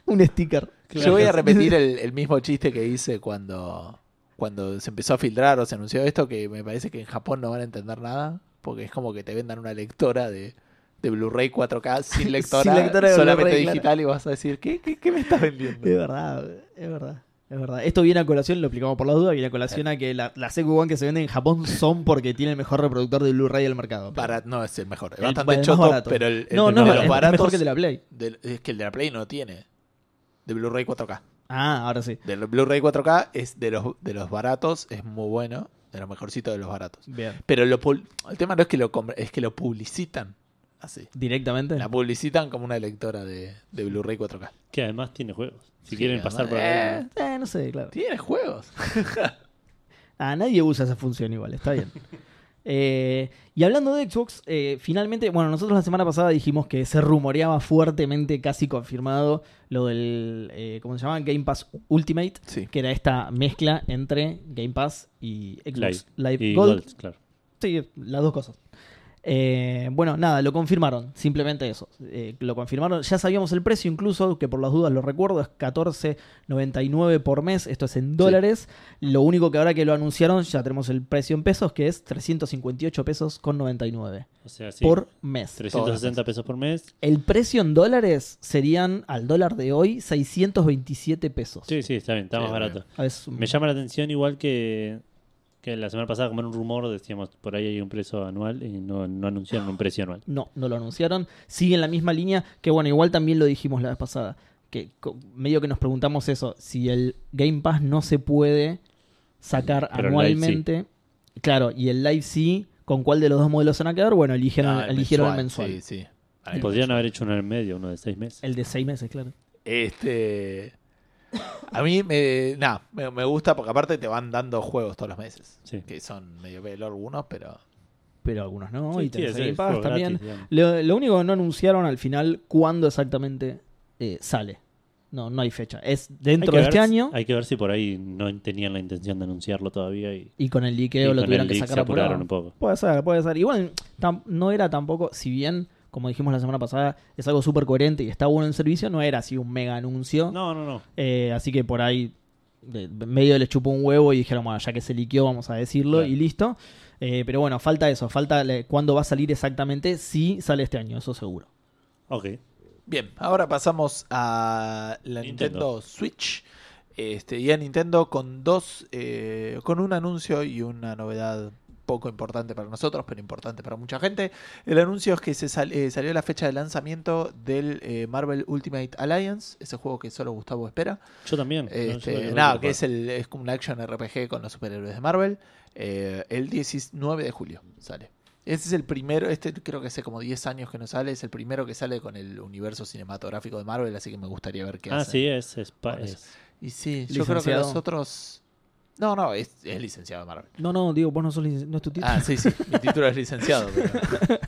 Un sticker. Yo voy a repetir el, el mismo chiste que hice cuando, cuando se empezó a filtrar o se anunció esto, que me parece que en Japón no van a entender nada, porque es como que te vendan una lectora de, de Blu-ray 4K sin lectora, Sin lectora de solamente Blu-ray, claro. Eh, digital, y vas a decir, ¿qué, qué, qué me estás Es vendiendo? verdad, es verdad. Es verdad. Esto viene a colación, lo explicamos por la duda, viene a colación a que la- las CQ1 que se venden en Japón son porque tiene el mejor reproductor de Blu-ray del mercado. Para, no, es el mejor. Es El- bastante el eh, más choto, barato. pero el, el no, de no, los es es baratos mejor que el de la Play. del- es que el de la Play no tiene. De Blu-ray 4K. Ah, ahora sí. Del Blu-ray 4K es de los, de los baratos, es muy bueno, de los mejorcitos de los baratos. Bien. Pero lo pul- el tema no es que lo compre- es que lo publicitan así. Directamente. La publicitan como una lectora de, de Blu-ray 4K. Que además tiene juegos. Si Sí, quieren además- pasar por Eh. ahí. Eh, no sé, claro. Tiene juegos. Ah, nadie usa esa función igual, está bien. Eh, y hablando de Xbox, eh, finalmente, bueno, nosotros la semana pasada dijimos que se rumoreaba fuertemente, casi confirmado, lo del, eh, ¿cómo se llama? Game Pass Ultimate, Sí. que era esta mezcla entre Game Pass y Xbox Live, y Gold. Gold, claro. Sí, las dos cosas. Eh, bueno, nada, lo confirmaron, simplemente eso. Eh, lo confirmaron, ya sabíamos el precio incluso, que por las dudas lo recuerdo, es 14.99 por mes, esto es en dólares. Lo único que ahora que lo anunciaron, ya tenemos el precio en pesos, que es 358 pesos con 99 O sea, sí, por mes. 360 pesos por mes. El precio en dólares serían al dólar de hoy 627 pesos. Sí, sí, está bien, está más Sí, barato. Ah, es un- Me llama la atención igual que, que la semana pasada, como era un rumor, decíamos, por ahí hay un precio anual y no, no anunciaron un precio anual. No, no lo anunciaron. Sigue en la misma línea, que bueno, igual también lo dijimos la vez pasada. Que co- medio que nos preguntamos eso, si el Game Pass no se puede sacar Pero el Live anualmente. Claro, y el Live sí, ¿con cuál de los dos modelos se van a quedar? Bueno, eligieron, Ah, eligieron el mensual. Sí, sí. Ahí. Podrían haber hecho uno en el medio, uno de seis meses. El de seis meses, claro. Este. A mí me, nah, me, me gusta porque aparte te van dando juegos todos los meses. Sí. Que son medio pelo algunos, pero. Pero algunos no, Sí, y sí, tenés es el el Game Pass juego también. gratis, digamos. Lo, lo único que no anunciaron al final cuándo exactamente eh, sale. No, no hay fecha. Es Hay dentro que de este ver- año Hay que ver si por ahí no tenían la intención de anunciarlo todavía y, y con el y liqueo lo con tuvieron el que leak sacar se apurado. apuraron un poco. Puede ser, puede ser. Igual tam- no era tampoco, si bien, como dijimos la semana pasada, es algo súper coherente y está bueno en servicio, no era así un mega anuncio. No, no, no. Eh, así que por ahí de- medio le chupó un huevo y dijeron, bueno, ya que se liqueó vamos a decirlo Claro. y listo. Eh, pero bueno, falta eso, falta le- cuándo va a salir exactamente, si sale este año, eso seguro. Ok. Bien, ahora pasamos a la Nintendo, Nintendo. Switch. Este, y a Nintendo con dos. eh, con un anuncio y una novedad poco importante para nosotros, pero importante para mucha gente. El anuncio es que se sal- eh, salió la fecha de lanzamiento del eh, Marvel Ultimate Alliance, ese juego que solo Gustavo espera. Yo también. No, yo Este, también nada, lo que juego. es, el, es como un action RPG con los superhéroes de Marvel. Eh, el 19 de julio sale. Ese es el primero, este creo que hace como 10 años que no sale, es el primero que sale con el universo cinematográfico de Marvel, así que me gustaría ver qué Ah, hacen. sí, es, es, pa- Con es- Y sí, yo creo que Licenciado. los otros... No, no, es, es licenciado de Marvel. No, no, digo, vos no, sos lic- no es tu título. Ah, sí, sí, mi título es licenciado. Pero,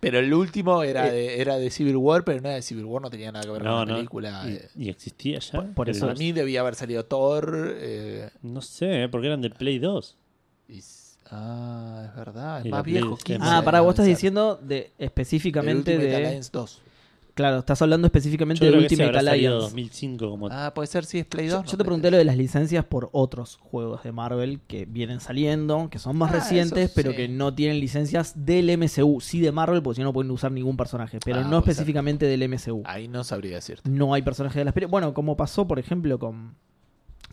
pero el último era de, era de Civil War, pero no era de Civil War, no tenía nada que ver Eh. No, con la no. película. eh. y, y existía ya. Por- por el eso Para universo? mí debía haber salido Thor. eh, No sé, eh, porque eran de Play 2. Y s- Ah, es verdad, es Y más la viejo. Play- 15 Ah, pará, vos estás debe ser. diciendo de específicamente El de. Ultimate Alliance 2. Claro, estás hablando Yo específicamente creo de que ese Ultimate habrá salido Alliance. 2005 como Ah, puede ser, sí, es Play 2. Yo te pregunté lo de las licencias por otros juegos de Marvel que vienen saliendo, que son más Ah, recientes, esos, pero sí. que no tienen licencias del MCU. Sí de Marvel, porque si no no pueden usar ningún personaje, pero Ah, no puede ser. específicamente del MCU. Ahí no sabría decirte. No hay personaje de las películas. Bueno, como pasó, por ejemplo, con.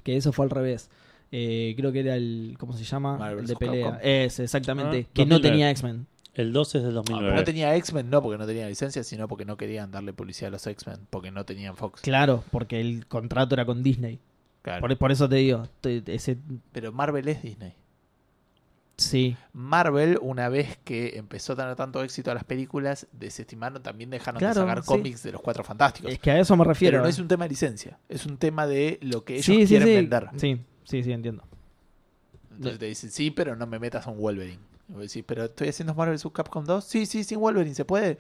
Que eso fue al revés. Eh, creo que era el. ¿Cómo se llama? Marvel el de vs. pelea. Capcom. Ese, exactamente. Ah, que no 2009. tenía X-Men. El 12 es del Ah, 2009. pero no tenía X-Men, no porque no tenía licencia, sino porque no querían darle publicidad a los X-Men, porque no tenían Fox. Claro, porque el contrato era con Disney. Claro. Por, por eso te digo, te- ese Pero Marvel es Disney. sí. Marvel, una vez que empezó a tener tanto éxito a las películas, desestimaron, también dejaron de Claro, sacar sí. cómics de los Cuatro Fantásticos. Es que a eso me refiero. ¿eh? Pero no es un tema de licencia, es un tema de lo que ellos sí, sí, quieren sí. vender. Sí, sí, sí, entiendo. Entonces te dicen, sí, pero no me metas a un Wolverine. Y vos decís, pero estoy haciendo Marvel vs. Capcom 2. Sí, sí, sin Wolverine, ¿se puede?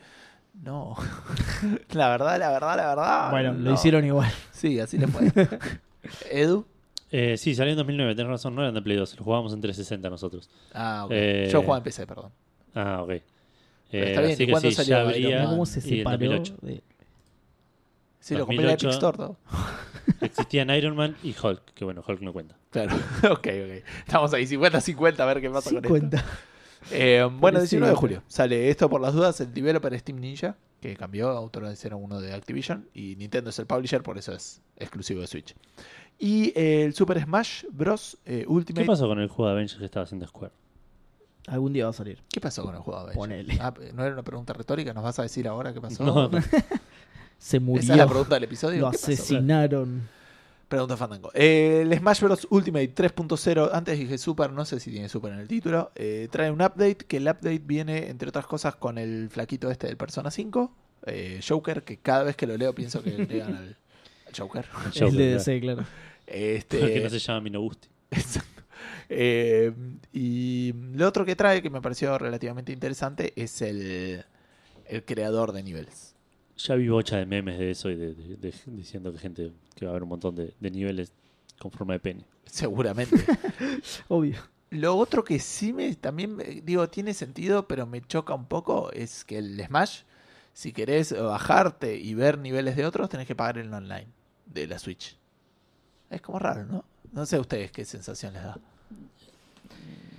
No. la verdad, la verdad, la verdad. bueno, Ah, no. lo hicieron igual. Sí, así le puede. Edu. Eh, sí, salió en 2009, tenés razón, no eran de Play 2, lo jugábamos en 360 nosotros. Ah, ok. Eh, Yo jugaba en PC, perdón. Ah, ok. Eh, Pero está bien, así ¿y que cuándo sí, salió ya Iron habría- Man? ¿Cómo se y en separó? 2008. de- Sí, lo compré en la Epic 2008. Store, ¿no? Existían Iron Man y Hulk, que bueno, Hulk no cuenta. Claro. ok, ok. Estamos ahí 50-50, a ver qué pasa con esto. 50. Eh, bueno, 19 de Parecido. julio. Sale esto por las dudas. El developer es Team Ninja, que cambió, autorizaron uno de Activision. Y Nintendo es el publisher, por eso es exclusivo de Switch. Y eh, el Super Smash Bros. eh, ¿Qué Ultimate. pasó con el juego de Avengers que estaba haciendo Square? Algún día va a salir. ¿Qué pasó con el juego? Benji? Ponele. Ah, ¿No era una pregunta retórica? ¿Nos vas a decir ahora qué pasó? No, no. Esa Se es la murió. pregunta del episodio. Lo ¿Qué pasó? asesinaron. Pregunta Fandango. Eh, el Smash Bros. Ultimate 3.0, antes dije Super, no sé si tiene Super en el título, eh, trae un update, que el update viene, entre otras cosas, con el flaquito este del Persona 5, eh, Joker, que cada vez que lo leo pienso que le agregan al, al Joker. Joker, el eh, DDC, claro. Este, Que no se llama Minogusti. Exacto. Eh, y lo otro que trae, que me pareció relativamente interesante, es el, el creador de niveles. Ya vi bocha de memes de eso y de, de- de- diciendo que gente que va a haber un montón de, de niveles con forma de pene. Seguramente. Obvio. Lo otro que sí me también eh, digo tiene sentido, pero me choca un poco es que el Smash, si querés eh, bajarte y ver niveles de otros, tenés que pagar el online de la Switch. Es como raro, ¿no? No sé a ustedes qué sensación les da.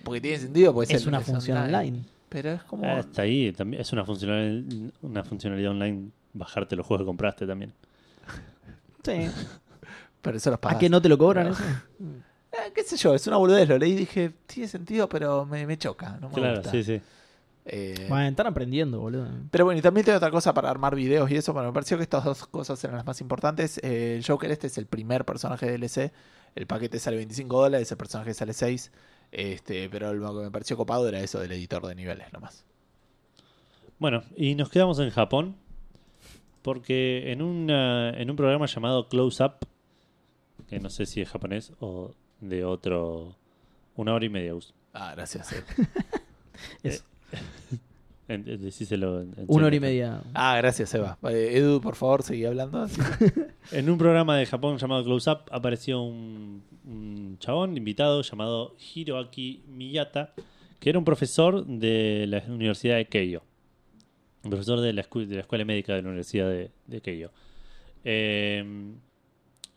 Porque tiene sentido, porque Es el- una función online. Pero es como Ah, está ahí, también es una funcionalidad, una funcionalidad online bajarte los juegos que compraste también. Sí. pero eso los ¿A pagas. que no te lo cobran eso? Eh, qué sé yo, es una boludez, lo leí y dije, tiene sentido, pero me, me choca, no me claro, gusta. sí, sí. Eh, Bueno, están aprendiendo, boludo. Pero bueno, y también tengo otra cosa para armar videos y eso, pero me pareció que estas dos cosas eran las más importantes. Eh, el Joker este es el primer personaje DLC, el paquete sale 25 dólares, el personaje sale 6, este, pero lo que me pareció copado era eso del editor de niveles nomás. Bueno, y nos quedamos en Japón porque en, una- en un programa llamado Close Up, que no sé si es japonés o de otro, una hora y media. Gus. Eh, Ah, gracias. eh. Es En- en- decíselo en- en una hora y serio. media. Ah, gracias, Eva. Eh, Edu, por favor, seguí hablando. Sí. En un programa de Japón llamado Close Up apareció un, un chabón invitado llamado Hiroaki Miyata, que era un profesor de la Universidad de Keio. Un profesor de la, escu- de la Escuela Médica de la Universidad de, de Keio. Eh,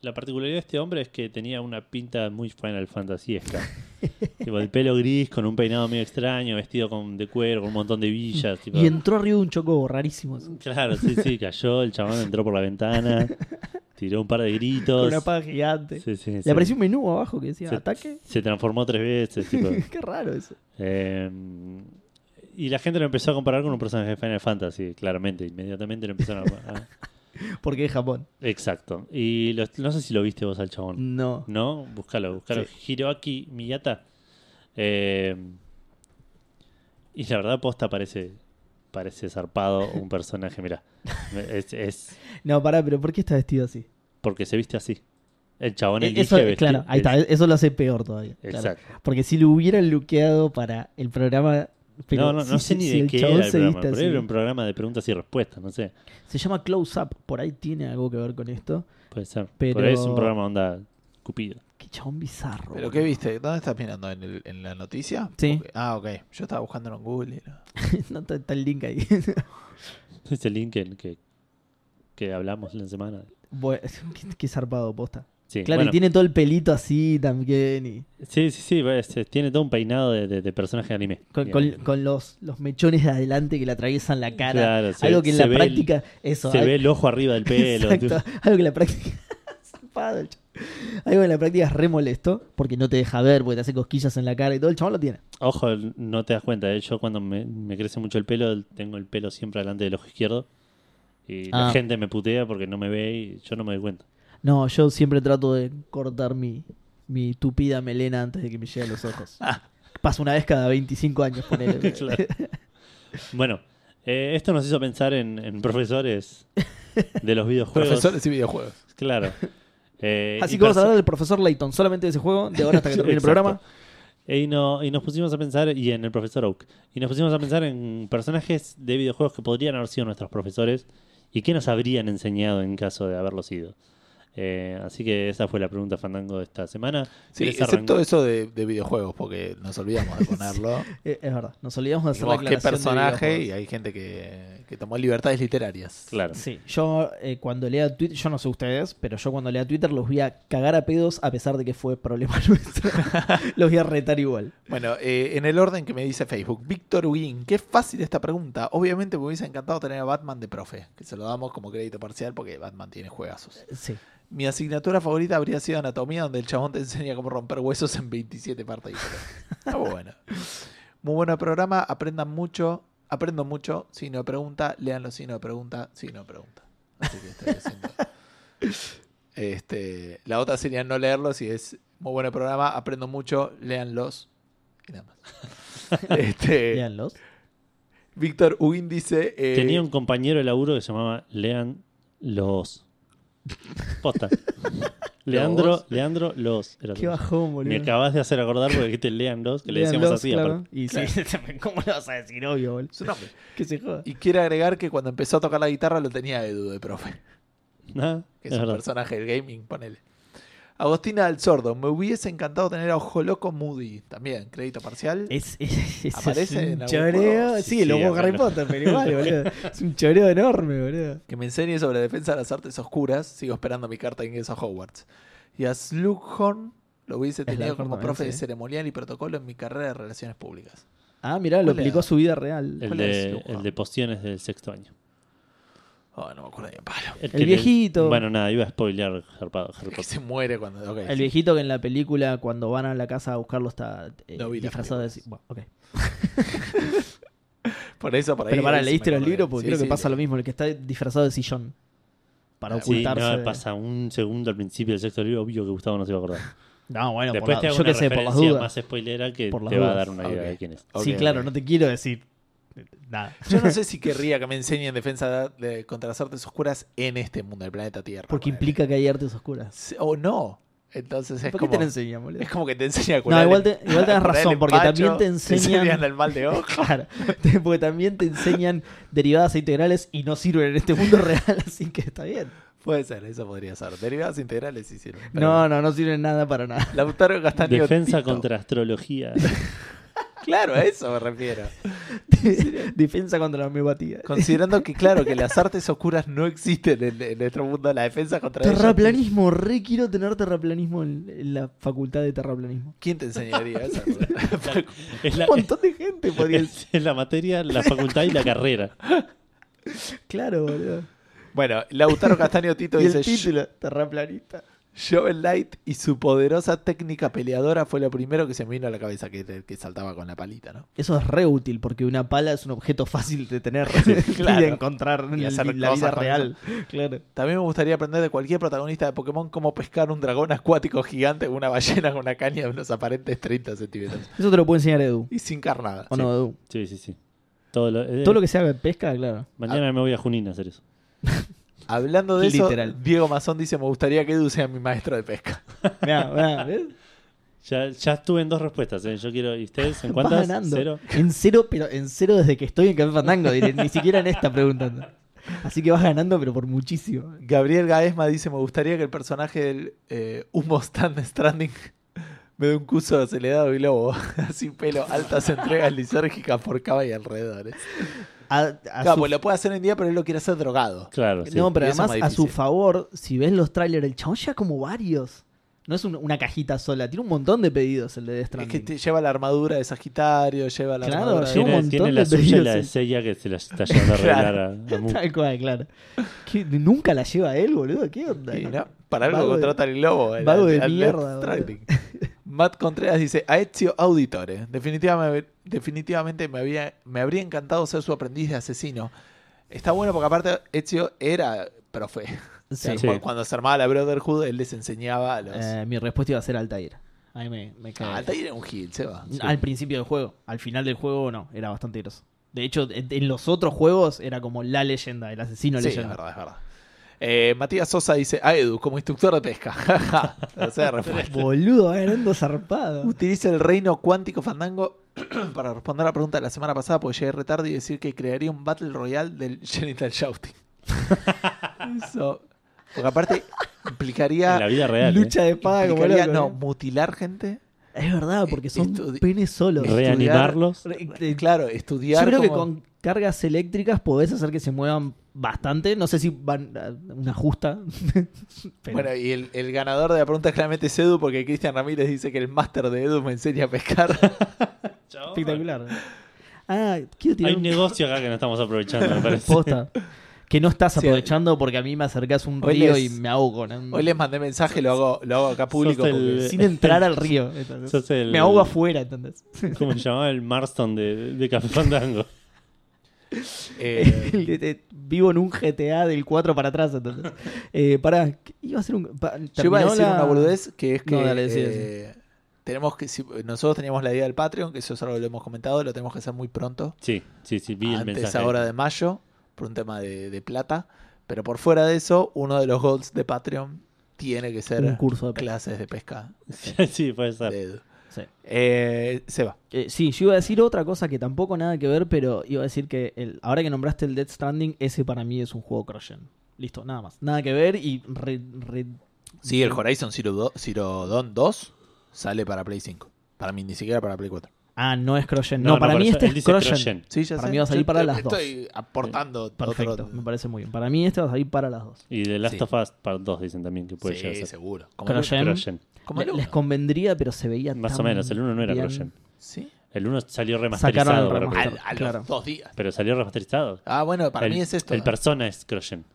la particularidad de este hombre es que tenía una pinta muy Final Fantasiesca. tipo, el pelo gris, con un peinado medio extraño, vestido con, de cuero, con un montón de villas. tipo- Y entró arriba de un chocobo, rarísimo. eso. Claro, sí, sí, cayó, el chabón entró por la ventana, tiró un par de gritos. Con una paga gigante. Sí, sí, Le sí. apareció un menú abajo que decía Sí. ataque. Se transformó tres veces. tipo. Qué raro eso. Eh, y la gente lo empezó a comparar con un personaje de Final Fantasy, claramente. Inmediatamente lo empezaron a... a- Porque es Japón. Exacto. Y lo- no sé si lo viste vos al chabón. No. ¿No? Búscalo, búscalo. Hiroaki Miyata. Eh, y la verdad, posta parece parece zarpado un personaje. Mirá, es, es No, pará, pero ¿por qué está vestido así? porque se viste así. El chabón Eh, elige Eso, vestir- claro, ahí está, eso lo hace peor todavía. claro. Exacto. Porque si lo hubieran luqueado para el programa. pero no, no, no si- sé ni si de el qué chabón era el se programa. viste pero así. era un programa de preguntas y respuestas, no sé. Se llama Close Up, por ahí tiene algo que ver con esto. Puede ser. Pero- Pero, es un programa onda cupido. Qué chabón bizarro. Pero boludo. ¿qué viste? ¿Dónde estás mirando? ¿En, el- en la noticia? Sí. Ok. Ah, ok. Yo estaba buscándolo en Google. y no. no está, está el link ahí. Es el link en que, que hablamos la semana. Bueno, qué, qué zarpado, posta. Sí, Claro, Eh, bueno, y tiene todo el pelito así también. Y sí, sí, sí, es- es- tiene todo un peinado de, de, de personaje de anime. con, digamos. con- con los, los mechones de adelante que le atraviesan la cara. Claro, se- algo que en se la ve el- práctica. eso, Se al- ve el ojo arriba del pelo. Exacto. Algo que en la práctica. Zarpado, el chabón. Algo que en la práctica es re molesto porque no te deja ver, porque te hace cosquillas en la cara y todo. El chabón lo tiene. Ojo, no te das cuenta. ¿eh? Yo cuando me, me crece mucho el pelo, tengo el pelo siempre delante del ojo izquierdo. Y Ah. la gente me putea porque no me ve y yo no me doy cuenta. No, yo siempre trato de cortar mi, mi tupida melena antes de que me llegue a los ojos. Ah, Pasa una vez cada 25 años, ponele. Claro. Bueno, eh, esto nos hizo pensar en, en profesores de los videojuegos. Profesores y videojuegos. Claro. Eh, Así y que vamos a perso- hablar del profesor Layton, solamente de ese juego, de ahora hasta que termine el programa. Y, no- y nos pusimos a pensar, y en el profesor Oak, y nos pusimos a pensar en personajes de videojuegos que podrían haber sido nuestros profesores y qué nos habrían enseñado en caso de haberlo sido. Eh, así que esa fue la pregunta fandango de esta semana. Sí, ¿Querés excepto arrancar? eso de, de videojuegos, porque nos olvidamos de ponerlo. Eh, es verdad, nos olvidamos de hacer la Dijimos, ¿Qué aclaración de personaje? Y videojuegos. hay gente que, que tomó libertades literarias. Claro. Sí, yo eh, cuando lea Twitter, yo no sé ustedes, pero yo cuando lea Twitter los voy a cagar a pedos a pesar de que fue problema nuestro. los voy a retar igual. Bueno, eh, en el orden que me dice Facebook, Víctor Huguín, qué fácil esta pregunta. Obviamente me hubiese encantado tener a Batman de profe, que se lo damos como crédito parcial porque Batman tiene juegazos. Sí. Mi asignatura favorita habría sido anatomía, donde el chabón te enseña cómo romper huesos en 27 partes diferentes. Está bueno. Muy bueno el programa, aprendan mucho, aprendo mucho, signo de pregunta, leanlo signo de pregunta, signo de pregunta. Así que estoy haciendo- Este, la otra sería no leerlos y es muy bueno el programa, aprendo mucho, leanlos y nada más. Este, Leanlos. Víctor Huguín dice... eh, Tenía un compañero de laburo que se llamaba Lean Los. Posta. Leandro, Los. Leandro Los. era Qué su- bajón, boludo. Me acabas de hacer acordar porque dijiste Lean Los, que le Leanlos, decíamos así. claro. aparte. Y sí, ¿cómo lo vas a decir, obvio, boludo? su nombre. Que se joda. Y quiere agregar que cuando empezó a tocar la guitarra lo tenía Edu de profe. Ah, que es es, un verdad. personaje del gaming, ponele. Agostina del Sordo, me hubiese encantado tener a Ojo Loco Moody. También, crédito parcial. Es, es, es- Aparece es en un algún choreo. juego. Sí, Sí, lo sí, jugó Harry bueno. Potter, pero igual, boludo. Es un choreo enorme, boludo. Que me enseñe sobre la defensa de las artes oscuras. Sigo esperando mi carta de ingreso a Hogwarts. Y a Slughorn lo hubiese tenido Slughorn como también, profe de sí. ceremonial y protocolo en mi carrera de relaciones públicas. Ah, mirá, lo ¿Cuál aplicó era? a su vida real. El ¿Cuál de, es? el de postiones del sexto año. Oh, no me acuerdo ni un palo. El, que El le- viejito. bueno, nada, iba a spoilear Harry Pa- Eh, Harry Que Potter. se muere cuando. ok, El sí. viejito que en la película, cuando van a la casa a buscarlo, está eh, No vi las disfrazado de. películas. Bueno, ok. Por eso, por ahí. Pero para, ahí sí ¿leíste me los acordé. libros? Porque Sí, creo que sí, pasa leí. lo mismo, el que está disfrazado de sillón. Para Ah, Sí, ocultarse. no, de- pasa un segundo al principio del sexto libro, obvio que Gustavo no se va a acordar. No, bueno, por Después la- te hago yo una qué sé, por las referencia dudas. más spoilera que te Por las va a dudas. dar una idea Ok. de quién es. Ok, sí, claro, ok. no te quiero decir eh, nada. Yo no sé si querría que me enseñen defensa de- contra las artes oscuras en este mundo, del planeta Tierra. Porque ponele. implica que hay artes oscuras. Sí, O no. Entonces es ¿Por qué como. te lo enseñan, boludo? Es como que te enseña a curar. No, igual, el- te, igual tenés a curar el razón, porque también empacho, te enseñan enseñan. el mal de ojo. Claro, te- porque también te enseñan derivadas e integrales y no sirven en este mundo real, así que está bien. Puede ser, eso podría ser. Derivadas integrales sí sirven. pero No, no, no sirven nada para nada. Lautaro Castaño. Defensa Tito. contra astrología. Claro, a eso me refiero. Defensa contra la homeopatía. Considerando que, claro, que las artes oscuras no existen en, en nuestro mundo, la defensa contra ellas- Terraplanismo, re quiero tener terraplanismo en, en la facultad de terraplanismo. ¿Quién te enseñaría eso? es, la, Un montón de gente podría es- es la materia, la facultad y la carrera. Claro, boludo. bueno, Lautaro Castaño Tito Y el dice: título, terraplanista. Shovel Knight y su poderosa técnica peleadora fue lo primero que se me vino a la cabeza que, que saltaba con la palita, ¿no? Eso es re útil porque una pala es un objeto fácil de tener y claro. de encontrar en Y hacer el- la vida cosas con real. Claro. También me gustaría aprender de cualquier protagonista de Pokémon cómo pescar un dragón acuático gigante o una ballena con una caña de unos aparentes 30 centímetros. Eso te lo puede enseñar Edu. Y sin carnada. ¿O no, Edu? Sí, sí, sí. Todo lo, eh, Todo lo que sea pesca, claro. Mañana me voy a Junín a hacer eso. Hablando de eso, Literal. Diego Mazón dice, me gustaría que Edu sea mi maestro de pesca. Mirá, mirá, ¿ves? Ya, ya estuve en dos respuestas. eh. Yo quiero. ¿Y ustedes en Vas cuántas? ganando. Cero. En cero, pero en cero desde que estoy en Café Fandango, diré, ni siquiera en esta preguntando. Así que vas ganando, pero por muchísimo. Gabriel Gaesma dice, me gustaría que el personaje del eh, humo Stan Stranding me dé un curso acelerado y globo. Sin pelo, altas entregas lisérgicas por cava y alrededores. A- a Claro, su- pues lo puede hacer en día, pero él lo quiere hacer drogado. Claro, sí. No, pero Y eso es además, más a su difícil. favor, si ves los trailers, el chabón ya como varios. No es un- una cajita sola, tiene un montón de pedidos el de Death Es Stranding. que te- lleva la armadura de Sagitario, lleva la Claro, armadura de- lleva un tiene, montón tiene de la suya y pedidos, la de eh. Seiya que se la está llevando a arreglar a- a, Mu. Tal cual, claro. Que nunca la lleva él, boludo. ¿Qué onda? Sí, ¿no? Para algo Vago de- contratan el lobo. el- vago de el- el mierda, Death boludo. Stranding. Matt Contreras dice, a Ezio Auditore, definitivamente, definitivamente me, había, me habría encantado ser su aprendiz de asesino. Está bueno porque aparte Ezio era profe. O sea, Sí. Sí. cu- Cuando se armaba la Brotherhood, él les enseñaba a los... Eh, mi respuesta iba a ser Altair. Ahí me, me cae. Ah, Altair era un gil, se va. Al principio del juego. Al final del juego, no. Era bastante groso. De hecho, en en los otros juegos era como la leyenda, el asesino sí, es leyenda. verdad, es verdad. Eh, Matías Sosa dice, a Edu, como instructor de pesca. Jaja. Tercera respuesta. Boludo, va ganando zarpado. Utiliza el reino cuántico fandango para responder a la pregunta de la semana pasada, porque llegué retardo y decir que crearía un Battle Royale del Genital Shouting. Eso. Porque aparte En implicaría. la vida real. eh. Lucha de espada como implicaría, no, loco, ¿eh? mutilar gente. Es verdad, porque son Estudi- penes solos. Re- Reanimarlos. Re- Claro, Yo estudiar. creo que como- con cargas eléctricas podés hacer que se muevan bastante. No sé si van a una justa. pero- Bueno, y el, el ganador de la pregunta claramente es Edu, porque Cristian Ramírez dice que el máster de Edu me enseña a pescar. espectacular. Ah, quiero tirar Hay un un negocio acá que no estamos aprovechando, me parece. posta. Que no estás Sí, aprovechando porque a mí me acercás un hoy río les- y me ahogo. ¿no? Hoy les mandé mensaje, lo hago, lo hago acá público. Sos el- porque- Sin entrar al río. ¿entendés? Sos el- Me ahogo afuera, ¿entendés? ¿Cómo se llamaba? El Marston de, de Café Fandango. eh, El- el- Vivo en un GTA del 4 para atrás, entonces. Eh, pará, ¿qué- iba a hacer un. pa- Yo iba a terminó decir la- una boludez que es que No, dale, decí, eh, tenemos que si- nosotros teníamos la idea del Patreon, que eso es algo que lo hemos comentado, lo tenemos que hacer muy pronto, Sí, sí, sí, vi el antes mensaje. ahora de mayo, por un tema de, de plata, pero por fuera de eso, uno de los goals de Patreon tiene que ser Un curso de pesca. clases de pesca. sí, puede ser. de Edu. Sí. Eh, Seba, Eh, sí, yo iba a decir otra cosa que tampoco nada que ver, pero iba a decir que el, ahora que nombraste el Dead Stranding, ese para mí es un juego cross-gen. Listo, nada más. Nada que ver y re- re- Sí, el Horizon Zero, Do- Zero Dawn 2 sale para Play 5. Para mí, ni siquiera para Play 4. Ah, no es Crossgen. No, para por mí eso este él es dice Crossgen. Crossgen. Sí, ya Para sé. mí va a salir Yo para te- las dos. Estoy aportando Perfecto, otro... me parece muy bien. Para mí este va a ir para las dos. Y de Last Sí. of Us Part 2 dicen también que Pues puede llegar Sí, a ser. seguro. Como el- Crossgen. Crossgen. como el Le- uno. les convendría, pero se veía Más tan o menos, el 1 no era bien. Crossgen. Sí. El 1 salió Sacaron remasterizado. el para A, remaster. Play. a los Claro. dos días. Pero salió remasterizado. Ah, bueno, para El- mí es esto. El Persona es Crossgen.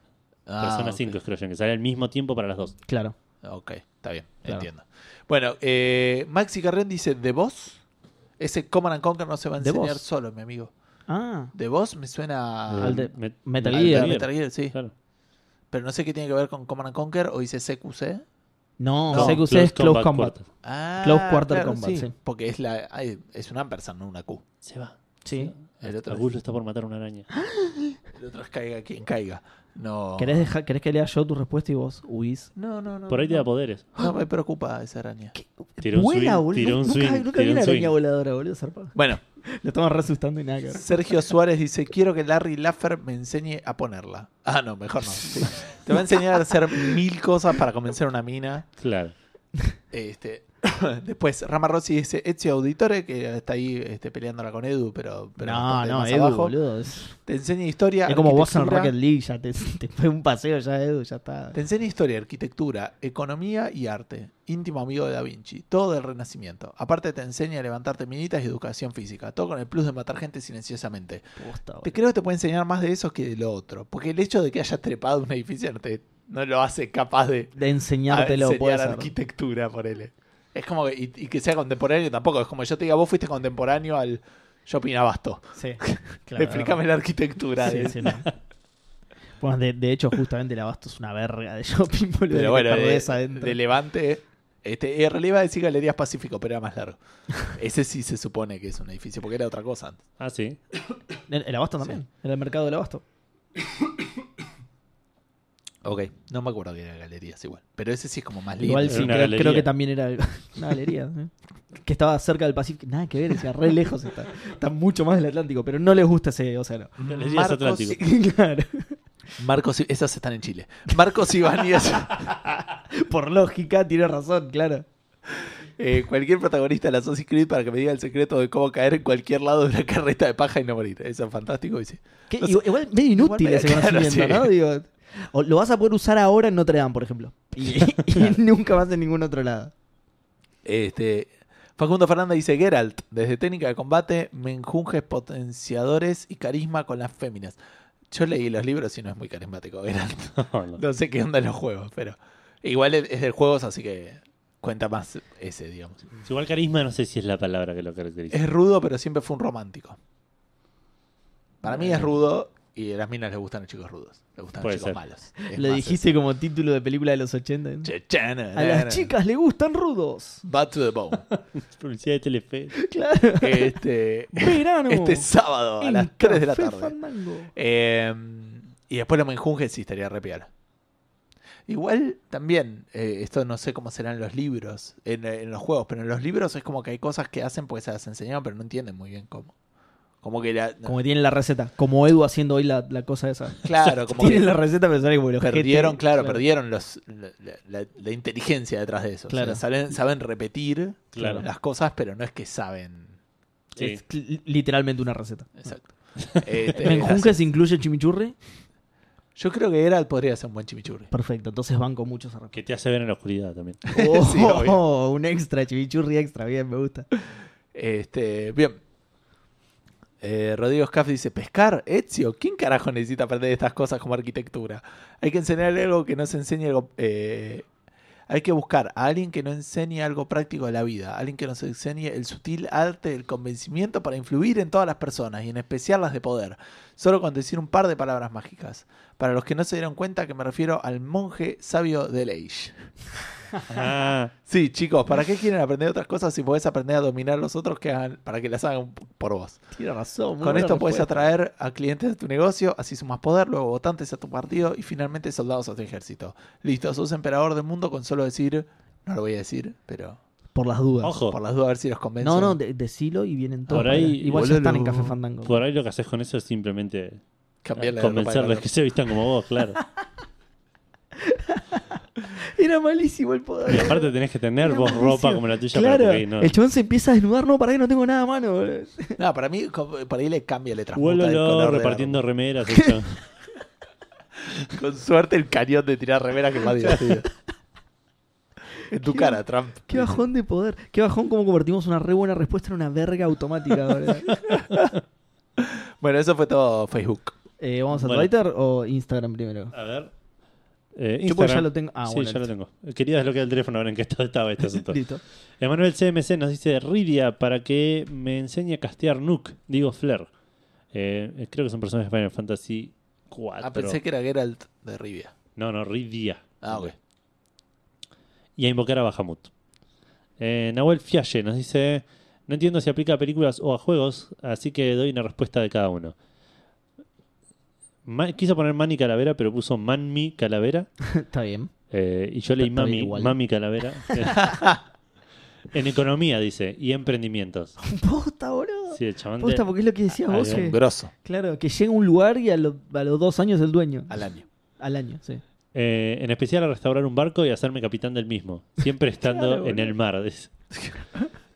Ah, Persona ok. 5 es Crossgen, que sale al mismo tiempo para las dos. Claro. Ok, está bien, Claro. entiendo. Bueno, eh, Maxi Carrén dice, ¿de vos? Ese Command and Conquer no se va a The enseñar Boss. solo, mi amigo. Ah, ¿De vos? Me suena Eh, a- Al de- Met- Metal al al de Gear. Metal Gear, sí. Claro. Pero no sé qué tiene que ver con Command and Conquer o dice CQC. no, No, sé que usted es Close Combat. Quarter. Ah, Close Quarter Combat, sí. Porque es la ay, es un ampersand, no una Q. Se va. Sí. El otro, Agulo está por matar una araña. es- el otro es caiga quien caiga. No. ¿Querés, dejar- ¿Querés que lea yo tu respuesta y vos huís? No, no, no. Por ahí te da poderes. No me preocupa esa araña. Tiró un Vuela, swing, boludo. tiró un nunca swing, nunca tiró vi un una araña swing. voladora, boludo, zarpado. Bueno, Lo estamos reasustando y nada que ver. Sergio Suárez dice, quiero que Larry Laffer me enseñe a ponerla. Ah, no, mejor no. sí. Te va a enseñar a hacer mil cosas para convencer a una mina. Claro. Este, después, Rama Rossi dice, Ezio Auditore, que está ahí este, peleándola con Edu, pero, pero No, bastante no, más Edu, abajo. boludo. Es, Te enseña historia. es como vos en arquitectura. Rocket League, ya te, te fue un paseo ya, Edu, ya está. Te enseña historia, arquitectura, economía y arte. Íntimo amigo de Da Vinci. Todo del Renacimiento. Aparte te enseña a levantarte minitas y educación física. Todo con el plus de matar gente silenciosamente. Posta, boludo. Te creo que te puede enseñar más de eso que de lo otro. Porque el hecho de que hayas trepado un edificio no, te- no lo hace capaz de de enseñar enseñártelo, puede ser. arquitectura, por él. Es como que, y, y que sea contemporáneo tampoco. Es como yo te diga, vos fuiste contemporáneo al shopping abasto. Sí, claro. Explícame la arquitectura. Sí, de- sí, no. Bueno, de, de hecho, justamente el abasto es una verga de shopping, boludo. que Pero bueno, eh, te de, perdés adentro. de Levante. Este, en realidad iba a decir Galerías Pacífico, pero era más largo. Ese sí se supone que es un edificio, porque era otra cosa antes. Ah, sí. El, el abasto también. Era el mercado del abasto. Ok, no me acuerdo que era Galerías igual. Pero ese sí es como más lindo. Igual era sí, una creo, galería. creo que también era una galería. ¿eh? Que estaba cerca del Pacífico. Nada que ver, decía, re lejos está. Está mucho más del Atlántico, pero no les gusta ese océano. Galerías Marcos- Atlántico. claro. Marcos, esas están en Chile. Marcos Ibáñez, Por lógica, tiene razón, claro. eh, cualquier protagonista de la Assassin's Creed para que me diga el secreto de cómo caer en cualquier lado de una carreta de paja y no morir. Eso es fantástico. Y sí. Que No sé. igual, igual medio inútil Igual, ese claro, conocimiento, sí. ¿no? Digo, o lo vas a poder usar ahora en Notre Dame, por ejemplo. Y, y nunca más en ningún otro lado. Este, Facundo Fernández dice, Geralt, desde técnica de combate, me enjunges potenciadores y carisma con las féminas. Yo leí los libros y no es muy carismático, Geralt. No, no. No sé qué onda en los juegos, pero. Igual es es de juegos, así que cuenta más ese, digamos. Igual carisma no sé si es la palabra que lo caracteriza. Es rudo, pero siempre fue un romántico. Para mí es rudo y a las minas les gustan los chicos rudos. Les gustan Puede los chicos ser. malos. Es Lo más dijiste como título de película de los 80. ¿no? eso. Che, che, na, A na, las na. chicas le gustan rudos. Back to the bone. Publicidad de Telefe. Claro. Este, Verano. este sábado a en las 3 de la Café tarde. Fandango. Eh, y después lo menjunjes sí estaría re piola. Igual también, eh, esto no sé cómo serán los libros, en, en los juegos, pero en los libros es como que hay cosas que hacen porque se las enseñaron, pero no entienden muy bien cómo. Como que la. Como que tienen la receta. Como Edu haciendo hoy la, la cosa esa. claro, como que tienen la receta, pero sale como el ojete. perdieron, claro, perdieron los, la, la- la inteligencia detrás de eso. O sea, Claro. saben, saben repetir Claro. las cosas, pero no es que saben. Sí. Es cl- literalmente una receta. Exacto. Este, ¿Menjunjes incluye chimichurri? Yo creo que Geralt podría ser un buen chimichurri. Perfecto, entonces banco muchos esa Que te hace ver en la oscuridad también. Oh, Sí, obvio. un extra, chimichurri extra, bien, me gusta. Este, bien. Eh, Rodrigo Scaff dice, pescar, Ezio, ¿quién carajo necesita aprender estas cosas como arquitectura? Hay que enseñar algo que no se enseñe algo... eh, hay que buscar a alguien que no enseñe algo práctico de la vida, alguien que nos enseñe el sutil arte del convencimiento para influir en todas las personas y en especial las de poder, solo con decir un par de palabras mágicas. Para los que no se dieron cuenta que me refiero al monje sabio del Age. Ah, Sí, chicos, ¿para qué quieren aprender otras cosas si podés aprender a dominar los otros que hagan, para que las hagan p- por vos? Tiene razón. Con esto puedes atraer a clientes de tu negocio, así sumas poder, luego votantes a tu partido y finalmente soldados a tu ejército. Listo, sos emperador del mundo con solo decir, no lo voy a decir, pero Por las dudas. ojo. por las dudas a ver si los convenzo. No, no, de- decilo y vienen todos. Por ahí- para acá. Igual ya Boludo. están en Café Fandango. Por ahí lo que haces con eso es simplemente Cambiarle la ropa de convencerlos color. que se vistan como vos, claro. Era malísimo el Y poder. aparte tenés que tener Era vos ropa malísimo. como la tuya Claro, para que no. el chabón se empieza a desnudar, no, para que no tengo nada a mano. boludo. No, para mí, co- para ahí le cambia, le transmuta el Vuélvelo color. de repartiendo remeras. el chabón. la- Con suerte el cañón de tirar remera que es más divertido. en tu cara, Trump. Qué bajón de poder. Qué bajón como convertimos una re buena respuesta en una verga automática. boludo. Bueno, eso fue todo Facebook. Eh, ¿Vamos a Bueno. Twitter o Instagram primero? A ver. Eh, Yo porque Instagram. ya lo tengo. Ah, sí, bueno. ya lo tengo. Quería desbloquear el teléfono a ver en qué estado estaba este asunto. Listo. Emanuel CMC nos dice Ridia para que me enseñe a castear Nuke, digo Flair. Eh, creo que son personajes de Final Fantasy 4. Ah, pensé que era Geralt de Rivia. No, no, Ridia. Ah, ok. Y a invocar a Bahamut. Eh, Nahuel Fialle nos dice: No entiendo si aplica a películas o a juegos, así que doy una respuesta de cada uno. Ma- quiso poner Manny Calavera, pero puso Manmi Calavera. Está bien. Eh, y yo leí Está bien Mami, igual. Mami Calavera. en economía, dice, y emprendimientos. Posta, boludo. Sí, el chabón de- Posta, porque es lo que decías Ah, vos. bien. que- Grosso, Claro, que llega a un lugar y a, lo- a los dos años el dueño. al año. Al año, sí. Eh, en especial a restaurar un barco y hacerme capitán del mismo, siempre estando Claro, en boludo. el mar. dice.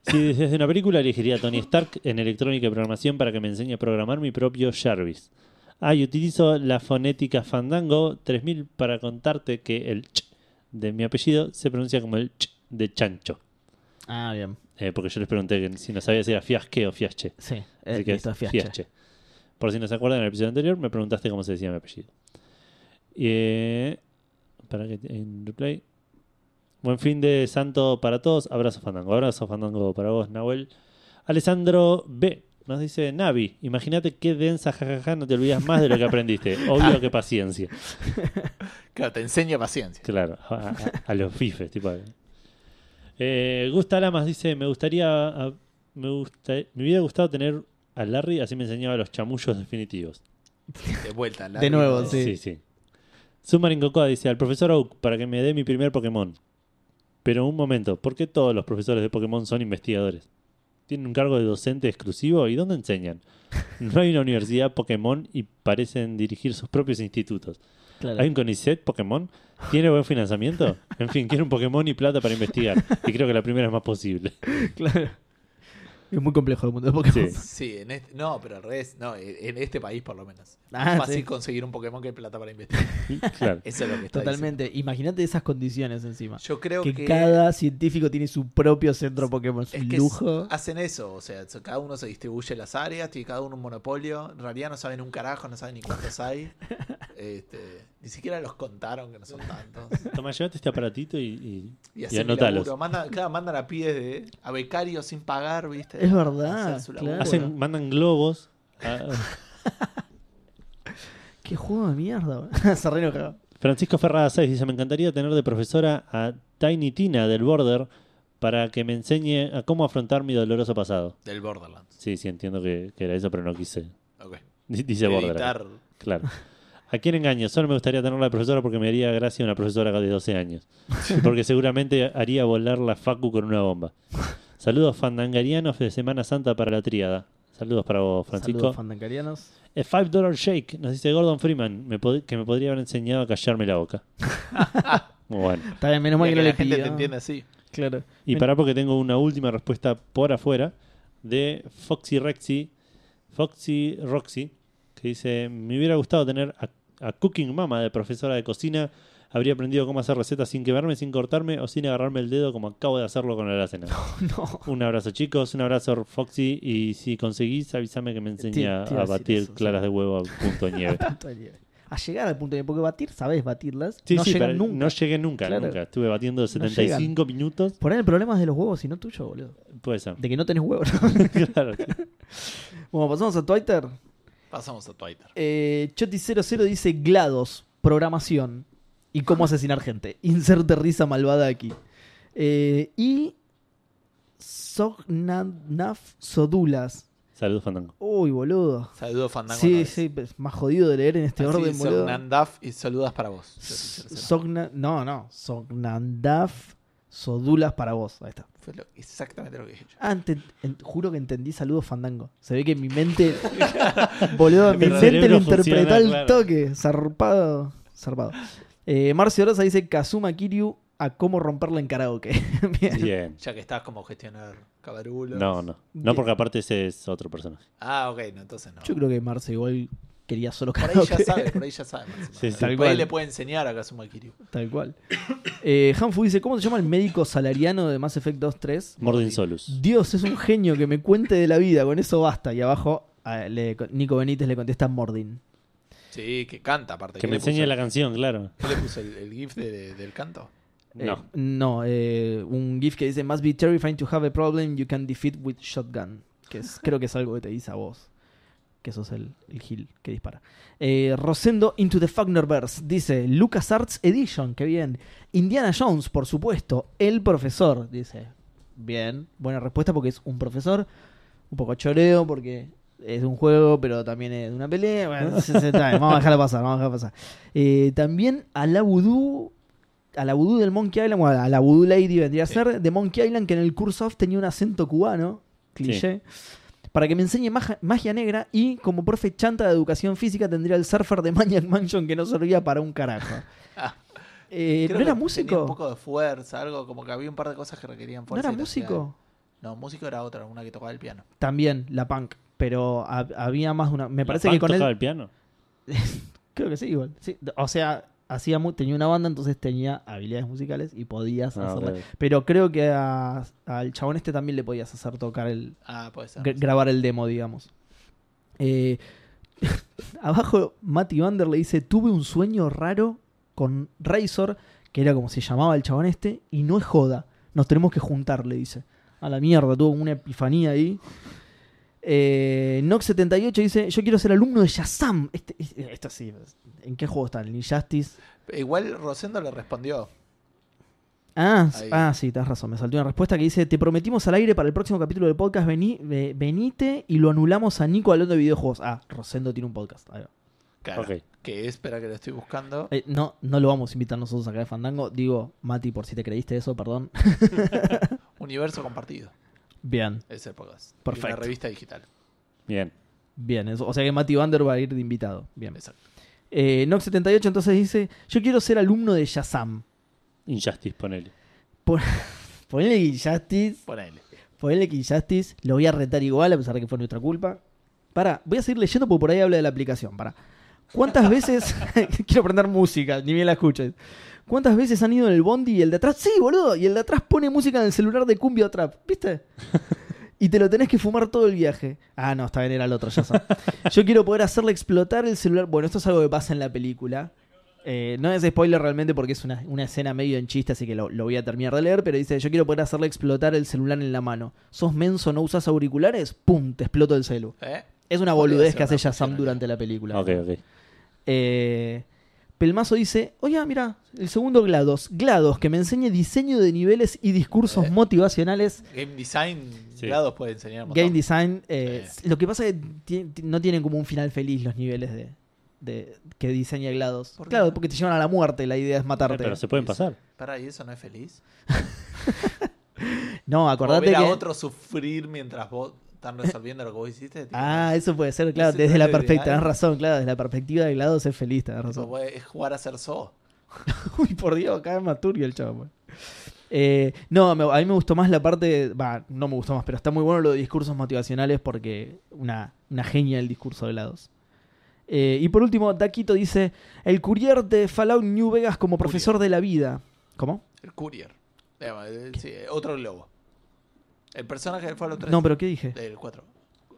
Si desde una película elegiría a Tony Stark en electrónica y programación para que me enseñe a programar mi propio Jarvis. Ah, y utilizo la fonética Fandango 3000 para contarte que el ch de mi apellido se pronuncia como el ch de chancho. Ah, bien. Eh, porque yo les pregunté que si no sabía si era fiasque o fiasche. Sí. Así Eh, que listo, es fiacha. Fiasche. Por si no se acuerdan, en el episodio anterior me preguntaste cómo se decía mi apellido. para que en replay. Buen fin de santo para todos. Abrazo Fandango. Abrazo Fandango para vos, Nahuel. Alessandro B. Nos dice Navi, imagínate qué densa jajaja, no te olvidas más de lo que aprendiste. Obvio que paciencia. Claro, te enseña paciencia. Claro, a, a- a los fifes, tipo. Eh, Gusta Lamas dice, me gustaría, a- me gusta, me hubiera gustado tener a Larry, así me enseñaba los chamullos definitivos. De vuelta, al De nuevo, año. sí. Sí, sí. Submarine Cocoa dice, al profesor Oak, para que me dé mi primer Pokémon. Pero un momento, ¿por qué todos los profesores de Pokémon son investigadores? Tienen un cargo de docente exclusivo y ¿dónde enseñan? No hay una universidad Pokémon y parecen dirigir sus propios institutos. Claro. ¿Hay un CONICET Pokémon? ¿Tiene buen financiamiento? En fin, quiero un Pokémon y plata para investigar. Y creo que la primera es más posible. Claro. Es muy complejo el mundo de Pokémon. Sí. Sí, en este, no, pero al revés, no, en este país por lo menos. Ah, Fácil sí. conseguir un Pokémon que hay plata para investigar. Claro. Eso es lo que está Totalmente. Imagínate esas condiciones encima. diciendo. Yo creo que, Que, cada científico tiene su propio centro Pokémon. Es es un que lujo. hacen eso, o sea, so- cada uno se distribuye las áreas, tiene cada uno un monopolio, en realidad no saben un carajo, no saben ni cuántos hay, Este, ni siquiera los contaron que no son tantos. Toma, llévate este aparatito y, y- Y y hacen el anotalos. laburo. Mandan, claro, mandan a pies de, a becarios sin pagar, ¿viste? Es A verdad, hacer su laburo. claro. Hacen, mandan globos. a- Qué juego de mierda. boludo. Se re enojaba. Francisco Ferrada 6 dice, me encantaría tener de profesora a Tiny Tina del Border para que me enseñe a cómo afrontar mi doloroso pasado. Del Borderlands. Sí, sí, entiendo que, que era eso, pero no quise. Ok. Di- Dice Border. acá. Editar. Claro. ¿A quién engaño? Solo me gustaría tenerla de profesora porque me haría gracia una profesora de 12 años. Y Porque seguramente haría volar la Facu con una bomba. Saludos fandangarianos de Semana Santa para la triada. Saludos para vos, Francisco. Saludos, fandangarianos. El $5 dollar shake, nos dice Gordon Freeman, me pod- que me podría haber enseñado a callarme la boca. Muy bueno. Está bien, menos mal Mira que que no la le gente pidió. te entiende así. Claro. Y pará porque tengo una última respuesta por afuera de Foxy Rexy, Foxy Roxy, que dice, me hubiera gustado tener a, a Cooking Mama de profesora de cocina, habría aprendido cómo hacer recetas sin quemarme, sin cortarme o sin agarrarme el dedo como acabo de hacerlo con la alacena. No. Un abrazo chicos, un abrazo Foxy y si conseguís avísame que me Te- te iba enseña a a decir batir eso, claras de huevo a punto de nieve. A llegar al punto de... Porque batir, sabes batirlas. Sí, no sí, llegan pero nunca. no llegué nunca, Claro. nunca. Estuve batiendo llegan. 75 minutos. Por ahí el problema es de los huevos y no tuyo, boludo. Puede ser. De que no tenés huevos. claro. bueno, pasamos a Twitter. Pasamos a Twitter. Eh, Choti00 dice GLaDOS, programación y cómo asesinar gente. Inserte risa malvada aquí. Eh, y Sognaf Sodulas. Saludos, Fandango. Uy, boludo. Saludos, Fandango. Sí, Noves. sí, es más jodido de leer en este Así orden, son boludo. Nandaf y saludas para vos. Sogna, no, no. Sognandaf Sodulas para vos. Ahí está. Fue lo- exactamente lo que dije yo. Ah, ente- en- juro que entendí saludos fandango. Se ve que mi mente. boludo, mi Pero el mente cerebro lo interpretó funciona, al claro. toque. Zarpado. Zarpado. Eh, Marcio Rosa dice Kazuma Kiryu a cómo romperla en karaoke. Bien. Bien. Ya que estás como gestionar cabarulos. No, no. No, porque aparte ese es otro personaje. Ah, ok, no, entonces no. Yo creo que Marce igual quería solo Por ahí karaoke. ya sabe, por ahí ya sabe. Máximo. Sí, sí. Por ahí Tal cual. le puede enseñar a Kazuma Kiryu. Tal cual. Eh, Hanfu dice, ¿cómo se llama el médico salariano de Mass Effect 2 3? Mordin Solus. Dios, es un genio que me cuente de la vida, con eso basta. Y abajo a- le- Nico Benítez le contesta Mordin. Sí, que canta aparte. Que ¿Qué me le puso? enseñe la canción, claro. ¿Qué le puso el, el gif de- del canto? Eh, No. no, eh, un GIF que dice, must be terrifying to have a problem you can defeat with shotgun. Que es- creo que es algo que te dice a vos. Que sos el, el Gil que dispara. Eh, Rosendo Into the Fagnerverse dice, Lucas Arts Edition, qué bien. Indiana Jones, por supuesto. El profesor, dice. Bien, buena respuesta porque es un profesor. Un poco choreo porque es un juego, pero también es una pelea. Bueno, se- se trae. Vamos a dejarla pasar, vamos a dejarla pasar. Eh, también a la vudú, a la vudú del Monkey Island, o a la vudú lady vendría a ser, de Monkey Island, que en el curso off tenía un acento cubano, cliché, para que me enseñe maja- magia negra y como profe chanta de educación física tendría el surfer de Maniac Mansion que no servía para un carajo. Ah, Eh, creo ¿No era que Tenía un músico? poco de fuerza, algo como que había un par de cosas que requerían ¿No fuerza. era y lo hacía músico? él. No, músico era otra, una que tocaba el piano. También, la punk. Pero hab- había más de una... Me ¿La parece Punk que con él... tocaba el piano? Creo que sí, igual. Sí, d- O sea, hacía mu- tenía una banda, entonces tenía habilidades musicales y podías Ah, hacerla. ok. Pero creo que a- al chabón este también le podías hacer tocar el. Ah, puede ser. gra- grabar el demo, digamos. Eh, abajo, Matty Vander le dice: Tuve un sueño raro con Razor, que era como se llamaba el chabón este, y no es joda. Nos tenemos que juntar, le dice. A la mierda, tuvo una epifanía ahí. Eh, Nox78 dice: Yo quiero ser alumno de Shazam. Este, este- esto sí. ¿En qué juego están? ¿En Injustice? Igual Rosendo le respondió. Ah, Ahí. ah, sí, tenés razón. Me saltó una respuesta que dice: Te prometimos al aire para el próximo capítulo del podcast. Vení, ve- venite y lo anulamos a Nico hablando de videojuegos. Ah, Rosendo tiene un podcast. Ahí va. Claro. Ok. Que espera que lo estoy buscando. Eh, no, no lo vamos a invitar nosotros acá de Fandango. Digo, Mati, por si te creíste eso, perdón. Universo compartido. Bien, Es el podcast. Y Perfecto. Una revista digital. Bien. bien. eso- O sea que Mati Vander va a ir de invitado. Bien. Exacto. Eh, Nox78 entonces dice: Yo quiero ser alumno de Shazam. Injustice, ponele. Ponele que Injustice. Ponele. Ponele que Injustice. Lo voy a retar igual, a pesar de que fue nuestra culpa. Pará, voy a seguir leyendo porque por ahí habla de la aplicación. Pará. ¿Cuántas veces. Quiero aprender música, ni bien la escuches. ¿Cuántas veces han ido en el bondi y el de atrás? Sí, boludo. Y el de atrás pone música en el celular de Cumbia o Trap, ¿viste? Y te lo tenés que fumar todo el viaje. Ah, no, está bien, era el otro, ya sé. Yo quiero poder hacerle explotar el celular. Bueno, esto es algo que pasa en la película. Eh, no es spoiler realmente porque es una, una escena medio en chiste, así que lo, lo voy a terminar de leer. Pero dice: Yo quiero poder hacerle explotar el celular en la mano. ¿Sos menso, no usas auriculares? ¡Pum! Te exploto el celu. ¿Eh? Es una Podría boludez ser que hace una opción Shazam acá. durante la película. Ok, ok. Eh, Pelmazo dice, oye, mira, el segundo GLaDOS. GLaDOS, que me enseñe diseño de niveles y discursos Eh. motivacionales. Game design. Sí. Lados puede enseñar. un montón. Game design. eh, Sí. Lo que pasa es que ti- ti- no tienen como un final feliz los niveles de, de- que diseña GLaDOS. ¿Por qué claro, no? porque te llevan a la muerte, la idea es Eh, matarte. pero se pueden pasar. Pará, ¿y eso no es feliz? No, Como acordate ver a que... otro sufrir mientras vos están resolviendo lo que vos hiciste. tipo, Ah, eso puede ser, Ese claro, desde no la es lo eh. perspectiva, ideal. tenés razón, claro, desde la perspectiva de GLaDOS es feliz, tenés tipo, razón. vos- es jugar a ser zoo. Uy, por Dios, acá es más turbio el chavo. pues. Eh, no, me- a mí me gustó más la parte. Va, no me gustó más, pero está muy bueno lo de discursos motivacionales porque una, una genia el discurso de lados. Eh, y por último, Daquito dice: El courier de Fallout New Vegas como profesor de la vida. ¿Cómo? El courier. Digamos, el- sí, otro globo. El personaje del Fallout 3. No, pero ¿qué dije? Del 4.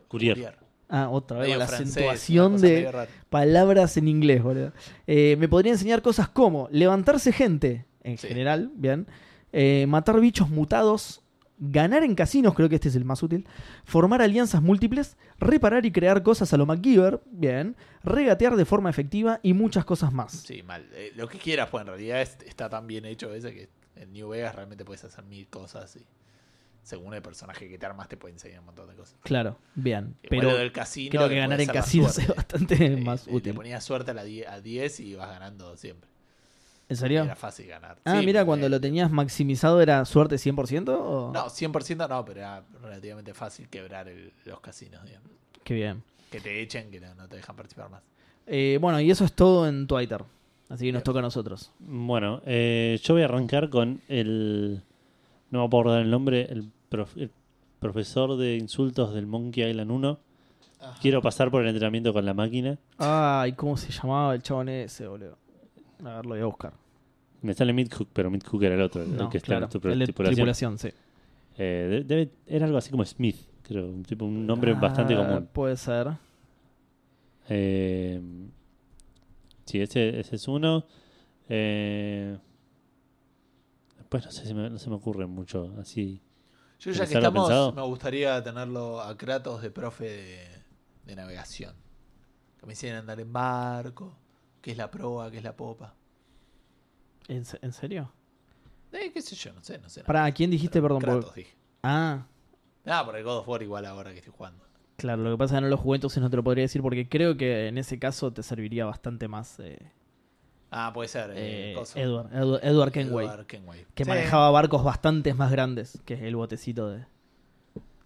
Courier. Ah, otra vez, Medio con la francés, una acentuación cosa de medio rara. palabras en inglés, boludo. Eh, me podría enseñar cosas como levantarse gente, en Sí. general, bien. Eh, matar bichos mutados. Ganar en casinos, creo que este es el más útil. Formar alianzas múltiples. Reparar y crear cosas a lo MacGyver, bien. Regatear de forma efectiva y muchas cosas más. Sí, mal. Eh, lo que quieras, pues en realidad es- está tan bien hecho ese que en New Vegas realmente puedes hacer mil cosas y según el personaje que te armas te puede enseñar un montón de cosas. Claro, bien. Igual Pero lo del casino, creo que le ganar podés en hacer la casinos es suerte. bastante Sí, más sí, Eh, Le útil. ponías suerte a, la die- a 10 y vas ganando siempre. ¿En serio? Era fácil ganar. Ah, Sí, eh, mira, porque- cuando lo tenías maximizado era suerte 100% o... No, 100% no, pero era relativamente fácil quebrar el- los casinos, digamos. Qué bien. Que te echen, que no, no te dejan participar más. Eh, bueno, y eso es todo en Twitter. Así que nos toca a nosotros. Bueno, eh, yo voy a arrancar con el. No me acuerdo el nombre, el, prof- el profesor de insultos del Monkey Island 1. Quiero pasar por el entrenamiento con la máquina. Ay, ¿cómo se llamaba el chabón ese, boludo? A ver, lo voy a buscar. Me sale Midcook, pero Midcook era el otro, No, el que está claro, en tu pro- el de tripulación. tripulación, sí. Eh, de- debe- era algo así como Smith, creo, un, tipo, un nombre bastante Ah, común. Puede ser. Eh, sí, ese, ese es uno. Eh, después no, sé si me- no se me ocurre mucho así. Yo ya que ¿Pensarlo estamos, pensado? me gustaría tenerlo a Kratos de profe de, de navegación. Que me hicieran andar en barco, qué es la proa, qué es la popa. ¿En, se- en serio? Eh, qué sé yo, no sé, no sé. ¿Para quién dijiste, perdón? por- Kratos dije. Ah, Ah, por el God of War igual ahora que estoy jugando. claro, lo que pasa es que no lo jugué, entonces no te lo podría decir porque creo que en ese caso te serviría bastante más eh, Ah, puede ser. eh, eh, coso. Edward, Edward, Edward Kenway, Edward Kenway. que Sí. manejaba barcos bastantes más grandes, que es el botecito de...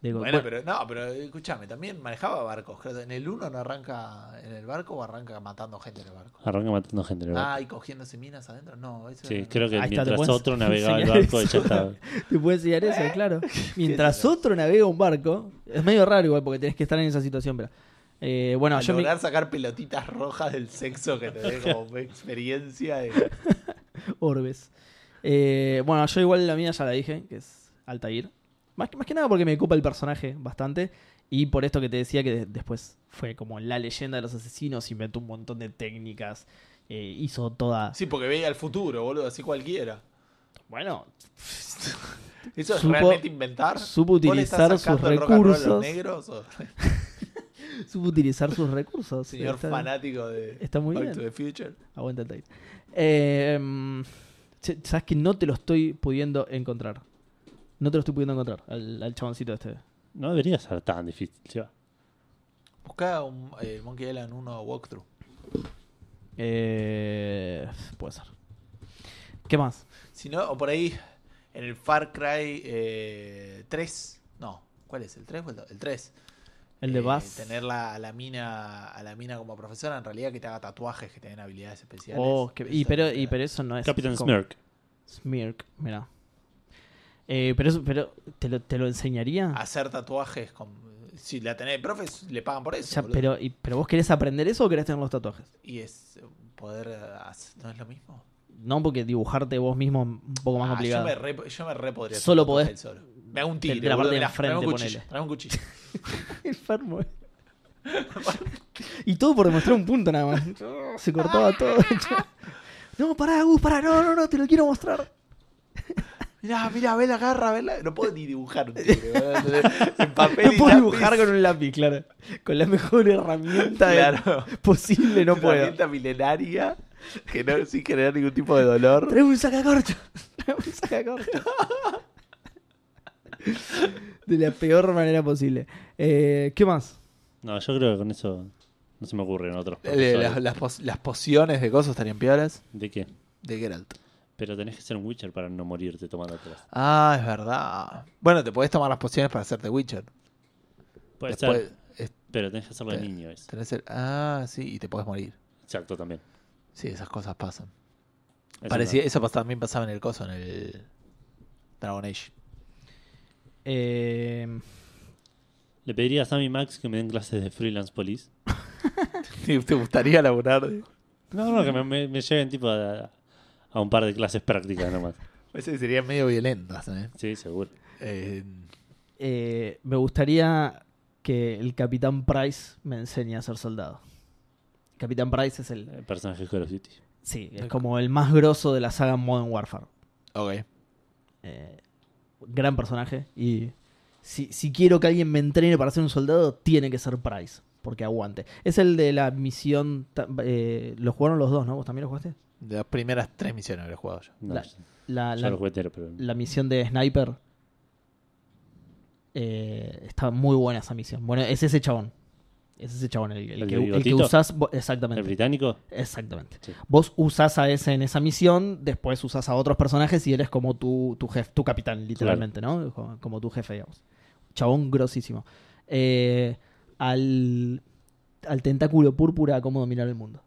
de- Bueno, bueno, pero no, pero escúchame, también manejaba barcos. Creo que En el 1 no arranca en el barco o arranca matando gente en el barco. Arranca matando gente. ¿verdad? Ah, y cogiéndose minas adentro. No, eso sí, era- creo que Ahí está, te mientras puedes otro navegaba el enseñar barco, eso. ya estaba. Te puedo enseñar eso, Eh. claro. Mientras otro navega un barco, es medio raro igual porque tenés que estar en esa situación, pero... eh, bueno, Al yo me- lograr sacar pelotitas rojas del sexo que te dé como experiencia. de- Orbes. Eh, bueno, yo igual la mía ya la dije, que es Altair. Más, que- más que nada porque me ocupa el personaje bastante. Y por esto que te decía que de- después fue como la leyenda de los asesinos, inventó un montón de técnicas, eh, hizo toda... Sí, porque veía el futuro, boludo, así cualquiera. Bueno, ¿Eso es Supo- realmente inventar? supo ¿Vos le estás utilizar sacando sus el rock and roll a los recursos. negros? O- supo utilizar sus recursos. Señor Está- fanático de Está muy Back bien. to the Future. Aguanta el tape. Eh, mm, che, Sabes que no te lo estoy pudiendo encontrar. No te lo estoy pudiendo encontrar al, al chaboncito este. No debería ser tan difícil. ya. Buscá un eh, Monkey Island 1 walkthrough. Eh, puede ser. ¿Qué más? Si no, o por ahí en el Far Cry eh, 3. No, ¿cuál es? ¿El 3 o el 2? El 3. El de Eh, Bass. Tener la, a, la mina, a la mina como profesora, en realidad que te haga tatuajes, que te den habilidades especiales. Oh, que- y, Eso pero, también y te- pero eso no es. Capitán como- Smirk. Smirk, mira. Eh, pero eso, pero ¿te lo, te lo enseñaría? Hacer tatuajes. Con, si la tenés de profes, le pagan por eso. Ya, boludo. pero, y- ¿Pero vos querés aprender eso o querés tener los tatuajes? Y es eh, poder. eh, hacer- ¿No es lo mismo? No, porque dibujarte vos mismo es un poco más Ah, yo, complicado. me re, yo me re podría. hacer Solo un tatuaje podés- solo. Me hago un de la tigre. parte boludo, de mirá, enfrente, Traeme un cuchillo. ponele. Traeme un cuchillo. Enfermo. eh. y todo por demostrar un punto nada más. Se cortaba todo. no, pará, Gus, pará, no, no, no, te lo quiero mostrar. Mirá, mirá, ve la garra, ve la- No puedo ni dibujar un tigre. boludo. en papel No y puedo lápiz. dibujar con un lápiz, claro. Con la mejor herramienta Claro. posible, no Una puedo. herramienta milenaria que no, sin generar ningún tipo de dolor. Trae un sacacorcho. Trae un sacacorcho. De la peor manera posible. Eh, ¿Qué más? No, yo creo que con eso no se me ocurren otros. Eh, profesores. Las, las pos- las pociones de cosas estarían piolas ¿De qué? de Geralt. Pero tenés que ser un Witcher para no morirte tomando atrás. Ah, es verdad. Bueno, te podés tomar las pociones para hacerte Witcher. Puede Después, ser, es- pero tenés que hacerlo de te- niño. Es. tenés el- ah, sí, y te podés morir. Exacto, también. Sí, esas cosas pasan. Eso Parecía, no. eso pas- también pasaba en el coso, en el Dragon Age. Eh, Le pediría a Sammy Max que me den clases de freelance police. ¿Te te gustaría laburar? No, no, que me, me- me lleven tipo a, a un par de clases prácticas nomás. Ese sería medio violento, ¿eh? Sí, seguro. Eh, eh, me gustaría que el Capitán Price me enseñe a ser soldado. Capitán Price es el. Eh, Personajes Call of Duty. Sí, es como el más grosso de la saga Modern Warfare. ok. Eh, gran personaje. Y si, si quiero que alguien me entrene para ser un soldado, tiene que ser Price. Porque aguante. Es el de la misión. ta- eh, lo jugaron los dos, ¿no? ¿Vos también lo jugaste? De las primeras tres misiones habré jugado yo. No, La- yo- La, yo la- lo jugué entero, pero la misión de Sniper. Eh, está muy buena esa misión. Bueno, es ese chabón. Es ese chabón el, el ¿El que, de el que bigotito? usás. vo- ¿El Exactamente. británico? Exactamente. Sí. Vos usás a ese en esa misión, después usás a otros personajes y eres como tu, tu jefe, tu capitán, literalmente, ¿no? Como, como tu jefe, digamos. Chabón grosísimo. Eh, al, al tentáculo púrpura, cómo dominar el mundo.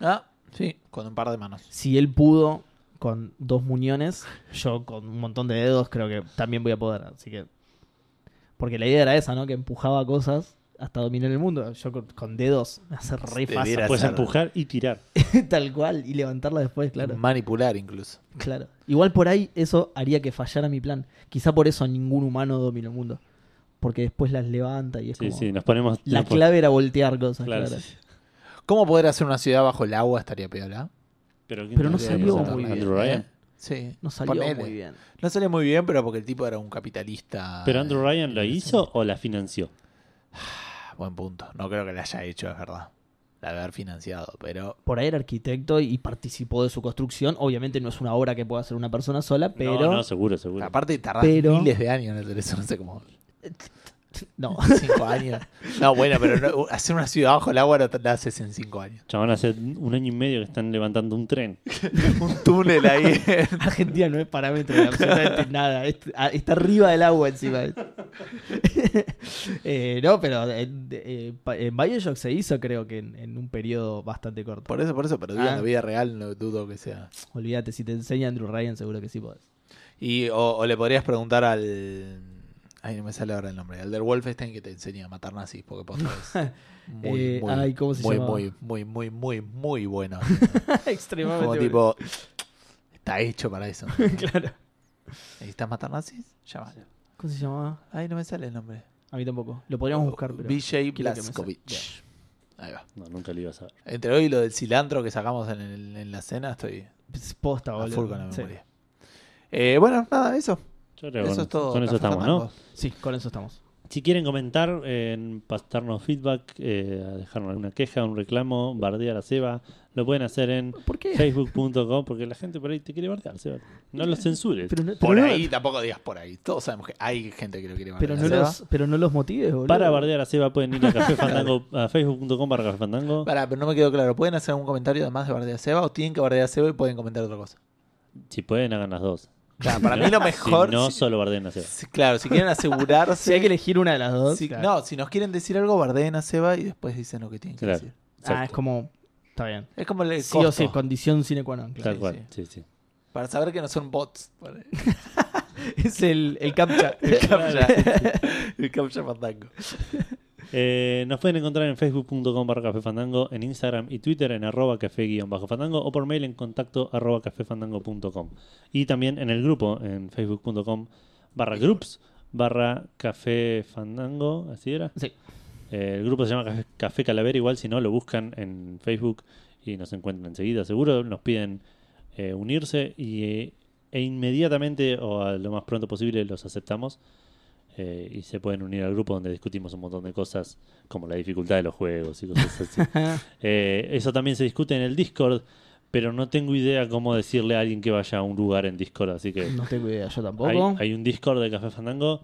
Ah, Sí, con un par de manos. Si él pudo con dos muñones, yo con un montón de dedos creo que también voy a poder. Así que. Porque la idea era esa, ¿no? Que empujaba cosas hasta dominar el mundo. Yo con, con dedos me hace re fácil. pues, Debiera Puedes ser. empujar y tirar. Tal cual. Y levantarla después, claro. Manipular incluso. Claro. Igual por ahí eso haría que fallara mi plan. Quizá por eso ningún humano domina el mundo. Porque después las levanta y es Sí, como... sí, nos ponemos. La nos pon- clave era voltear cosas, Claro, claro. sí. ¿Cómo poder hacer una ciudad bajo el agua estaría ¿ah? piola? Pero, ¿quién Pero no te- salió Andrew muy bien, ¿eh? Andrew Ryan. Sí. No salió pues. Ponele. muy bien. No salió muy bien, pero porque el tipo era un Ah, capitalista. ¿Pero Andrew Ryan la Sí. hizo o la financió? Buen punto. No creo que la haya hecho, es verdad. La de haber financiado, pero. Por ahí era arquitecto y participó de su construcción. Obviamente no es una obra que pueda hacer una persona sola, pero... No, no, seguro, seguro. Aparte, tardás Pero- miles de años en hacer eso, no sé cómo. no. Cinco años. No, bueno, pero no- hacer una ciudad bajo el agua no te la haces en cinco años. Chabón, hace un año y medio que están levantando un tren. Un túnel ahí. Argentina no es parámetro de absolutamente nada. Es- a- Está arriba del agua encima. Eh, no, pero en, eh, pa- en Bioshock se hizo, creo que en, en un periodo bastante corto. Por eso, por eso, pero digo, Ah. en la vida real no dudo que sea. Olvídate, si te enseña Andrew Ryan, seguro que sí podés. Y, o, o le podrías preguntar al. Ay, no me sale ahora el nombre. Al del Wolfenstein que te enseña a matar nazis, porque posta es muy, Eh, muy, ay, ¿cómo se muy, llamaba? muy, muy, muy, muy, muy bueno. Extremadamente. Como bueno. tipo, está hecho para eso. Claro. ¿Necesitas matar nazis? Llámalo. ¿Cómo se llamaba? Ay, no me sale el nombre. A mí tampoco. Lo podríamos Uh, buscar, pero. BJ quiero que me Blazkowicz. Ahí va. No, nunca lo iba a saber. Entre hoy y lo del cilantro que sacamos en, el- en la cena, estoy Es Posta, a boludo. full con la sí. memoria. Eh, bueno, nada, eso. Yo creo que eso con, es todo. con eso Café estamos, Fandango. ¿no? Sí, con eso estamos. Si quieren comentar, eh, pasarnos feedback, eh, a dejarnos alguna queja, un reclamo, bardear a Seba, lo pueden hacer en ¿Por qué? facebook.com porque la gente por ahí te quiere bardear, Seba. No lo censures. Pero no, Por pero no- ahí, tampoco digas por ahí. Todos sabemos que hay gente que lo Ah, quiere pero, bardear. no ¿Se va? los, pero no los motives, boludo. Para bardear a Seba pueden ir a Café Fandango, a facebook.com para Café Fandango. Pará, pero no me quedó claro. ¿Pueden hacer algún comentario además de bardear a Seba o tienen que bardear a Seba y pueden comentar otra cosa? Si pueden, hagan las dos. Claro, para mí lo mejor. Si no, si- solo bardean a Seba. si- claro, si quieren asegurarse. Si hay que elegir una de las dos. si- claro. No, si nos quieren decir algo, bardeen a Seba y después dicen lo que tienen que Claro. decir. Ah, es Exacto. como. Está bien. Es como el Sí costo, o sí, condición sine qua non. claro. Tal cual, sí, sí. Para saber que no son bots. Es el, el captcha. El captcha. el captcha fandango. Eh, nos pueden encontrar en facebook.com barra Café Fandango, en Instagram y Twitter en arroba café guión bajo fandango o por mail en contacto arroba cafefandango.com y también en el grupo en facebook.com barra groups barra café fandango, así era. Sí. Eh, el grupo se llama Café, Café Calavera, igual si no lo buscan en Facebook y nos encuentran enseguida, seguro nos piden eh, unirse y, eh, e inmediatamente o a lo más pronto posible los aceptamos eh, y se pueden unir al grupo donde discutimos un montón de cosas como la dificultad de los juegos y cosas así. Eh, eso también se discute en el Discord, pero no tengo idea cómo decirle a alguien que vaya a un lugar en Discord, así que No tengo idea, yo tampoco. hay, hay un Discord de Café Fandango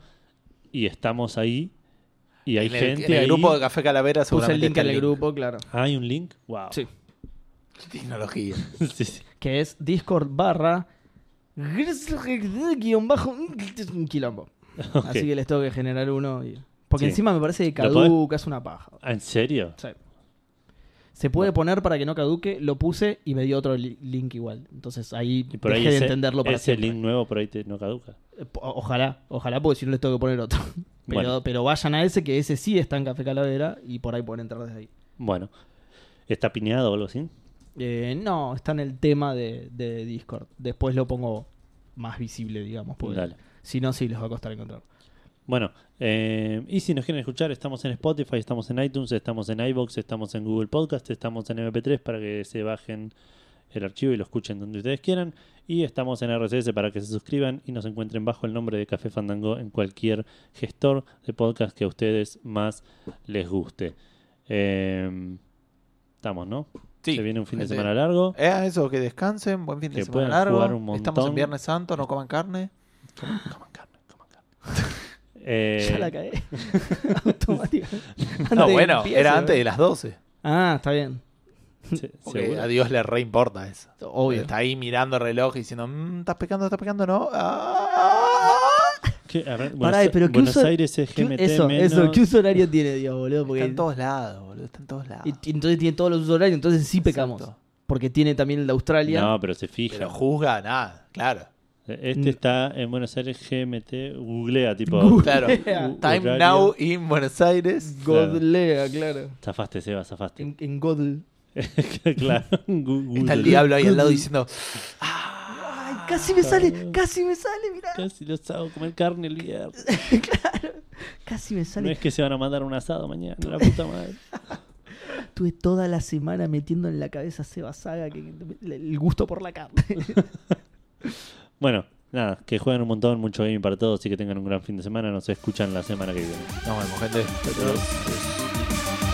y estamos ahí y hay en el, en gente el ahí. grupo de Café Calavera Puse seguramente el link está en el grupo, claro. Ah, ¿Hay un link? Wow. Sí. Tecnología. Sí, sí. Que es Discord barra. guión bajo. Un quilombo. Ok. Así que les tengo que generar uno. y- Porque Sí. encima me parece que ¿Lo podés? caduca, es una paja. Ah, ¿En serio? Sí. Se puede poner para que no caduque, lo puse y me dio otro li- link igual. Entonces ahí Y por ahí dejé de ese, entenderlo para ese siempre. link nuevo por ahí te, no caduca. Eh, po- Ojalá, ojalá, porque si no les tengo que poner otro. Pero, Bueno. pero vayan a ese, que ese sí está en Café Calavera y por ahí pueden entrar desde ahí. Bueno. ¿Está piñado o algo así? Eh, no, está en el tema de, de Discord. Después lo pongo más visible, digamos. porque Dale. Si no, sí, les va a costar encontrar. Bueno, eh, y si nos quieren escuchar, estamos en Spotify, estamos en iTunes, estamos en iBox, estamos en Google Podcast, estamos en MP3 para que se bajen el archivo y lo escuchen donde ustedes quieran. Y estamos en RSS para que se suscriban y nos encuentren bajo el nombre de Café Fandango en cualquier gestor de podcast que a ustedes más les guste. Eh, estamos, ¿no? Sí, se viene un fin de gente. semana largo. Eh, eso, que descansen, buen fin de Que semana puedan largo. jugar un Estamos montón. en Viernes Santo, no coman carne. Coman, coman carne, coman carne. Eh, ya la caí. Automática. Antes No, de que bueno, empiece, era boludo. antes de ¿eh? las 12. Ah, está bien. se- Porque ¿seguro? a Dios le reimporta eso. Obvio. Está ahí mirando el reloj y diciendo, "Mm, estás pecando, estás pecando, no. Ah, ¿Qué? A ver, Buenos, Pará, pero ¿qué Buenos uso- Aires es ¿Qué- GMT eso, menos- eso, ¿qué uso horario tiene Dios, boludo? Porque Está en todos lados, boludo, está en todos lados. y- y entonces tiene todos los usos horarios, entonces sí pecamos. Exacto. porque tiene también el de Australia. No, pero se fija. Pero juzga nada, claro. Mm. Este está en Buenos Aires GMT, googlea tipo. Claro. u- Time horario. Now in Buenos Aires. Godlea, claro. Zafaste, Seba, zafaste. En, en Godl. claro. Gu- Está el Google. diablo ahí al lado diciendo, Ay, casi me sale, casi me sale, mirá. Casi Ah, los hago comer carne el viernes. claro. Casi me sale. No es que se van a mandar un asado mañana, la puta madre. Estuve toda la semana metiendo en la cabeza a Seba Saga que, el gusto por la carne. Bueno, nada, que jueguen un montón, mucho gaming para todos y que tengan un gran fin de semana. Nos escuchan la semana que viene. nos vemos gente. Adiós.